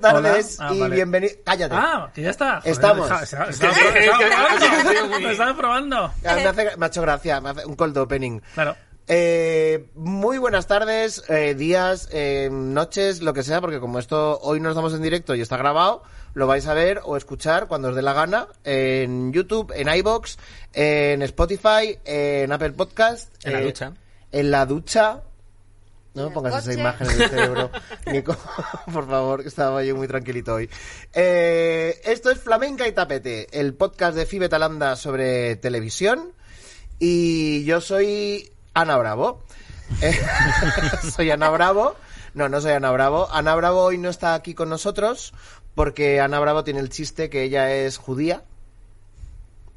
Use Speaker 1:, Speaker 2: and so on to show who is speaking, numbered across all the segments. Speaker 1: tardes
Speaker 2: Hola. Ah,
Speaker 1: y
Speaker 2: vale.
Speaker 1: bienvenido. Cállate.
Speaker 2: Ah, que ya está. Joder,
Speaker 1: Estamos.
Speaker 2: deja- se-
Speaker 3: Sí,
Speaker 2: se- se-
Speaker 3: sí,
Speaker 2: estaba
Speaker 3: sí,
Speaker 2: probando.
Speaker 3: sí, sí.
Speaker 2: Me estaba probando.
Speaker 1: Ah, Me hace, me ha hecho gracia, me hace un cold opening.
Speaker 2: Claro.
Speaker 1: Eh, muy buenas tardes, eh, días, eh, noches, lo que sea, porque como esto hoy no estamos en directo y está grabado, lo vais a ver o escuchar cuando os dé la gana en YouTube, en iBox, en Spotify, en Apple Podcast.
Speaker 4: En la
Speaker 1: eh,
Speaker 4: ducha.
Speaker 1: En la ducha. No me
Speaker 5: el
Speaker 1: pongas esa
Speaker 5: coche.
Speaker 1: imagen en el cerebro, Nico. Por favor, que estaba yo muy tranquilito hoy. Eh, esto es Flamenca y Tapete, el podcast de Fibe Talanda sobre televisión. Y yo soy Ana Bravo. Eh, soy Ana Bravo. No, no soy Ana Bravo. Ana Bravo hoy no está aquí con nosotros porque Ana Bravo tiene el chiste que ella es judía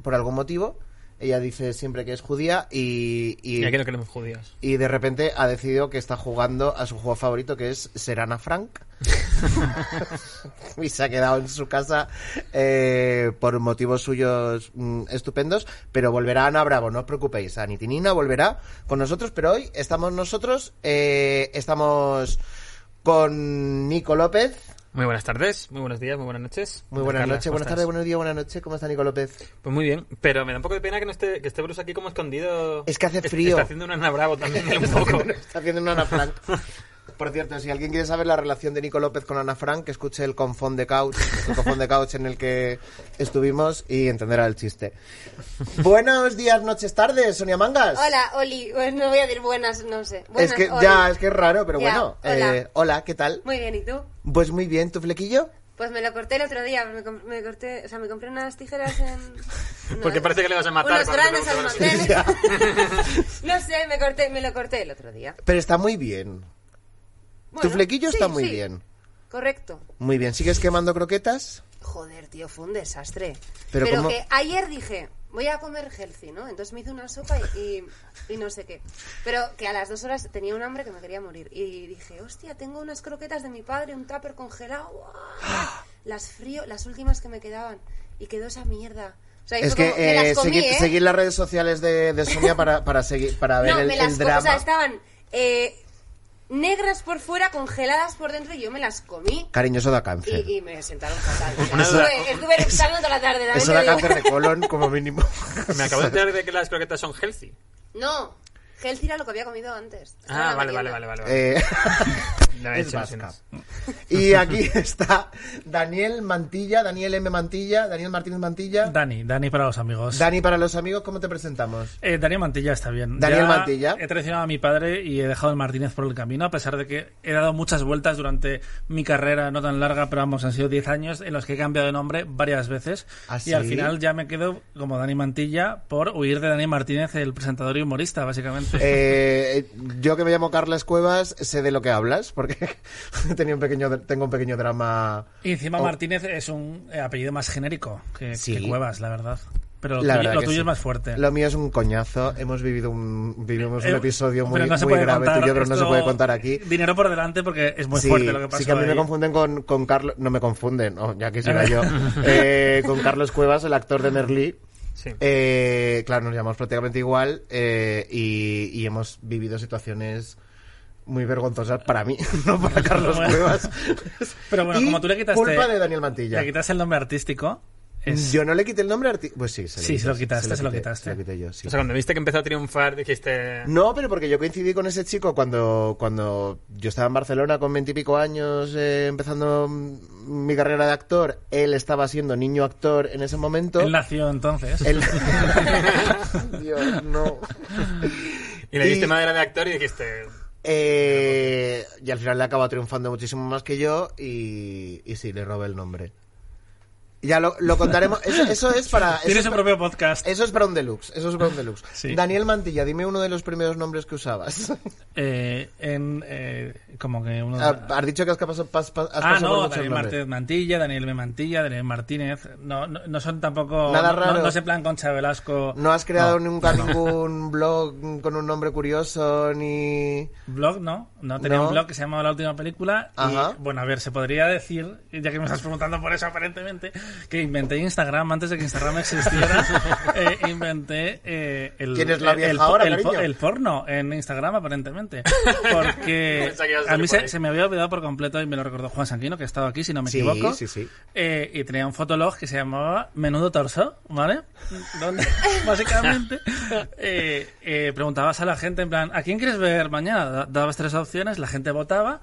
Speaker 1: por algún motivo. Ella dice siempre que es judía y, y-
Speaker 4: Y aquí no queremos judíos.
Speaker 1: y de repente ha decidido que está jugando a su juego favorito, que es Serana Frank. y se ha quedado en su casa eh, por motivos suyos mm, estupendos. Pero volverá Ana Bravo, no os preocupéis. Anitinina volverá con nosotros, pero hoy estamos nosotros. eh, estamos con Nico López.
Speaker 4: Muy buenas tardes, muy buenos días, muy buenas noches.
Speaker 1: Muy buenas
Speaker 4: Carla,
Speaker 1: noches,
Speaker 4: ¿cómo
Speaker 1: buenas
Speaker 4: estás?
Speaker 1: tardes, buenos días, buenas noches. ¿Cómo está Nico López?
Speaker 4: Pues muy bien, pero me da un poco de pena que no esté, que esté Bruce aquí como escondido.
Speaker 1: Es que hace
Speaker 4: Est-
Speaker 1: frío.
Speaker 4: Está haciendo un Ana Bravo también él un poco.
Speaker 1: Está haciendo una Ana Frank. Por cierto, si alguien quiere saber la relación de Nico López con Ana Frank, que escuche el confón de couch, el confón de couch en el que estuvimos y entenderá el chiste. Buenos días, noches, tardes, Sonia Mangas.
Speaker 5: Hola, Oli. Bueno, no voy a decir buenas, no sé. Buenas,
Speaker 1: es que
Speaker 5: Oli.
Speaker 1: ya, es que es raro, pero
Speaker 5: Ya,
Speaker 1: bueno.
Speaker 5: hola.
Speaker 1: Eh, hola, ¿qué tal?
Speaker 5: Muy bien, ¿y tú?
Speaker 1: Pues muy bien, ¿tu flequillo?
Speaker 5: Pues me lo corté el otro día. Me, com- me corté, o sea, me compré unas tijeras en. no,
Speaker 4: Porque parece que le vas a matar.
Speaker 5: Unos
Speaker 4: cuando te
Speaker 5: grandes al
Speaker 4: preguntan
Speaker 5: mantel.
Speaker 4: así.
Speaker 1: Ya.
Speaker 5: no sé, me corté, me lo corté el otro día.
Speaker 1: Pero está muy bien.
Speaker 5: Bueno,
Speaker 1: tu flequillo
Speaker 5: sí,
Speaker 1: está muy
Speaker 5: sí.
Speaker 1: bien.
Speaker 5: Correcto.
Speaker 1: Muy bien, ¿sigues quemando croquetas?
Speaker 5: Joder, tío, fue un desastre.
Speaker 1: Pero
Speaker 5: Pero,
Speaker 1: ¿cómo?
Speaker 5: que ayer dije, voy a comer healthy, ¿no? Entonces me hice una sopa y, y, y no sé qué. Pero que a las dos horas tenía un hambre que me quería morir. Y dije, hostia, tengo unas croquetas de mi padre, un tupper congelado. ¡guau! Las frío, las últimas que me quedaban. Y quedó esa mierda. O sea, y
Speaker 1: Es
Speaker 5: fue
Speaker 1: que
Speaker 5: como, me
Speaker 1: eh,
Speaker 5: las comí,
Speaker 1: seguir,
Speaker 5: ¿eh?
Speaker 1: seguir las redes sociales de, de Sonia para, para, seguir, para ver
Speaker 5: no,
Speaker 1: el,
Speaker 5: me
Speaker 1: el
Speaker 5: las co-
Speaker 1: drama.
Speaker 5: O sea, estaban eh, negras por fuera, congeladas por dentro y yo me las comí.
Speaker 1: Cariñoso da cáncer.
Speaker 5: Y, y me sentaron fatal. O sea,
Speaker 4: Una duda.
Speaker 5: estuve, estuve eructando toda la tarde. también
Speaker 1: Eso
Speaker 5: te
Speaker 1: da
Speaker 5: digo.
Speaker 1: cáncer de colon, como mínimo.
Speaker 4: Me acabo de enterar de que las croquetas son healthy.
Speaker 5: No, healthy era lo que había comido antes. Estaba en
Speaker 4: Ah,
Speaker 5: la
Speaker 4: vale, vale,
Speaker 5: merienda.
Speaker 4: vale, vale. vale.
Speaker 1: Eh,
Speaker 4: No,
Speaker 1: es
Speaker 4: he hecho
Speaker 1: vasca.
Speaker 4: ilusiones.
Speaker 1: y aquí está Daniel Mantilla, Daniel M. Mantilla, Daniel Martínez Mantilla.
Speaker 2: Dani, Dani para los amigos.
Speaker 1: Dani, para los amigos, ¿cómo te presentamos?
Speaker 2: Eh, Daniel Mantilla está bien.
Speaker 1: Daniel
Speaker 2: Ya
Speaker 1: Mantilla.
Speaker 2: He traicionado a mi padre y he dejado el Martínez por el camino, a pesar de que he dado muchas vueltas durante mi carrera, no tan larga, pero vamos, han sido 10 años en los que he cambiado de nombre varias veces.
Speaker 1: ¿Ah, sí?
Speaker 2: Y al final ya me quedo como Dani Mantilla por huir de Dani Martínez, el presentador y humorista, básicamente.
Speaker 1: Eh, yo que me llamo Carlas Cuevas, sé de lo que hablas, porque tenía un pequeño, tengo un pequeño drama.
Speaker 2: y encima
Speaker 1: Oh.
Speaker 2: Martínez es un eh, apellido más genérico que,
Speaker 1: Sí.
Speaker 2: que Cuevas, la verdad. Pero lo
Speaker 1: La
Speaker 2: tuyo,
Speaker 1: verdad
Speaker 2: lo
Speaker 1: que
Speaker 2: tuyo
Speaker 1: sí.
Speaker 2: es más fuerte.
Speaker 1: Lo mío es un coñazo. Hemos vivido un, vivimos un
Speaker 2: Eh,
Speaker 1: episodio muy,
Speaker 2: pero no se
Speaker 1: muy
Speaker 2: puede
Speaker 1: grave
Speaker 2: contar
Speaker 1: tuyo, pero no se
Speaker 2: esto-
Speaker 1: puede contar aquí.
Speaker 2: Dinero por delante porque es muy
Speaker 1: sí,
Speaker 2: fuerte lo que pasó.
Speaker 1: sí que a mí me
Speaker 2: ahí.
Speaker 1: confunden con, con Carlos. No me confunden, no, ya quisiera yo. Eh, con Carlos Cuevas, el actor de Merlí.
Speaker 4: Sí.
Speaker 1: Eh, claro, nos llamamos prácticamente igual eh, y, y hemos vivido situaciones muy vergonzosas para mí, no para Carlos
Speaker 2: Bueno.
Speaker 1: Cuevas.
Speaker 2: Pero bueno,
Speaker 1: Y
Speaker 2: como tú le quitaste.
Speaker 1: Culpa de Daniel Mantilla.
Speaker 2: Le quitas el nombre artístico. es-
Speaker 1: Yo no le quité el nombre arti- Pues sí, se, lo
Speaker 2: Sí, se lo
Speaker 1: quité,
Speaker 2: quitaste, se lo
Speaker 1: quité,
Speaker 2: quitaste.
Speaker 1: se lo quité yo, sí.
Speaker 4: O sea, cuando viste que empezó a triunfar, dijiste.
Speaker 1: No, pero porque yo coincidí con ese chico cuando, cuando yo estaba en Barcelona con veintipico años eh, empezando mm, mi carrera de actor. Él estaba siendo niño actor en ese momento.
Speaker 2: Él nació entonces.
Speaker 1: Él- Dios, no.
Speaker 4: Y le diste
Speaker 1: Y-
Speaker 4: madera de actor y dijiste.
Speaker 1: Eh, y al final le acaba triunfando muchísimo más que yo y, y sí, le robé el nombre. Ya lo, lo contaremos. Eso, eso es para... Eso
Speaker 2: Tiene
Speaker 1: es
Speaker 2: su
Speaker 1: para-
Speaker 2: propio podcast.
Speaker 1: Eso es para un deluxe, eso es para un deluxe.
Speaker 2: Sí.
Speaker 1: Daniel Mantilla, dime uno de los primeros nombres que usabas.
Speaker 2: Eh, en, eh, como que uno.
Speaker 1: Ah, Has dicho que has pasado, pas- pas- has
Speaker 2: Ah,
Speaker 1: pasado por
Speaker 2: no,
Speaker 1: muchos
Speaker 2: Daniel
Speaker 1: nombres.
Speaker 2: Martínez Mantilla, Daniel M. Mantilla, Daniel Martínez. No, no, no son tampoco.
Speaker 1: Nada
Speaker 2: no-
Speaker 1: raro.
Speaker 2: No, no se plan Concha Velasco.
Speaker 1: No has creado
Speaker 2: No.
Speaker 1: nunca ningún blog con un nombre curioso ni...
Speaker 2: Blog, no. No tenía
Speaker 1: No.
Speaker 2: un blog que se llamaba La última película.
Speaker 1: Ajá.
Speaker 2: Y, bueno, a ver, se podría decir, ya que me estás preguntando por eso aparentemente, que inventé Instagram antes de que Instagram existiera. eh, inventé eh, el,
Speaker 1: ¿Quién es la
Speaker 2: el-
Speaker 1: vieja
Speaker 2: el-
Speaker 1: ahora,
Speaker 2: el-
Speaker 1: cariño?
Speaker 2: el porno en Instagram, aparentemente. Porque
Speaker 4: Pensaba que ibas a
Speaker 2: a
Speaker 4: salir por
Speaker 2: mí se,
Speaker 4: ahí.
Speaker 2: se me había olvidado por completo y me lo recordó Juan Sanquino, que estaba aquí, si no me
Speaker 1: Sí,
Speaker 2: equivoco.
Speaker 1: sí, sí.
Speaker 2: Eh, y tenía un fotolog que se llamaba Menudo Torso, ¿vale? Donde básicamente eh, eh, preguntabas a la gente, en plan, ¿a quién quieres ver mañana? Da- Dabas tres opciones, la gente votaba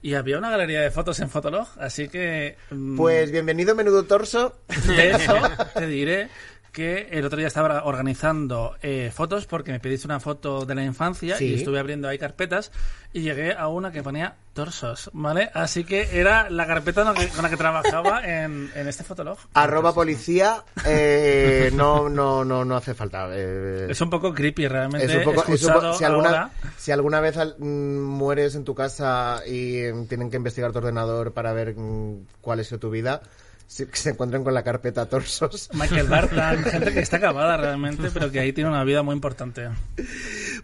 Speaker 2: y había una galería de fotos en fotolog, así que... mm,
Speaker 1: Pues bienvenido, menudo torso.
Speaker 2: de eso te diré que el otro día estaba organizando eh, fotos porque me pediste una foto de la infancia
Speaker 1: Sí.
Speaker 2: y estuve abriendo ahí carpetas y llegué a una que ponía torsos, ¿vale? Así que era la carpeta con la que, con la que trabajaba en, en este fotolog.
Speaker 1: Arroba policía. eh, no, no, no, no hace falta. eh,
Speaker 2: Es un poco creepy realmente.
Speaker 1: es un poco- es un poco-
Speaker 2: escuchado
Speaker 1: si, alguna,
Speaker 2: ahora.
Speaker 1: si alguna vez al- mm, mueres en tu casa y mm, tienen que investigar tu ordenador para ver mm, cuál ha sido tu vida, si- que se encuentran con la carpeta torsos.
Speaker 2: Michael Bartan, gente que está acabada realmente, pero que ahí tiene una vida muy importante.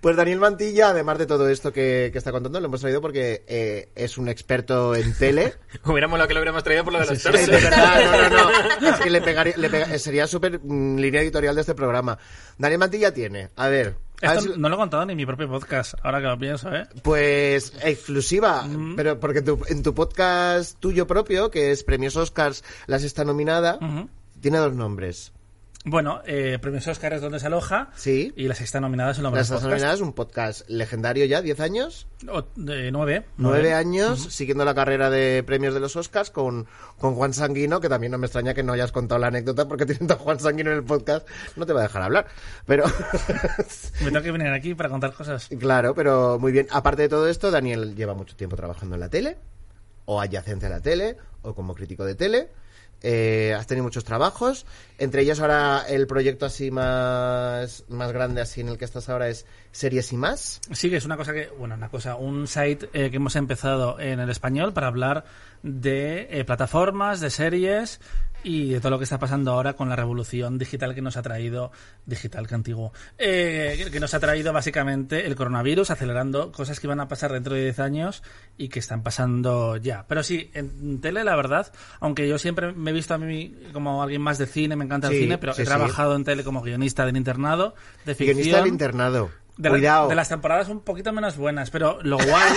Speaker 1: Pues Daniel Mantilla, además de todo esto que, que está contando, lo hemos traído porque eh, es un experto en tele.
Speaker 4: Hubiéramos lo que lo hubiéramos traído por lo de los
Speaker 1: Eh,
Speaker 4: torsos.
Speaker 1: de verdad, no, no, no. Es que le pegaría, le pega- sería súper mm, línea editorial de este programa. Daniel Mantilla tiene, a ver. a ver
Speaker 2: Esto
Speaker 1: si-
Speaker 2: no lo he contado ni en mi propio podcast, ahora que lo pienso, ¿eh?
Speaker 1: Pues exclusiva,
Speaker 2: Mm.
Speaker 1: pero porque tu- en tu podcast tuyo propio, que es Premios Oscars, las está nominada,
Speaker 2: Ujú.
Speaker 1: tiene dos nombres.
Speaker 2: Bueno, eh, premios Oscar es donde se aloja.
Speaker 1: Sí.
Speaker 2: Y las que están nominadas son los
Speaker 1: Las
Speaker 2: mejores
Speaker 1: está
Speaker 2: podcasts.
Speaker 1: nominadas, un podcast legendario ya, 10 años,
Speaker 2: O- de nueve.
Speaker 1: nueve años, siguiendo la carrera de premios de los Oscars con, con Juan Sanguino, que también no me extraña que no hayas contado la anécdota, porque teniendo a Juan Sanguino en el podcast no te va a dejar hablar. Pero
Speaker 2: Me tengo que venir aquí para contar cosas.
Speaker 1: Claro, pero muy bien. Aparte de todo esto, Daniel lleva mucho tiempo trabajando en la tele, o adyacente a la tele, o como crítico de tele. Eh, has tenido muchos trabajos. Entre ellos ahora el proyecto así más, más grande, así en el que estás ahora, es Series y más.
Speaker 2: Sí, que es una cosa que, bueno, una cosa, un site eh, que hemos empezado en el español para hablar de eh, plataformas, de series y de todo lo que está pasando ahora con la revolución digital que nos ha traído, digital que antiguo, eh, que nos ha traído básicamente el coronavirus, acelerando cosas que iban a pasar dentro de 10 años y que están pasando ya. Pero sí, en tele, la verdad, aunque yo siempre me he visto a mí como alguien más de cine, me encanta
Speaker 1: Sí,
Speaker 2: el cine, pero
Speaker 1: sí,
Speaker 2: he
Speaker 1: sí.
Speaker 2: trabajado en tele como guionista del internado, de ficción.
Speaker 1: Guionista del internado.
Speaker 2: De, la-
Speaker 1: Cuidado.
Speaker 2: de las temporadas un poquito menos buenas, pero lo guay,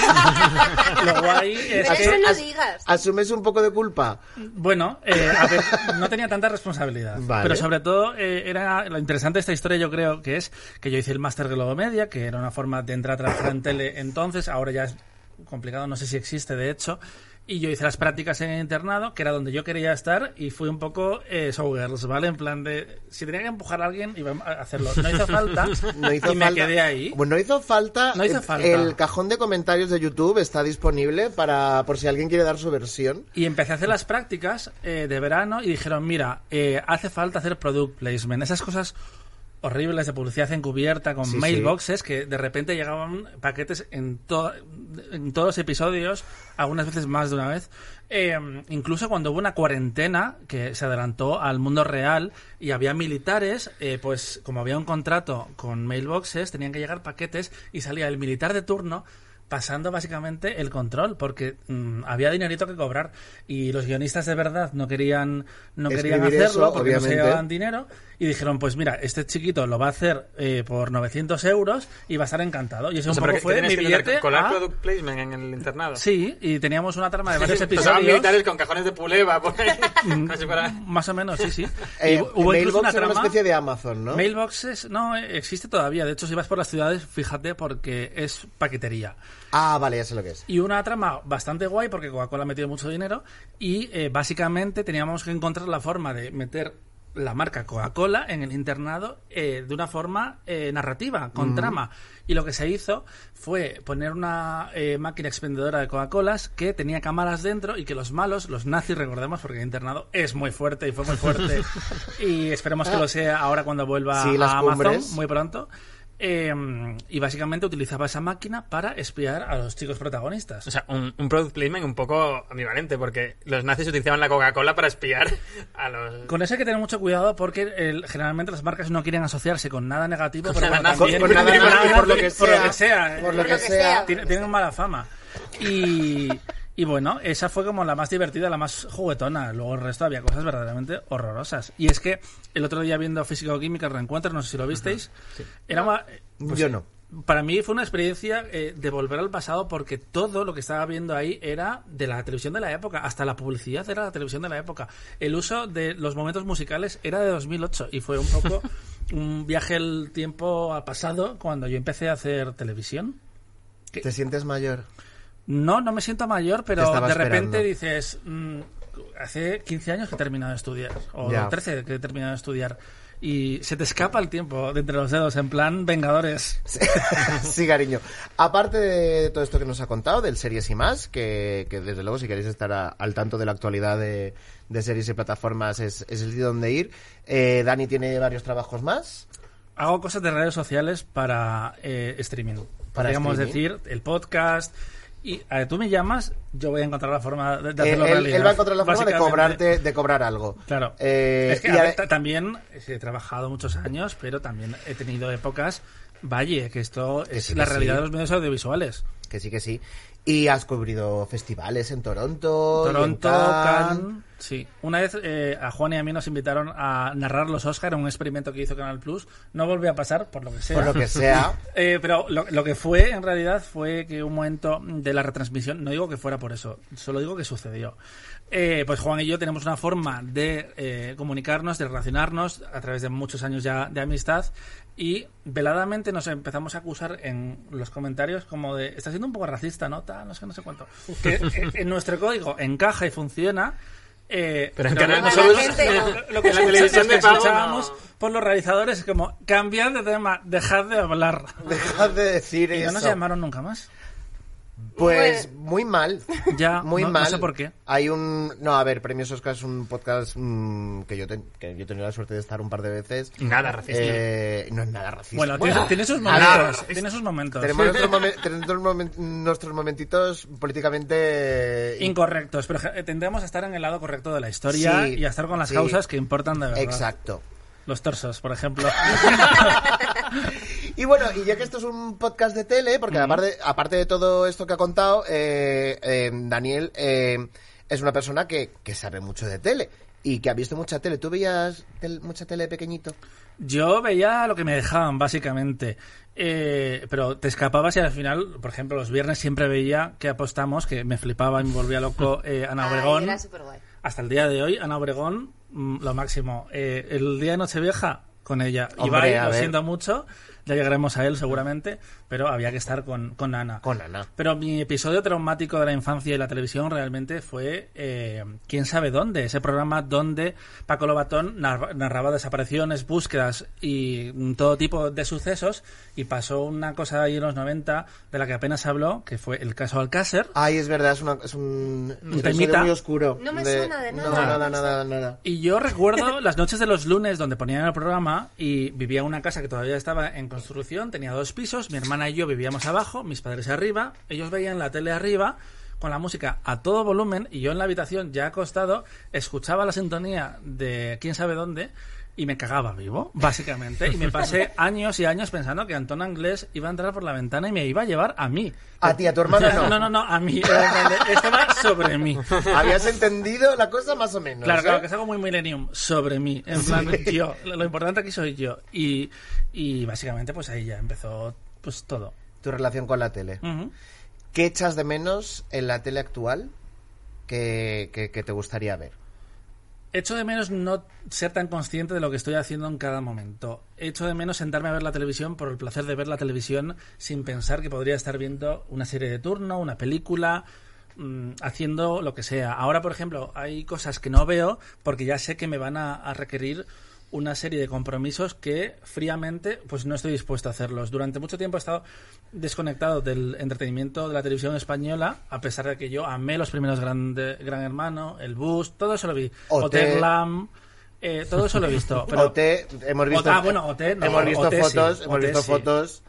Speaker 2: lo guay es
Speaker 5: Pero
Speaker 2: que,
Speaker 5: eso no
Speaker 1: As-
Speaker 5: digas.
Speaker 1: ¿Asumes un poco de culpa?
Speaker 2: bueno, eh, a ver, no tenía tanta responsabilidad,
Speaker 1: Vale.
Speaker 2: pero sobre todo eh, era lo interesante de esta historia yo creo que es que yo hice el máster Globo Media, que era una forma de entrar a trabajar en tele entonces, ahora ya es complicado, no sé si existe de hecho. Y yo hice las prácticas en el internado, que era donde yo quería estar, y fui un poco eh, showgirls, ¿vale? En plan de, si tenía que empujar a alguien, iba a hacerlo. No hizo falta,
Speaker 1: No hizo
Speaker 2: y me
Speaker 1: falta.
Speaker 2: quedé ahí.
Speaker 1: Bueno, no hizo falta.
Speaker 2: No hizo
Speaker 1: Eh,
Speaker 2: falta.
Speaker 1: El cajón de comentarios de YouTube está disponible para por si alguien quiere dar su versión.
Speaker 2: Y empecé a hacer las prácticas eh, de verano y dijeron, mira, eh, hace falta hacer product placement. Esas cosas horribles de publicidad encubierta con
Speaker 1: Sí, sí.
Speaker 2: mailboxes que de repente llegaban paquetes en, to- en todos los episodios, algunas veces más de una vez. Eh, incluso cuando hubo una cuarentena que se adelantó al mundo real y había militares, eh, pues como había un contrato con mailboxes, tenían que llegar paquetes y salía el militar de turno pasando básicamente el control porque mm, había dinerito que cobrar y los guionistas de verdad no querían no querían
Speaker 1: Escribir
Speaker 2: hacerlo
Speaker 1: eso,
Speaker 2: porque no se
Speaker 1: obviamente.
Speaker 2: llevaban dinero y dijeron pues mira este chiquito lo va a hacer eh, por 900 euros y va a estar encantado y ese
Speaker 4: O
Speaker 2: un
Speaker 4: sea,
Speaker 2: poco
Speaker 4: pero que- que
Speaker 2: fue
Speaker 4: tenías
Speaker 2: mi
Speaker 4: que intentar
Speaker 2: billete
Speaker 4: Colar
Speaker 2: a-
Speaker 4: product placement en el internado.
Speaker 2: sí y teníamos una trama de varios
Speaker 4: Pasaban
Speaker 2: episodios
Speaker 4: militares con cajones de puleva por ahí. Como si fuera-
Speaker 2: más o menos sí sí Y
Speaker 1: Eh,
Speaker 2: hu- hubo
Speaker 1: Mailbox
Speaker 2: incluso una
Speaker 1: era
Speaker 2: trama
Speaker 1: una especie de Amazon, ¿no?
Speaker 2: Mailboxes no eh, existe todavía de hecho si vas por las ciudades fíjate porque es paquetería
Speaker 1: Ah, vale, ya sé lo que es.
Speaker 2: Y una trama bastante guay porque Coca-Cola ha metido mucho dinero y eh, básicamente teníamos que encontrar la forma de meter la marca Coca-Cola en el internado eh, de una forma eh, narrativa,
Speaker 1: Mm.
Speaker 2: con trama. Y lo que se hizo fue poner una eh, máquina expendedora de Coca-Colas que tenía cámaras dentro y que los malos, los nazis, recordemos, porque el internado es muy fuerte y fue muy fuerte. y esperemos que lo sea ahora cuando vuelva
Speaker 1: Sí, las
Speaker 2: a Amazon
Speaker 1: cumbres.
Speaker 2: muy pronto. Eh, y básicamente utilizaba esa máquina para espiar a los chicos protagonistas.
Speaker 4: O sea, un, un product placement un poco ambivalente, porque los nazis utilizaban la Coca-Cola para espiar a los...
Speaker 2: con eso hay que tener mucho cuidado porque el- generalmente las marcas no quieren asociarse con nada negativo, pero
Speaker 4: nada
Speaker 2: bueno,
Speaker 4: nazi.
Speaker 2: también-
Speaker 4: Con- con nada
Speaker 2: pero
Speaker 4: nazi,
Speaker 2: nada
Speaker 1: por lo
Speaker 2: nazi,
Speaker 1: que
Speaker 2: por lo
Speaker 1: sea.
Speaker 2: que sea.
Speaker 1: Por lo
Speaker 5: Por
Speaker 1: que
Speaker 5: lo que
Speaker 1: sea.
Speaker 5: sea.
Speaker 2: Tien- tienen mala fama. Y, Y bueno, esa fue como la más divertida, la más juguetona. Luego el resto había cosas verdaderamente horrorosas. Y es que el otro día viendo Físico-Química el Reencuentro, no sé si lo visteis, era ma- pues,
Speaker 1: Yo no.
Speaker 2: Para mí fue una experiencia eh, de volver al pasado porque todo lo que estaba viendo ahí era de la televisión de la época, hasta la publicidad era la televisión de la época. El uso de los momentos musicales era de 2008 y fue un poco un viaje el tiempo al pasado cuando yo empecé a hacer televisión.
Speaker 1: ¿Te sientes mayor?
Speaker 2: No, no me siento mayor, pero
Speaker 1: Te estaba
Speaker 2: de
Speaker 1: esperando.
Speaker 2: repente dices, mm, hace 15 años que he terminado de estudiar, o
Speaker 1: Ya.
Speaker 2: 13 que he terminado de estudiar, y se te escapa el tiempo de entre los dedos, en plan Vengadores.
Speaker 1: sí, cariño. Aparte de todo esto que nos ha contado, del Series y más, que, que desde luego si queréis estar a- al tanto de la actualidad de, de series y plataformas es, es el sitio donde ir. Eh, Dani tiene varios trabajos más.
Speaker 2: Hago cosas de redes sociales para eh, streaming.
Speaker 1: Para
Speaker 2: Podríamos
Speaker 1: streaming.
Speaker 2: decir, el podcast. Y a ver, tú me llamas, yo voy a encontrar la forma de, de
Speaker 1: Eh,
Speaker 2: hacerlo
Speaker 1: él,
Speaker 2: realidad.
Speaker 1: él va a encontrar la forma de
Speaker 2: Básicamente,
Speaker 1: cobrarte, de cobrar algo.
Speaker 2: Claro.
Speaker 1: Eh,
Speaker 2: es que
Speaker 1: y
Speaker 2: a
Speaker 1: a
Speaker 2: ver,
Speaker 1: ver-
Speaker 2: ta- también eh, he trabajado muchos años, pero también he tenido épocas. Valle, que esto es
Speaker 1: sí, que
Speaker 2: la
Speaker 1: sí.
Speaker 2: realidad de los medios audiovisuales.
Speaker 1: Que sí, que sí. Y has cubrido festivales en Toronto. y en
Speaker 2: Toronto,
Speaker 1: Cannes.
Speaker 2: Cannes. Sí. Una vez eh, a Juan y a mí nos invitaron a narrar los Oscar en un experimento que hizo Canal Plus. No volvió a pasar, por lo que sea.
Speaker 1: Por lo que sea.
Speaker 2: Eh, pero lo, lo que fue en realidad fue que un momento de la retransmisión, no digo que fuera por eso, solo digo que sucedió. Eh, pues Juan y yo tenemos una forma de eh, comunicarnos, de relacionarnos a través de muchos años ya de amistad y veladamente nos empezamos a acusar en los comentarios como de, está siendo un poco racista, ¿no? Tal, no sé, no sé cuánto. Que, eh, en nuestro código encaja y funciona. eh,
Speaker 4: Pero en
Speaker 5: Canal
Speaker 2: lo-
Speaker 5: Plus-
Speaker 2: lo- lo que
Speaker 4: en la televisión
Speaker 2: escuchamos-
Speaker 4: de pago no.
Speaker 2: escuchábamos por los realizadores es como cambiar de tema, dejad de hablar.
Speaker 1: Dejad de decir
Speaker 2: Y
Speaker 1: eso.
Speaker 2: no nos llamaron nunca más.
Speaker 1: Pues muy mal.
Speaker 2: Ya,
Speaker 1: muy
Speaker 2: no- no
Speaker 1: mal.
Speaker 2: sé por qué.
Speaker 1: Hay un. No, a ver, Premios Oscar es un podcast mm, que, yo ten- que yo he tenido la suerte de estar un par de veces.
Speaker 4: Nada racista.
Speaker 1: Eh, no es nada racista.
Speaker 2: Bueno, tiene, tiene
Speaker 1: Ah,
Speaker 2: sus momentos. Tiene sus momentos.
Speaker 1: Tenemos nuestros, momen- tenemos momen- nuestros momentitos políticamente.
Speaker 2: Incorrectos, pero eh, tendremos a estar en el lado correcto de la historia
Speaker 1: Sí,
Speaker 2: y a estar con las
Speaker 1: sí.
Speaker 2: causas que importan de verdad.
Speaker 1: Exacto.
Speaker 2: Los torsos, por ejemplo.
Speaker 1: Y bueno, y ya que esto es un podcast de tele, porque aparte, aparte de todo esto que ha contado, eh, eh, Daniel eh, es una persona que, que sabe mucho de tele y que ha visto mucha tele. ¿Tú veías tel- mucha tele de pequeñito?
Speaker 2: Yo veía lo que me dejaban, básicamente. Eh, pero te escapabas y al final, por ejemplo, los viernes siempre veía que apostamos, que me flipaba y me volvía loco eh, Ana
Speaker 5: Ay,
Speaker 2: Obregón.
Speaker 5: era superguay.
Speaker 2: Hasta el día de hoy, Ana Obregón, mm, lo máximo. Eh, el día de Nochevieja, con ella.
Speaker 1: Hombre,
Speaker 2: Ibai,
Speaker 1: a
Speaker 2: lo
Speaker 1: ver.
Speaker 2: siento mucho, ya llegaremos a él seguramente, pero había que estar con, con Ana.
Speaker 1: Con Ana.
Speaker 2: Pero mi episodio traumático de la infancia y la televisión realmente fue eh, Quién sabe dónde, ese programa donde Paco Lobatón narra- narraba desapariciones, búsquedas y mm, todo tipo de sucesos y pasó una cosa ahí en los 90 de la que apenas habló, que fue el caso Alcácer.
Speaker 1: Ay, es verdad, es, una, es un episodio
Speaker 2: temita.
Speaker 1: muy oscuro.
Speaker 5: No me suena de nada.
Speaker 1: No, nada, nada, nada.
Speaker 2: Y yo recuerdo las noches de los lunes donde ponían el programa y vivía en una casa que todavía estaba en construcción, tenía dos pisos, mi hermana y yo vivíamos abajo, mis padres arriba, ellos veían la tele arriba con la música a todo volumen y yo en la habitación ya acostado escuchaba la sintonía de quién sabe dónde y me cagaba vivo, básicamente, y me pasé años y años pensando que Antón Anglés iba a entrar por la ventana y me iba a llevar a mí.
Speaker 1: A ti, a tu hermana no.
Speaker 2: No, no, no, a mí. Estaba sobre mí.
Speaker 1: Habías entendido la cosa más o menos.
Speaker 2: Claro,
Speaker 1: ¿eh?
Speaker 2: claro, que es algo muy millennium sobre mí. En plan, yo, lo lo importante aquí soy yo. Y, y básicamente, pues ahí ya empezó pues todo.
Speaker 1: Tu relación con la tele.
Speaker 2: Ujú.
Speaker 1: ¿Qué echas de menos en la tele actual que, que- que te gustaría ver?
Speaker 2: Echo de menos no ser tan consciente de lo que estoy haciendo en cada momento. Echo de menos sentarme a ver la televisión por el placer de ver la televisión sin pensar que podría estar viendo una serie de turno, una película, mm, haciendo lo que sea. Ahora, por ejemplo, hay cosas que no veo porque ya sé que me van a, a requerir una serie de compromisos que fríamente pues no estoy dispuesto a hacerlos. Durante mucho tiempo he estado desconectado del entretenimiento de la televisión española, a pesar de que yo amé los primeros grande, Gran Hermano, El Bus, todo eso lo vi.
Speaker 1: OT.
Speaker 2: Hotel Glam, eh, todo eso lo he visto. pero
Speaker 1: OT, hemos visto,
Speaker 2: Ah, bueno, OT, no,
Speaker 1: hemos visto
Speaker 2: OT sí,
Speaker 1: fotos, hemos
Speaker 2: OT
Speaker 1: visto
Speaker 2: sí.
Speaker 1: fotos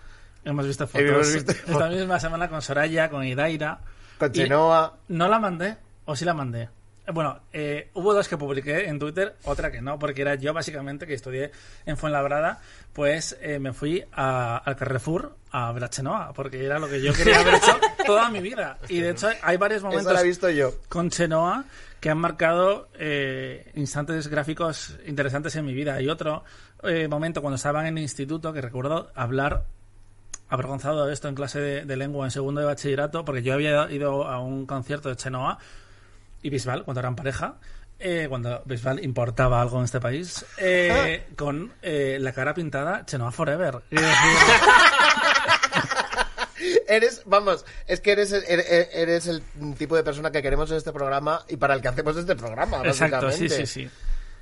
Speaker 2: Hemos visto fotos.
Speaker 1: Hemos visto
Speaker 2: Esta
Speaker 1: fotos.
Speaker 2: misma semana con Soraya, con Idaira.
Speaker 1: con
Speaker 2: Y
Speaker 1: Chenoa.
Speaker 2: No la mandé, o sí la mandé. Bueno, eh, hubo dos que publiqué en Twitter, otra que no, porque era yo básicamente que estudié en Fuenlabrada, pues eh, me fui a- al Carrefour a Brachenoa, porque era lo que yo quería haber hecho toda mi vida. Y de hecho hay varios
Speaker 1: Eso
Speaker 2: momentos
Speaker 1: lo he visto yo.
Speaker 2: con Chenoa que han marcado eh, instantes gráficos interesantes en mi vida. Y otro eh, momento cuando estaban en el instituto que recuerdo hablar avergonzado de esto en clase de, de lengua en segundo de bachillerato, porque yo había ido a un concierto de Chenoa y Bisbal cuando eran pareja. eh, cuando Bisbal importaba algo en este país, eh, con eh, la cara pintada, Chenoa Forever. Y decía,
Speaker 1: Eres, vamos, es que eres, eres, eres el tipo de persona que queremos en este programa y para el que hacemos este programa,
Speaker 2: Exacto, sí,
Speaker 1: básicamente.
Speaker 2: sí, sí.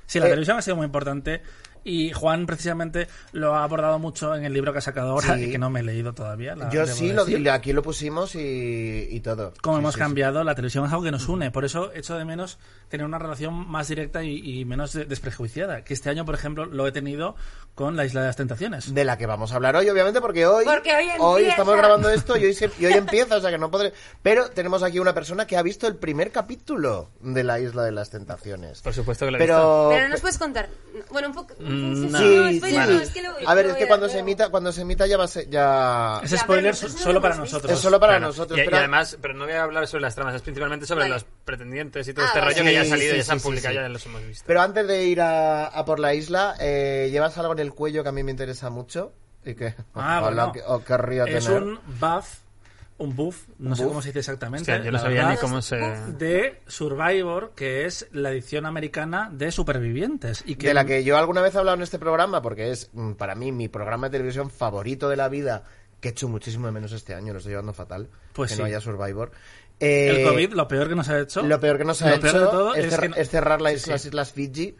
Speaker 2: Sí, la
Speaker 1: Eh,
Speaker 2: televisión ha sido muy importante y Juan precisamente lo ha abordado mucho en el libro que ha sacado ahora
Speaker 1: Sí.
Speaker 2: y que no me he leído todavía. la-
Speaker 1: Yo
Speaker 2: debo
Speaker 1: sí, lo,
Speaker 2: decir.
Speaker 1: di- aquí lo pusimos y, y todo.
Speaker 2: Como
Speaker 1: Sí,
Speaker 2: hemos
Speaker 1: sí, sí.
Speaker 2: cambiado, la televisión es algo que nos une. Por eso echo de menos tener una relación más directa y, y menos de- desprejuiciada. Que este año, por ejemplo, lo he tenido con La Isla de las Tentaciones.
Speaker 1: De la que vamos a hablar hoy, obviamente, porque hoy,
Speaker 5: Porque hoy empieza.
Speaker 1: estamos grabando esto y hoy, se- y hoy empieza, o sea que no podré. Pero tenemos aquí una persona que ha visto el primer capítulo de La Isla de las Tentaciones.
Speaker 2: Pues
Speaker 4: Por supuesto que lo he visto.
Speaker 1: Pero. pues
Speaker 5: Pero nos puedes contar. No, Bueno, un poco.
Speaker 4: Mm,
Speaker 5: no,
Speaker 4: no.
Speaker 5: no,
Speaker 1: Sí,
Speaker 5: spoiler,
Speaker 1: sí.
Speaker 5: no, es que lo-
Speaker 1: a ver,
Speaker 5: lo
Speaker 1: es
Speaker 5: voy
Speaker 1: que
Speaker 5: a-
Speaker 1: cuando se
Speaker 5: luego.
Speaker 1: emita, cuando se emita ya va a ser, ya.
Speaker 2: Es
Speaker 5: Ya,
Speaker 2: spoiler
Speaker 5: pero nosotros no
Speaker 2: solo
Speaker 5: lo
Speaker 2: para
Speaker 5: hemos visto.
Speaker 2: nosotros.
Speaker 1: Es solo para nosotros.
Speaker 4: Y,
Speaker 1: pero-
Speaker 4: y además, pero no voy a hablar sobre las tramas, es principalmente sobre
Speaker 5: Vale.
Speaker 4: los pretendientes y todo
Speaker 5: Ah,
Speaker 4: este
Speaker 5: vale.
Speaker 4: rollo que ya ha
Speaker 1: Sí,
Speaker 4: salido,
Speaker 1: sí,
Speaker 4: ya se han
Speaker 1: sí,
Speaker 4: publicado,
Speaker 1: sí, sí.
Speaker 4: ya los hemos visto.
Speaker 1: Pero antes de ir a, a por la isla, eh, llevas algo en el cuello que a mí me interesa mucho. Y que
Speaker 2: Ah,
Speaker 1: ojalá
Speaker 2: bueno.
Speaker 1: que- o querría
Speaker 2: es
Speaker 1: tener.
Speaker 2: un buff, un buff, no sé
Speaker 1: buff?
Speaker 2: cómo se dice exactamente.
Speaker 4: Hostia, yo no
Speaker 2: la
Speaker 4: sabía ni
Speaker 2: verdad.
Speaker 4: cómo se...
Speaker 2: de Survivor, que es la edición americana de Supervivientes. Y que
Speaker 1: De la que yo alguna vez he hablado en este programa, porque es mm, para mí mi programa de televisión favorito de la vida, que he hecho muchísimo de menos este año, lo estoy llevando fatal.
Speaker 2: Pues
Speaker 1: que
Speaker 2: sí.
Speaker 1: no haya Survivor.
Speaker 2: el
Speaker 1: Eh,
Speaker 2: COVID, lo peor que nos ha hecho.
Speaker 1: Lo peor que nos ha
Speaker 2: lo
Speaker 1: hecho
Speaker 2: peor de todo
Speaker 1: es,
Speaker 2: es
Speaker 1: cerra-
Speaker 2: que no-
Speaker 1: es cerrar la isla- las islas Fiji,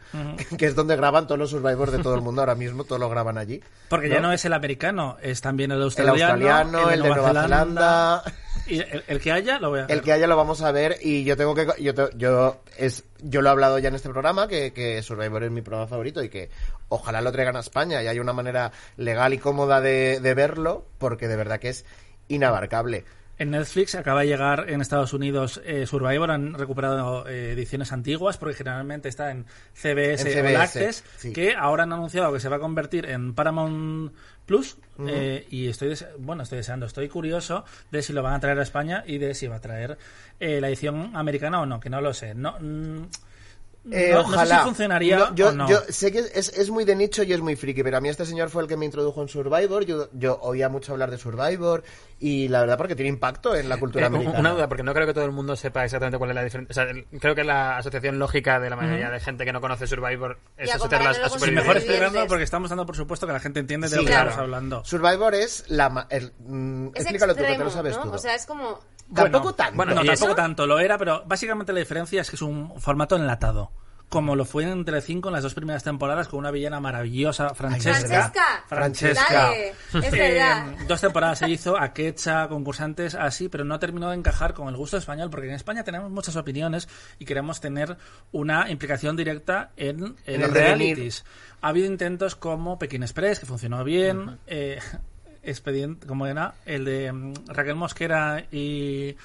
Speaker 1: que es donde graban todos los Survivors de todo el mundo ahora mismo, todos lo graban allí.
Speaker 2: Porque ya no es el americano, es también el
Speaker 1: el
Speaker 2: australiano,
Speaker 1: australiano, el, de Nueva Zelanda.
Speaker 2: Y el, el que haya, lo voy a ver.
Speaker 1: El que haya lo vamos a ver y yo tengo que... Yo, te- yo, es, yo lo he hablado ya en este programa, que, que Survivor es mi programa favorito y que ojalá lo traigan a España y hay una manera legal y cómoda de, de verlo, porque de verdad que es inabarcable.
Speaker 2: En Netflix acaba de llegar en Estados Unidos eh, Survivor, han recuperado eh, ediciones antiguas porque generalmente está en CBS,
Speaker 1: En
Speaker 2: o
Speaker 1: CBS,
Speaker 2: All Access,
Speaker 1: sí.
Speaker 2: que ahora han anunciado que se va a convertir en Paramount Plus eh, y estoy dese- bueno estoy deseando, estoy curioso de si lo van a traer a España y de si va a traer eh, la edición americana o no, que no lo sé. No, mm,
Speaker 1: Eh,
Speaker 2: no- no sé
Speaker 1: ojalá.
Speaker 2: si funcionaría
Speaker 1: No, yo,
Speaker 2: o no.
Speaker 1: yo sé que es, es muy de nicho y es muy friki, pero a mí este señor fue el que me introdujo en Survivor. Yo, yo oía mucho hablar de Survivor y la verdad porque tiene impacto en la cultura
Speaker 4: Eh, un-
Speaker 1: americana.
Speaker 4: una duda, porque no creo que todo el mundo sepa exactamente cuál es la diferencia. O sea, el- creo que la asociación lógica de la mayoría de gente que no conoce Survivor es
Speaker 5: Ya,
Speaker 4: asociarlas a
Speaker 5: comparándolo con
Speaker 2: Sí,
Speaker 5: Supervivientes.
Speaker 2: mejor
Speaker 4: supervivientes.
Speaker 2: explicarlo porque estamos dando por supuesto que la gente entiende de
Speaker 1: Sí,
Speaker 2: lo que
Speaker 5: claro.
Speaker 2: estamos hablando.
Speaker 1: Survivor es la... ma- el- mm,
Speaker 5: Es
Speaker 1: explícalo tú, que te lo
Speaker 5: extremo,
Speaker 1: sabes
Speaker 5: ¿no?
Speaker 1: tú.
Speaker 5: O sea, es como.
Speaker 1: Tampoco tanto.
Speaker 4: bueno,
Speaker 2: no,
Speaker 4: y
Speaker 2: tampoco
Speaker 4: eso-
Speaker 2: tanto, lo era, pero básicamente la diferencia es que es un formato enlatado. Como lo fue en Telecinco en las dos primeras temporadas con una villana maravillosa, Francesca.
Speaker 5: Francesca.
Speaker 2: Francesca.
Speaker 5: Dale, es
Speaker 2: Eh,
Speaker 5: verdad.
Speaker 2: dos temporadas se hizo a quecha, concursantes, así, pero no terminó de encajar con el gusto español, porque en España tenemos muchas opiniones y queremos tener una implicación directa en, eh,
Speaker 1: En
Speaker 2: los
Speaker 1: el devenir.
Speaker 2: realities. Ha habido intentos como Pekín Express, que funcionó bien, eh, expediente, como era, el de mm, Raquel Mosquera y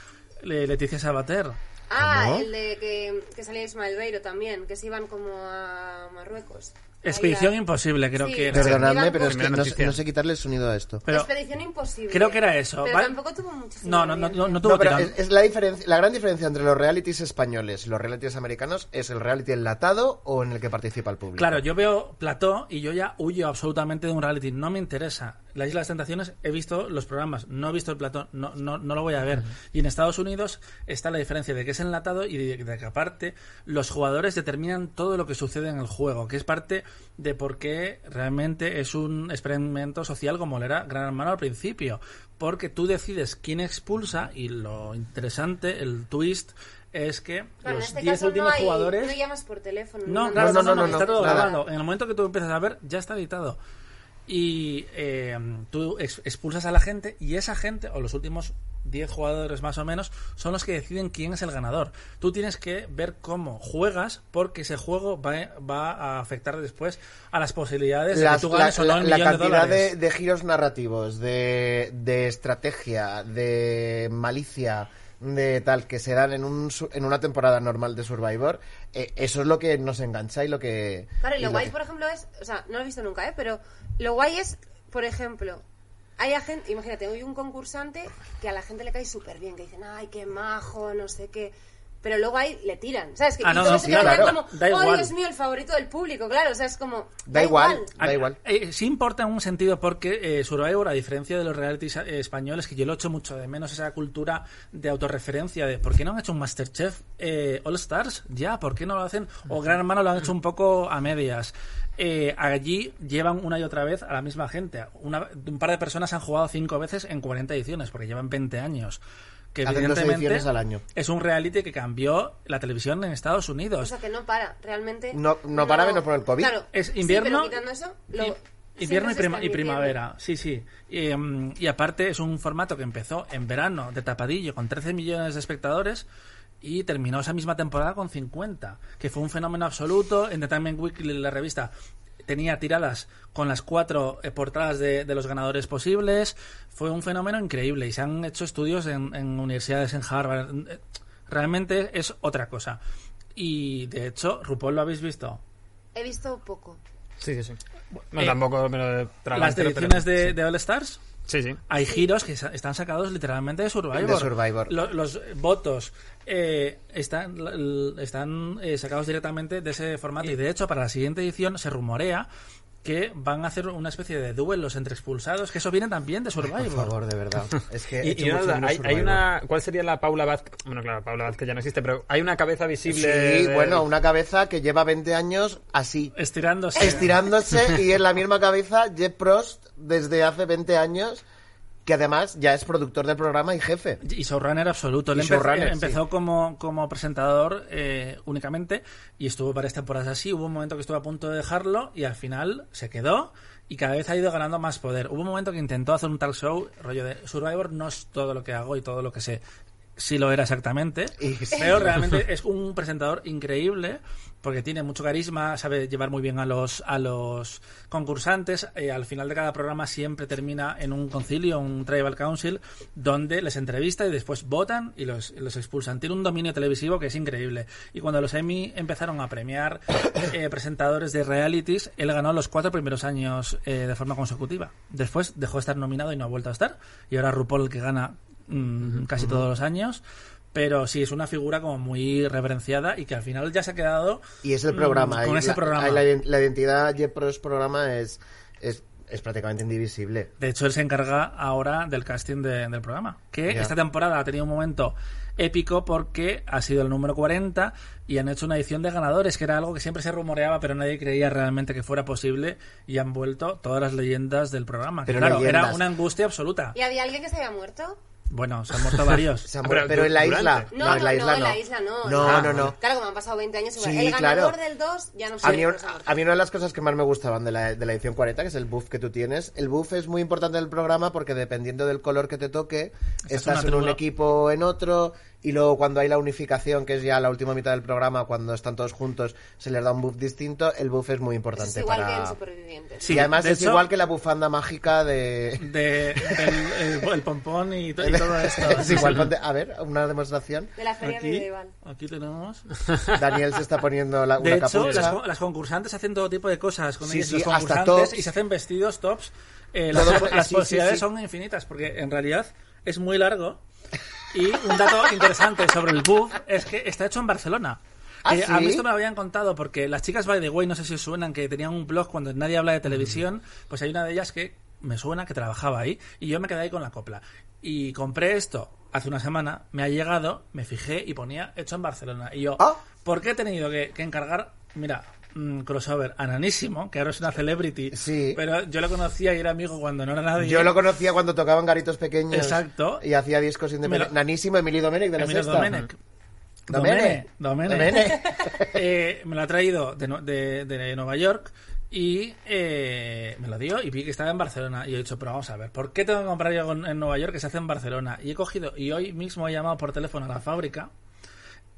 Speaker 2: Le- Leticia Sabater.
Speaker 5: Ah,
Speaker 1: ¿Cómo?
Speaker 5: el de que, que salía Ismael Beiro también, que se iban como a Marruecos. Ahí
Speaker 2: Expedición
Speaker 5: a-
Speaker 2: Imposible, creo
Speaker 5: Sí.
Speaker 2: que era.
Speaker 1: Perdonadme,
Speaker 5: Iván,
Speaker 1: pero es que
Speaker 4: primera
Speaker 1: no,
Speaker 4: noticia.
Speaker 1: no sé quitarle el sonido a esto.
Speaker 2: Pero-
Speaker 5: Expedición Imposible.
Speaker 2: creo que era eso,
Speaker 5: Pero
Speaker 2: ¿vale?
Speaker 5: tampoco tuvo muchísimo.
Speaker 2: No, no, no, no, no tuvo
Speaker 1: No, pero
Speaker 2: tirón.
Speaker 1: es, es la, diferencia, la gran diferencia entre los realities españoles y los realities americanos es el reality enlatado o en el que participa el público.
Speaker 2: Claro, yo veo Plató y yo ya huyo absolutamente de un reality. No me interesa. La Isla de las Tentaciones he visto los programas, no he visto el Plató, no, no, no lo voy a ver. Y en Estados Unidos está la diferencia de que es enlatado y de, de que aparte los jugadores determinan todo lo que sucede en el juego, que es parte de por qué realmente es un experimento social como lo era Gran Hermano al principio. Porque tú decides quién expulsa y lo interesante, el twist, es que
Speaker 5: Bueno, en
Speaker 2: los
Speaker 5: este
Speaker 2: 10
Speaker 5: caso
Speaker 2: últimos
Speaker 5: no hay-
Speaker 2: jugadores...
Speaker 5: No llamas por teléfono.
Speaker 2: No,
Speaker 5: mandas-
Speaker 2: claro, no, no, no,
Speaker 1: no,
Speaker 2: está todo
Speaker 1: nada.
Speaker 2: grabado. En el momento que tú empiezas a ver, ya está editado. Y eh, tú ex- expulsas a la gente y esa gente, o los últimos 10 jugadores más o menos, son los que deciden quién es el ganador. Tú tienes que ver cómo juegas porque ese juego va, va a afectar después a las posibilidades
Speaker 1: Las-
Speaker 2: de que tú
Speaker 1: la,
Speaker 2: ganes o no
Speaker 1: la-
Speaker 2: el
Speaker 1: la
Speaker 2: millón de
Speaker 1: cantidad
Speaker 2: dólares.
Speaker 1: de, de giros narrativos, de, de estrategia, de malicia, de tal que se dan en, un, su- en una temporada normal de Survivor, eh, eso es lo que nos engancha y lo que...
Speaker 5: Claro, y lo
Speaker 1: que-
Speaker 5: guay, por ejemplo, es. O sea, no lo he visto nunca, ¿eh? Pero lo guay es, por ejemplo, hay a gente. Imagínate, hoy un concursante que a la gente le cae súper bien, que dicen, ay, qué majo, no sé qué. Pero luego ahí le tiran, ¿sabes? Que,
Speaker 2: Ah,
Speaker 5: y
Speaker 2: no,
Speaker 5: todo
Speaker 2: no,
Speaker 5: eso
Speaker 1: sí,
Speaker 5: que lo
Speaker 1: claro.
Speaker 5: hacen como,
Speaker 2: Da
Speaker 5: oh,
Speaker 2: igual.
Speaker 5: Dios mío, el favorito del público, claro, o sea, es como.
Speaker 1: Da igual. Da
Speaker 2: Ah,
Speaker 1: igual.
Speaker 2: eh, sí importa en un sentido porque eh, Survivor, a diferencia de los realities eh, españoles, que yo lo echo mucho de menos esa cultura de autorreferencia, de por qué no han hecho un Masterchef eh, All Stars ya, por qué no lo hacen, o Gran Hermano lo han hecho un poco a medias. Eh, allí llevan una y otra vez a la misma gente. Una- un par de personas han jugado cinco veces en 40 ediciones, porque llevan 20 años. Que
Speaker 1: Hacen dos
Speaker 2: evidentemente
Speaker 1: ediciones al año.
Speaker 2: Es un reality que cambió la televisión en Estados Unidos.
Speaker 5: O sea, que no para, realmente.
Speaker 1: No- no para menos por el COVID.
Speaker 5: Claro,
Speaker 2: Es
Speaker 5: sí,
Speaker 2: invierno.
Speaker 5: pero quitando eso, lo- este
Speaker 2: y-
Speaker 5: siempre
Speaker 2: Invierno y,
Speaker 5: se
Speaker 2: prima-
Speaker 5: está
Speaker 2: y
Speaker 5: emitiendo.
Speaker 2: primavera, sí, sí. Y, em, y aparte es un formato que empezó en verano de tapadillo con 13 millones de espectadores y terminó esa misma temporada con 50, que fue un fenómeno absoluto. En The Time Weekly, la revista, tenía tiradas con las cuatro eh, portadas de, de los ganadores posibles. Fue un fenómeno increíble y se han hecho estudios en, en universidades, en Harvard. en- eh, Realmente es otra cosa. Y de hecho, RuPaul lo habéis visto.
Speaker 5: He visto poco.
Speaker 4: Sí, sí, sí. No,
Speaker 2: Eh,
Speaker 4: tampoco me lo trago
Speaker 2: Las
Speaker 4: entero, pero-
Speaker 2: ediciones de, de All Stars.
Speaker 4: Sí, sí.
Speaker 2: Hay giros que sa- están sacados literalmente de Survivor.
Speaker 1: De Survivor.
Speaker 2: Lo- Los, votos eh, están, l- están eh, sacados directamente de ese formato. Y de hecho, para la siguiente edición se rumorea que van a hacer una especie de duelos entre expulsados, que eso viene también de Survivor.
Speaker 1: Por favor, de verdad. Es que Eh, he
Speaker 4: Y,
Speaker 1: hecho
Speaker 4: y una
Speaker 1: mucho
Speaker 4: duda,
Speaker 1: menos
Speaker 4: hay, hay
Speaker 1: Survivor.
Speaker 4: una. ¿Cuál sería la Paula Vázquez? Bueno, claro, Paula Vázquez ya no existe, pero hay una cabeza visible.
Speaker 1: Sí,
Speaker 4: de-
Speaker 1: bueno, una cabeza que lleva 20 años así,
Speaker 2: Estirándose.
Speaker 1: estirándose y es la misma cabeza Jeff Prost desde hace 20 años, que además ya es productor del programa y jefe.
Speaker 2: Y showrunner absoluto. Él
Speaker 1: Y
Speaker 2: empe-
Speaker 1: showrunner,
Speaker 2: empezó como, como presentador eh, únicamente y estuvo varias temporadas así. Hubo un momento que estuvo a punto de dejarlo y al final se quedó y cada vez ha ido ganando más poder. Hubo un momento que intentó hacer un talk show, rollo de Survivor no es todo lo que hago y todo lo que sé. Sí lo era exactamente.
Speaker 1: Y sí.
Speaker 2: Pero realmente es un presentador increíble porque tiene mucho carisma, sabe llevar muy bien a los, a los concursantes. eh, al final de cada programa siempre termina en un concilio, un tribal council, donde les entrevista y después votan y los, los expulsan. Tiene un dominio televisivo que es increíble. Y cuando los Emmy empezaron a premiar eh, presentadores de realities, él ganó los cuatro primeros años eh, de forma consecutiva. Después dejó de estar nominado y no ha vuelto a estar. Y ahora RuPaul, que gana mm, casi todos los años. Pero sí, es una figura como muy reverenciada y que al final ya se ha quedado.
Speaker 1: Y es el programa.
Speaker 2: mm, Con
Speaker 1: y
Speaker 2: ese
Speaker 1: la,
Speaker 2: programa.
Speaker 1: y La, ident- la identidad Jeff Prost programa es, es, es prácticamente indivisible.
Speaker 2: De hecho, él se encarga ahora del casting de- del programa. Que
Speaker 1: Ya.
Speaker 2: esta temporada ha tenido un momento épico porque ha sido el número 40 y han hecho una edición de ganadores, que era algo que siempre se rumoreaba, pero nadie creía realmente que fuera posible. Y han vuelto todas las leyendas del programa. Que,
Speaker 1: Pero
Speaker 2: claro, era
Speaker 1: leyendas.
Speaker 2: una angustia absoluta.
Speaker 5: ¿Y había alguien que se había muerto?
Speaker 2: Bueno, se han muerto varios.
Speaker 1: Se ha
Speaker 4: Ah,
Speaker 1: muerto,
Speaker 4: pero
Speaker 1: pero en la
Speaker 4: durante.
Speaker 1: isla.
Speaker 5: No,
Speaker 1: no,
Speaker 5: no,
Speaker 1: en la isla no.
Speaker 5: en la isla no.
Speaker 1: No,
Speaker 4: Ah,
Speaker 1: no, no.
Speaker 5: Claro, como han pasado 20 años.
Speaker 1: Sí,
Speaker 5: el ganador
Speaker 1: claro.
Speaker 5: del 2 ya no
Speaker 1: A
Speaker 5: sabe.
Speaker 1: mí,
Speaker 5: no se acuerda.
Speaker 1: a mí una de las cosas que más me gustaban de la, de la edición 40, que es el buff que tú tienes, el buff es muy importante del programa porque dependiendo del color que te toque,
Speaker 2: en
Speaker 1: estás
Speaker 2: una
Speaker 1: en un
Speaker 2: tribu-
Speaker 1: equipo o en otro, y luego cuando hay la unificación, que es ya la última mitad del programa, cuando están todos juntos, se les da un buff distinto, el buff es muy
Speaker 5: Eso
Speaker 1: importante
Speaker 5: es igual que en
Speaker 1: para...
Speaker 5: Supervivientes.
Speaker 2: Sí,
Speaker 1: y además
Speaker 2: de
Speaker 1: es
Speaker 2: hecho-
Speaker 1: igual que la bufanda mágica de...
Speaker 2: De, del- el, el pompón y, to- y todo esto.
Speaker 1: es igual, ponte- a ver, una demostración.
Speaker 5: De la feria
Speaker 2: Aquí,
Speaker 5: medieval.
Speaker 2: aquí tenemos.
Speaker 1: Daniel se está poniendo la, una
Speaker 2: De hecho,
Speaker 1: capucha.
Speaker 2: las, con- las concursantes hacen todo tipo de cosas con
Speaker 1: Sí,
Speaker 2: ellas,
Speaker 1: sí,
Speaker 2: los
Speaker 1: hasta
Speaker 2: concursantes,
Speaker 1: tops.
Speaker 2: y se hacen vestidos, tops. Eh, las
Speaker 1: Todo-
Speaker 2: las
Speaker 1: sí, sí,
Speaker 2: posibilidades
Speaker 1: sí.
Speaker 2: son infinitas, porque en realidad es muy largo. Y un dato interesante sobre el buff es que está hecho en Barcelona.
Speaker 1: ¿Ah,
Speaker 2: Eh, A
Speaker 1: sí?
Speaker 2: mí esto me lo habían contado porque las chicas By the Way, no sé si os suenan, que tenían un blog cuando nadie habla de televisión, pues hay una de ellas que me suena que trabajaba ahí y yo me quedé ahí con la copla. Y compré esto hace una semana, me ha llegado, me fijé y ponía hecho en Barcelona. Y yo,
Speaker 1: Ah.
Speaker 2: ¿por qué he tenido que, que encargar? Mira, mm, crossover, ananísimo, que ahora es una celebrity,
Speaker 1: Sí.
Speaker 2: pero yo lo conocía y era amigo cuando no era nadie.
Speaker 1: Yo lo conocía cuando tocaban garitos pequeños.
Speaker 2: Exacto.
Speaker 1: Y hacía discos
Speaker 2: Me lo-
Speaker 1: independientes. Nanísimo Emilio Domenech de la
Speaker 2: Emilio
Speaker 1: Sexta.
Speaker 2: Domenech.
Speaker 1: Domene.
Speaker 2: Domene.
Speaker 1: Domene.
Speaker 2: Eh, me lo ha traído de, Nue- de- de Nueva York y eh, me lo dio y vi que estaba en Barcelona. Y he dicho, pero vamos a ver, ¿por qué tengo que comprar yo en en Nueva York que se hace en Barcelona? Y he cogido, y hoy mismo he llamado por teléfono a la fábrica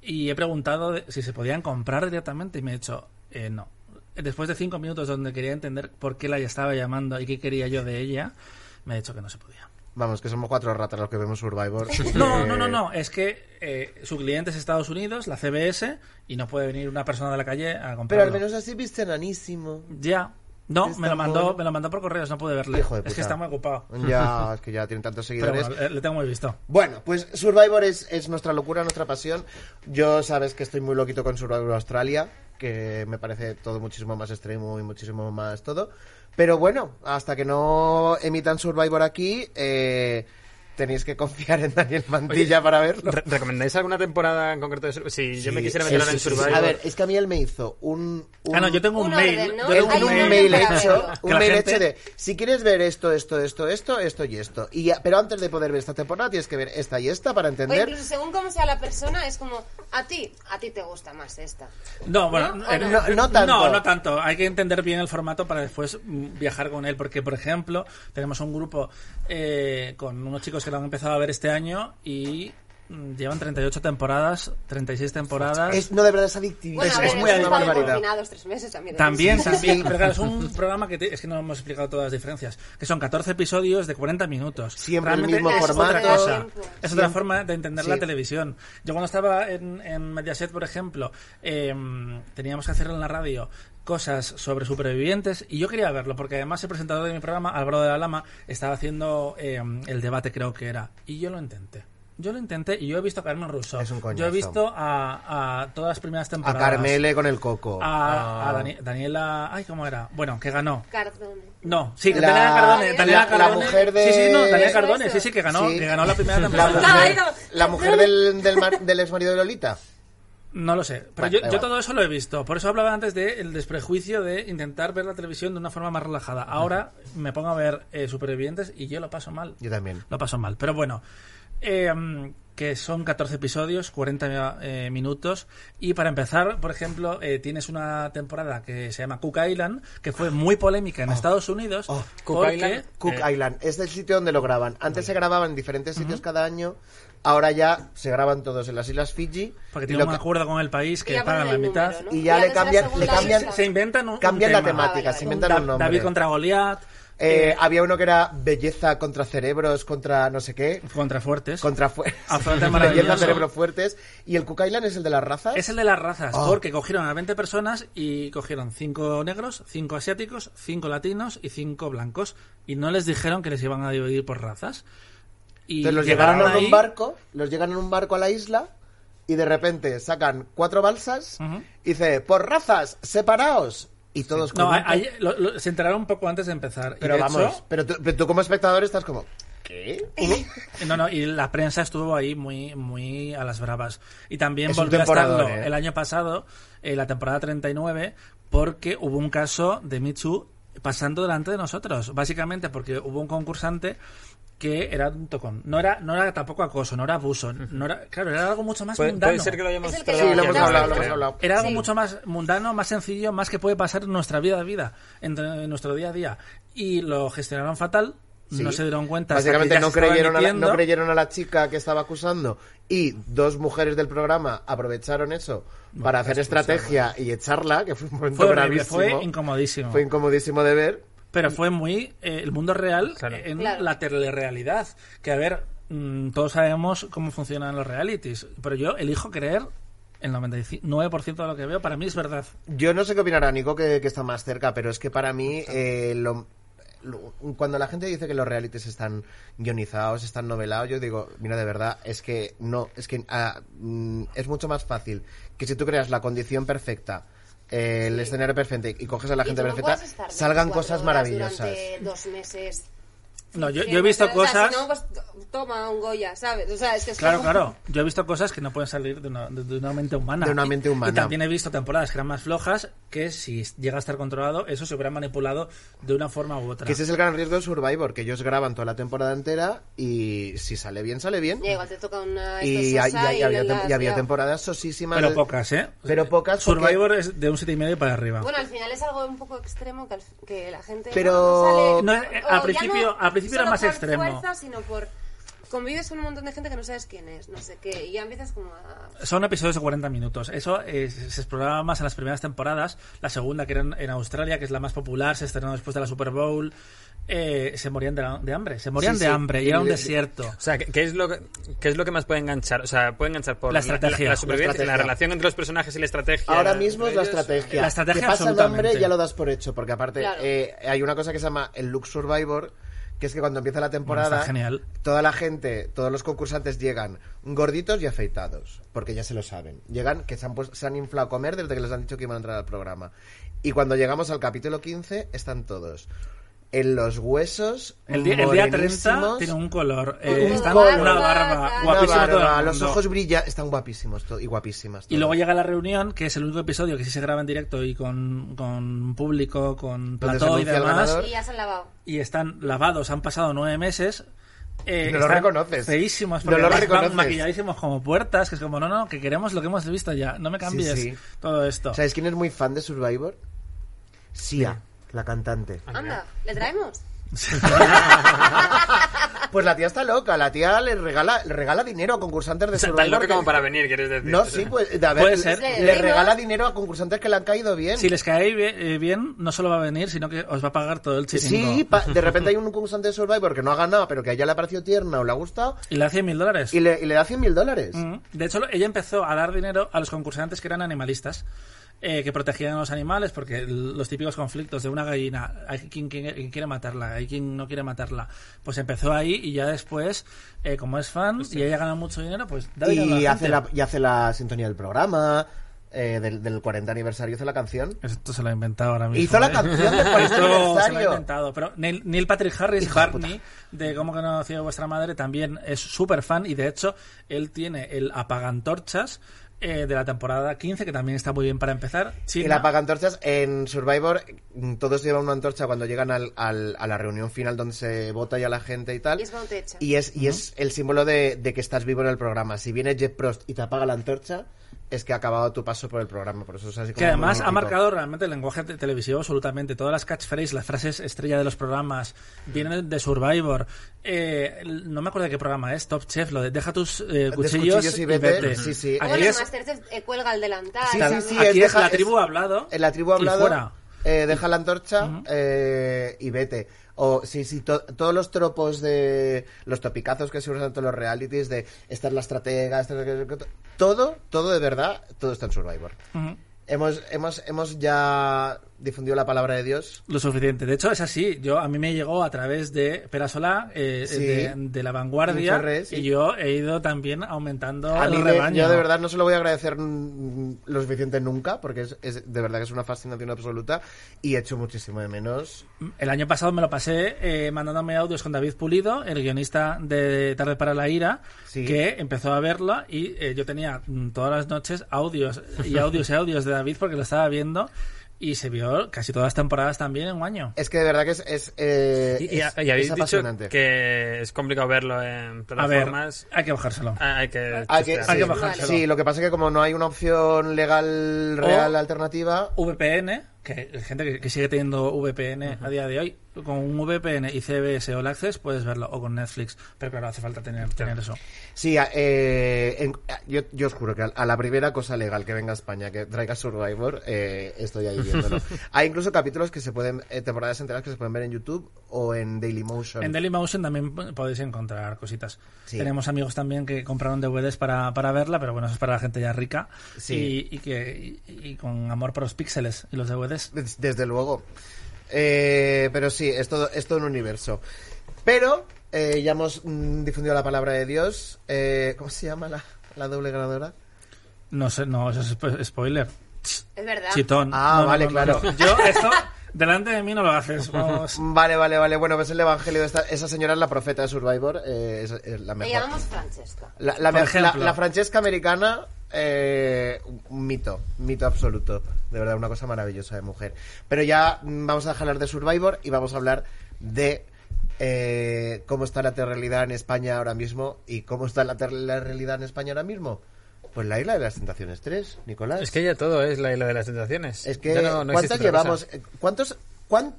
Speaker 2: y he preguntado de- si se podían comprar directamente y me ha dicho, eh, no. Después de cinco minutos donde quería entender por qué la estaba llamando y qué quería yo de ella, me ha dicho que no se podía.
Speaker 1: Vamos, que somos cuatro ratas los que vemos Survivor.
Speaker 2: No, no, no, no. Es que eh, su cliente es Estados Unidos, la CBS, y no puede venir una persona de la calle a
Speaker 1: Pero
Speaker 2: comprarlo.
Speaker 1: al menos así viste enanísimo.
Speaker 2: Ya. No,
Speaker 1: Es
Speaker 2: me lo,
Speaker 1: tan
Speaker 2: mandó,
Speaker 1: bueno.
Speaker 2: me lo mandó por correos, no pude verle.
Speaker 1: Hijo de
Speaker 2: Es
Speaker 1: puta.
Speaker 2: que está muy ocupado.
Speaker 1: Ya, es que ya tienen tantos
Speaker 2: Pero
Speaker 1: seguidores.
Speaker 2: bueno, le le tengo muy visto.
Speaker 1: Bueno, pues Survivor es, es nuestra locura, nuestra pasión. Yo sabes que estoy muy loquito con Survivor Australia, que me parece todo muchísimo más extremo y muchísimo más todo. Pero bueno, hasta que no emitan Survivor aquí, eh, tenéis que confiar en Daniel Mantilla para verlo.
Speaker 4: Re- ¿Recomendáis alguna temporada en concreto de Survivor? Si yo me
Speaker 1: Sí,
Speaker 4: quisiera
Speaker 1: sí,
Speaker 4: meter ahora
Speaker 1: sí,
Speaker 4: en
Speaker 1: sí,
Speaker 4: Survivor.
Speaker 1: sí. A ver, es que a mí él me hizo un... un-
Speaker 2: Ah, no, yo tengo un,
Speaker 5: un
Speaker 2: mail.
Speaker 5: orden, ¿no?
Speaker 2: yo tengo
Speaker 5: Hay
Speaker 1: un,
Speaker 5: un orden
Speaker 1: mail
Speaker 5: para
Speaker 1: hecho,
Speaker 5: verlo.
Speaker 1: un
Speaker 2: que la
Speaker 1: mail
Speaker 2: gente-
Speaker 1: hecho de si quieres ver esto, esto, esto, esto, esto y esto. Y ya- pero antes de poder ver esta temporada tienes que ver esta y esta para
Speaker 5: O
Speaker 1: entender.
Speaker 5: incluso según cómo sea la persona, es como, a ti, a ti te gusta más esta.
Speaker 2: No, bueno,
Speaker 5: ¿No?
Speaker 2: eh,
Speaker 5: ¿O no?
Speaker 1: No, no tanto.
Speaker 2: No, no tanto. Hay que entender bien el formato para después mm, viajar con él. Porque, por ejemplo, tenemos un grupo eh, con unos chicos que lo han empezado a ver este año y mm, llevan 38 temporadas, 36 temporadas.
Speaker 1: Es, no, de verdad es adictivo.
Speaker 5: Bueno,
Speaker 2: Es-
Speaker 5: a ver,
Speaker 2: es muy
Speaker 5: hemos
Speaker 1: una
Speaker 5: estado
Speaker 1: barbaridad.
Speaker 5: confinados tres meses también.
Speaker 2: También,
Speaker 5: Sí.
Speaker 2: también. Pero claro, es un programa que te- es que no hemos explicado todas las diferencias. Que son 14 episodios de 40 minutos.
Speaker 1: Siempre el
Speaker 2: Realmente
Speaker 1: mismo
Speaker 2: es otra
Speaker 5: formato.
Speaker 2: cosa. Es otra
Speaker 1: Siempre.
Speaker 2: forma de entender la
Speaker 1: Sí.
Speaker 2: televisión. Yo cuando estaba en, en Mediaset, por ejemplo, em, teníamos que hacer en la radio cosas sobre supervivientes y yo quería verlo porque además el presentador de mi programa, Álvaro de la Lama, estaba haciendo em, el debate, creo que era. Y yo lo intenté. Yo lo intenté y yo he visto a Carmen Russo.
Speaker 1: Es un
Speaker 2: yo he
Speaker 1: coñazo.
Speaker 2: visto a, a todas las primeras
Speaker 1: A
Speaker 2: temporadas
Speaker 1: Carmele con el coco. Ah.
Speaker 2: a, a Dani- Daniela. Ay, ¿cómo era? Bueno, que ganó.
Speaker 5: Cardone.
Speaker 2: No, sí,
Speaker 1: La-
Speaker 2: Daniela Cardone. Daniela
Speaker 1: la- la
Speaker 2: Cardone.
Speaker 1: mujer de-
Speaker 2: Sí, sí, no, Daniela Cardone,
Speaker 5: Eso.
Speaker 2: sí, sí, que ganó,
Speaker 1: Sí.
Speaker 2: que ganó la primera
Speaker 1: La
Speaker 2: temporada.
Speaker 1: mujer,
Speaker 5: Ay, no.
Speaker 1: la mujer del, del, mar- del ex marido de Lolita.
Speaker 2: No lo sé, pero
Speaker 1: Bueno, da
Speaker 2: yo, yo
Speaker 1: igual.
Speaker 2: todo eso lo he visto. Por eso hablaba antes del desprejuicio de intentar ver la televisión de una forma más relajada. Ahora me pongo a ver eh, Supervivientes y yo lo paso mal.
Speaker 1: Yo también.
Speaker 2: Lo paso mal. Pero bueno, eh, mm, que son 14 episodios, 40 eh, minutos. Y para empezar, por ejemplo, eh, tienes una temporada que se llama Cook Island, que fue muy polémica en Estados Unidos.
Speaker 1: Oh,
Speaker 4: Cook
Speaker 2: porque-
Speaker 4: Island.
Speaker 1: Ah. Cook
Speaker 4: Eh.
Speaker 1: Island es el sitio donde lo graban. Antes se grababan en diferentes sitios cada año. Ahora ya se graban todos en las islas Fiji.
Speaker 2: Porque
Speaker 1: Y lo
Speaker 2: tienen un
Speaker 1: que-
Speaker 2: acuerdo con el país que
Speaker 5: Y ya ponen
Speaker 2: pagan la
Speaker 5: el
Speaker 2: mitad.
Speaker 5: número, ¿no?
Speaker 1: Y ya le
Speaker 5: haces la
Speaker 1: cambian- le
Speaker 5: segunda
Speaker 1: cambian-
Speaker 5: isla.
Speaker 2: Se inventan un,
Speaker 1: cambian la
Speaker 2: un tema.
Speaker 1: temática,
Speaker 5: Ah, vale,
Speaker 1: se inventan
Speaker 2: Da-
Speaker 1: un nombre.
Speaker 2: David contra Goliat,
Speaker 1: Eh, había uno que era belleza contra cerebros, contra no sé qué,
Speaker 2: contra Fuertes.
Speaker 1: contra fue-
Speaker 2: Afronta
Speaker 1: belleza,
Speaker 2: maravilloso.
Speaker 1: cerebros fuertes. ¿Y el Cook Island es el de las razas?
Speaker 2: Es el de las razas,
Speaker 1: Oh.
Speaker 2: porque cogieron a 20 personas y cogieron 5 negros, 5 asiáticos, 5 latinos y 5 blancos. Y no les dijeron que les iban a dividir por razas. Y
Speaker 1: Entonces los
Speaker 2: llegaron
Speaker 1: llegaron en
Speaker 2: ahí-
Speaker 1: un barco, los llegan en un barco a la isla y de repente sacan cuatro balsas
Speaker 2: Ujú.
Speaker 1: y dice, por razas, separaos. Y todos
Speaker 2: No,
Speaker 1: juntos.
Speaker 2: ahí- ahí- lo- lo- se enteraron un poco antes de empezar. Y
Speaker 1: Pero
Speaker 2: de
Speaker 1: vamos,
Speaker 2: hecho,
Speaker 1: pero, tú, pero tú como espectador estás como, ¿qué?
Speaker 2: No, no, y la prensa estuvo ahí muy, muy a las bravas. Y también
Speaker 1: Es un
Speaker 2: volvió a estarlo
Speaker 1: temporadón, ¿eh?
Speaker 2: el año pasado, eh, la temporada 39, porque hubo un caso de Michu pasando delante de nosotros. Básicamente porque hubo un concursante que era un tocón. No era, no era tampoco acoso, no era abuso. No era, claro, era algo mucho más
Speaker 4: Puede, puede
Speaker 2: mundano.
Speaker 4: ser que lo hayamos
Speaker 5: Es el que
Speaker 1: Sí,
Speaker 4: tratado
Speaker 1: lo
Speaker 4: aquí
Speaker 1: hemos
Speaker 5: Ya,
Speaker 4: antes,
Speaker 1: hablado, lo
Speaker 4: creo.
Speaker 1: hemos hablado.
Speaker 2: Era algo
Speaker 5: Sí.
Speaker 2: mucho más mundano, más sencillo, más que puede pasar en nuestra vida a vida, en, en nuestro día a día. Y lo gestionaron fatal.
Speaker 1: Sí.
Speaker 2: No se dieron cuenta. hasta que
Speaker 1: Básicamente
Speaker 2: ya
Speaker 1: no
Speaker 2: se estaba
Speaker 1: creyeron, a la, no
Speaker 2: emitiendo.
Speaker 1: creyeron a la chica que estaba acusando y dos mujeres del programa aprovecharon eso para hacer estrategia y echarla, que fue un momento
Speaker 2: Fue horrible,
Speaker 1: gravísimo.
Speaker 2: fue incomodísimo.
Speaker 1: Fue incomodísimo de ver.
Speaker 2: Pero fue muy eh, el mundo real
Speaker 4: Claro.
Speaker 2: en
Speaker 5: Claro.
Speaker 2: la telerrealidad. Que a ver, mm, todos sabemos cómo funcionan los realities, pero yo elijo creer el 99% de lo que veo, para mí es verdad.
Speaker 1: Yo no sé qué opinará Nico, que, que está más cerca, pero es que para mí, eh, lo- lo- cuando la gente dice que los realities están guionizados, están novelados, yo digo, mira, de verdad, es que no, es que ah, mm, es mucho más fácil que si tú creas la condición perfecta, eh, el escenario perfecto y coges a la
Speaker 5: Y
Speaker 1: gente
Speaker 5: tú no
Speaker 1: perfecta,
Speaker 5: puedes estar
Speaker 1: salgan
Speaker 5: 24
Speaker 1: cosas
Speaker 5: horas
Speaker 1: maravillosas.
Speaker 5: durante dos meses.
Speaker 2: No, yo, yo he visto
Speaker 5: O sea,
Speaker 2: cosas.
Speaker 5: si no, pues t- toma un Goya, ¿sabes? O sea, es que es
Speaker 2: Claro,
Speaker 5: como-
Speaker 2: claro. Yo he visto cosas que no pueden salir de una, de- de una mente humana.
Speaker 1: De una mente
Speaker 2: Y-
Speaker 1: humana.
Speaker 2: Y, también he visto temporadas que eran más flojas que si llega a estar controlado, eso se hubiera manipulado de una forma u otra.
Speaker 1: Que ese es el gran riesgo de Survivor, que ellos graban toda la temporada entera y si sale bien, sale bien.
Speaker 5: Ya, igual te toca una...
Speaker 1: Y,
Speaker 5: esto
Speaker 1: hay-
Speaker 5: sosa
Speaker 1: y hay- había,
Speaker 5: no
Speaker 1: tem-
Speaker 5: este la
Speaker 1: y había
Speaker 5: has liado.
Speaker 1: temporadas sosísimas.
Speaker 2: Pero
Speaker 1: de-
Speaker 2: pocas, ¿eh?
Speaker 1: Pero pocas porque-
Speaker 2: Survivor es de un 7,5 y medio para arriba.
Speaker 5: Bueno, al final es algo un poco extremo que, al- que la gente
Speaker 1: Pero-
Speaker 5: no,
Speaker 2: No, eh,
Speaker 5: o
Speaker 2: al
Speaker 5: ya
Speaker 2: principio- al principio era
Speaker 5: solo
Speaker 2: más
Speaker 5: por
Speaker 2: extremo.
Speaker 5: fuerza, sino por convives con un montón de gente que no sabes quién es, no sé qué, y ya empiezas como a...
Speaker 2: Son episodios de 40 minutos. Eso eh, se exploraba más en las primeras temporadas. La segunda, que era en- en Australia, que es la más popular, se estrenó después de la Super Bowl. Eh, se morían de, la- de hambre. Se morían
Speaker 1: Sí,
Speaker 2: de
Speaker 1: sí.
Speaker 2: hambre y era un desierto.
Speaker 4: O sea, ¿qué, qué es lo que, qué es lo que más puede enganchar? O sea, puede enganchar por
Speaker 2: La estrategia.
Speaker 4: la, supervivencia,
Speaker 1: La
Speaker 4: la,
Speaker 1: estrategia.
Speaker 4: relación entre los personajes y la estrategia.
Speaker 1: Ahora mismo es la
Speaker 4: Ellos-
Speaker 1: estrategia.
Speaker 2: La estrategia,
Speaker 1: que pasa el
Speaker 2: absolutamente.
Speaker 1: nombre ya lo das por hecho, porque aparte
Speaker 5: Claro.
Speaker 1: eh, hay una cosa que se llama el Look Survivor, que es que cuando empieza la temporada,
Speaker 2: Bueno, está genial.
Speaker 1: toda la gente, todos los concursantes llegan gorditos y afeitados, porque ya se lo saben. Llegan que se han, puesto- se han inflado a comer desde que les han dicho que iban a entrar al programa. Y cuando llegamos al capítulo 15, están todos en los huesos,
Speaker 2: El día, el día 30
Speaker 1: morenísimos,
Speaker 2: tiene un color. eh,
Speaker 1: Un
Speaker 2: está
Speaker 1: color.
Speaker 2: una barba.
Speaker 5: Una
Speaker 1: una
Speaker 2: Guapísima todo el
Speaker 1: barba,
Speaker 2: mundo.
Speaker 1: los ojos brillan, están guapísimos to- y guapísimas.
Speaker 2: Y
Speaker 1: todos.
Speaker 2: luego llega la reunión, que es el único episodio que sí se graba en directo y con, con público, con
Speaker 1: Donde se
Speaker 2: plató y
Speaker 1: anuncia el
Speaker 2: demás.
Speaker 1: ganador.
Speaker 5: Y ya se han lavado.
Speaker 2: Y están lavados, han pasado nueve meses. eh,
Speaker 1: No lo
Speaker 2: están
Speaker 1: reconoces.
Speaker 2: Feísimos,
Speaker 1: No
Speaker 2: porque
Speaker 1: lo
Speaker 2: además
Speaker 1: reconoces.
Speaker 2: van maquilladísimos como puertas, que es como, no, no, que queremos lo que hemos visto ya, no me cambies
Speaker 1: sí.
Speaker 2: todo esto.
Speaker 1: ¿Sabes quién es muy fan de Survivor? Sia, la cantante.
Speaker 2: Ah.
Speaker 5: Anda, ¿le traemos?
Speaker 1: Pues la tía está loca, la tía le regala, le regala dinero a concursantes de
Speaker 4: O sea,
Speaker 1: Survivor.
Speaker 4: tan loco
Speaker 1: que-
Speaker 4: como para venir, quieres decir.
Speaker 1: No, sí, pues de a ver,
Speaker 2: Puede
Speaker 1: le-
Speaker 2: ser.
Speaker 1: le
Speaker 5: Sí,
Speaker 1: regala
Speaker 5: ¿no?
Speaker 1: dinero a concursantes que le han caído bien.
Speaker 2: Si les cae bien, eh, bien, no solo va a venir, sino que os va a pagar todo el chiringo.
Speaker 1: Sí, pa- de repente hay un concursante de Survivor que no ha ganado, pero que a ella le ha parecido tierna o le ha gustado,
Speaker 2: Y le da 100 mil dólares.
Speaker 1: y le, y le da 100 mil dólares.
Speaker 2: Mm. De hecho, lo- ella empezó a dar dinero a los concursantes que eran animalistas, eh, que protegían a los animales, porque l- los típicos conflictos de una gallina, hay quien, quien- quien quiere matarla, hay quien no quiere matarla. Pues empezó ahí y ya después, eh, como es fan y ella gana mucho dinero, pues da dinero a
Speaker 1: Pues Y
Speaker 2: la
Speaker 1: hace
Speaker 2: gente.
Speaker 1: la, y hace la sintonía del programa, eh, del, del 40 aniversario, hizo la canción.
Speaker 2: Esto se lo ha inventado ahora mismo.
Speaker 1: Hizo la
Speaker 2: ¿eh?
Speaker 1: canción del 40
Speaker 2: Esto se lo ha
Speaker 1: aniversario.
Speaker 2: inventado, pero Neil, Neil Patrick Harris, Barney, de Cómo conocía vuestra madre, también es súper fan y de hecho él tiene el apagantorchas eh, de la temporada 15, que también está muy bien para empezar.
Speaker 1: Y
Speaker 2: China,
Speaker 1: la apaga antorchas. En Survivor mm, todos llevan una antorcha cuando llegan al- al- a la reunión final donde se vota ya la gente y tal.
Speaker 5: Y es cuando te echan.
Speaker 1: Y es, y es el símbolo de, de que estás vivo en el programa. Si viene Jeff Prost y te apaga la antorcha, es que ha acabado tu paso por el programa. Por eso es así como
Speaker 2: que además
Speaker 1: muy
Speaker 2: ha
Speaker 1: mítico.
Speaker 2: marcado realmente el lenguaje te- televisivo absolutamente. Todas las catchphrases, las frases estrella de los programas, vienen de Survivor. Eh, el- no me acuerdo de qué programa es, Top Chef, lo de deja tus eh, cuchillos,
Speaker 1: cuchillos y
Speaker 2: y
Speaker 1: vete.
Speaker 2: vete.
Speaker 1: Sí, sí.
Speaker 2: Aquí
Speaker 5: bueno,
Speaker 2: es,
Speaker 5: Masterchef eh, cuelga el delantal.
Speaker 1: Sí,
Speaker 5: también.
Speaker 1: sí, sí,
Speaker 2: aquí
Speaker 1: es
Speaker 2: es la
Speaker 1: deja-
Speaker 2: tribu
Speaker 1: es-
Speaker 2: ha hablado.
Speaker 1: En la tribu ha
Speaker 2: y
Speaker 1: hablado,
Speaker 2: fuera.
Speaker 1: eh, deja la antorcha eh, y vete. O sí, sí, to- todos los tropos de los topicazos que se usan en todos los realities de esta es la estratega, esta es la- todo, todo de verdad, todo está en Survivor.
Speaker 2: Ujú.
Speaker 1: Hemos, hemos, hemos ya difundido la palabra de Dios.
Speaker 2: Lo suficiente. De hecho, es así. Yo, a mí me llegó a través de Perasola, eh,
Speaker 1: Sí.
Speaker 2: de, de La Vanguardia,
Speaker 1: Chorrés, sí.
Speaker 2: y yo he ido también aumentando
Speaker 1: A
Speaker 4: Ah,
Speaker 2: el
Speaker 1: mí, de-
Speaker 2: rebaño.
Speaker 1: yo de verdad no se lo voy a agradecer mm, lo suficiente nunca, porque es, es- de verdad que es una fascinación absoluta y echo muchísimo de menos.
Speaker 2: El año pasado me lo pasé eh, mandándome audios con David Pulido, el guionista de Tarde para la Ira,
Speaker 1: Sí.
Speaker 2: que empezó a verla y eh, yo tenía mm, todas las noches audios y audios y audios de David porque lo estaba viendo y se vio casi todas las temporadas también en un año.
Speaker 1: Es que de verdad que es, es, eh,
Speaker 4: Y, y-
Speaker 1: es-
Speaker 4: y habéis
Speaker 1: es
Speaker 4: dicho
Speaker 1: apasionante.
Speaker 4: que es complicado verlo en
Speaker 2: A ver,
Speaker 4: plataformas.
Speaker 2: hay que bajárselo.
Speaker 4: Ah, hay que.
Speaker 1: Ah, que-
Speaker 4: testear.
Speaker 1: sí.
Speaker 2: Hay que bajárselo.
Speaker 1: Sí, lo que pasa es que como no hay una opción legal real
Speaker 2: O-
Speaker 1: alternativa,
Speaker 2: VPN, que hay gente que, que sigue teniendo VPN a día de hoy, con un VPN y CBS All Access puedes verlo, o con Netflix, pero claro, hace falta tener, tener eso.
Speaker 1: sí, a- eh, en- a- yo, yo os juro que a, a la primera cosa legal que venga a España, que traiga Survivor, eh, estoy ahí viéndolo. hay incluso capítulos que se pueden, eh, temporadas enteras que se pueden ver en YouTube o en Dailymotion.
Speaker 2: En Dailymotion también p- podéis encontrar cositas.
Speaker 1: Sí.
Speaker 2: Tenemos amigos también que compraron DVDs para, para verla, pero bueno, eso es para la gente ya rica
Speaker 1: Sí.
Speaker 2: y, y que y, y con amor por los píxeles y los DVDs.
Speaker 1: Des- Desde luego. Eh, pero sí, es todo, es todo un universo. Pero eh, ya hemos mm, difundido la palabra de Dios. Eh, ¿Cómo se llama la, la doble ganadora?
Speaker 2: No sé, no, eso es spo- spoiler.
Speaker 5: Es verdad.
Speaker 2: Chitón.
Speaker 1: Ah,
Speaker 2: No, no,
Speaker 1: vale,
Speaker 2: no,
Speaker 1: claro.
Speaker 2: no. Yo, esto, delante de mí no lo haces. vamos.
Speaker 1: Vale, vale, vale. Bueno, pues el evangelio de esta. Esa señora es la profeta de Survivor. eh, es, es la
Speaker 5: Le
Speaker 1: mejor.
Speaker 5: llamamos Francesca.
Speaker 1: La, la,
Speaker 2: Por
Speaker 1: me- la-
Speaker 2: ejemplo.
Speaker 1: la francesca americana. eh, un mito, un mito absoluto. De verdad, una cosa maravillosa de mujer. Pero ya mm, vamos a dejar hablar de Survivor y vamos a hablar de. eh, cómo está la realidad en España ahora mismo y cómo está la, ter- la realidad en España ahora mismo. Pues la isla de las tentaciones 3, Nicolás.
Speaker 4: Es que ya todo es la isla de las tentaciones.
Speaker 1: Es que,
Speaker 4: Ya no- no
Speaker 1: ¿cuántas
Speaker 4: existe otra cosa.
Speaker 1: llevamos? Eh, ¿Cuántos? cuán-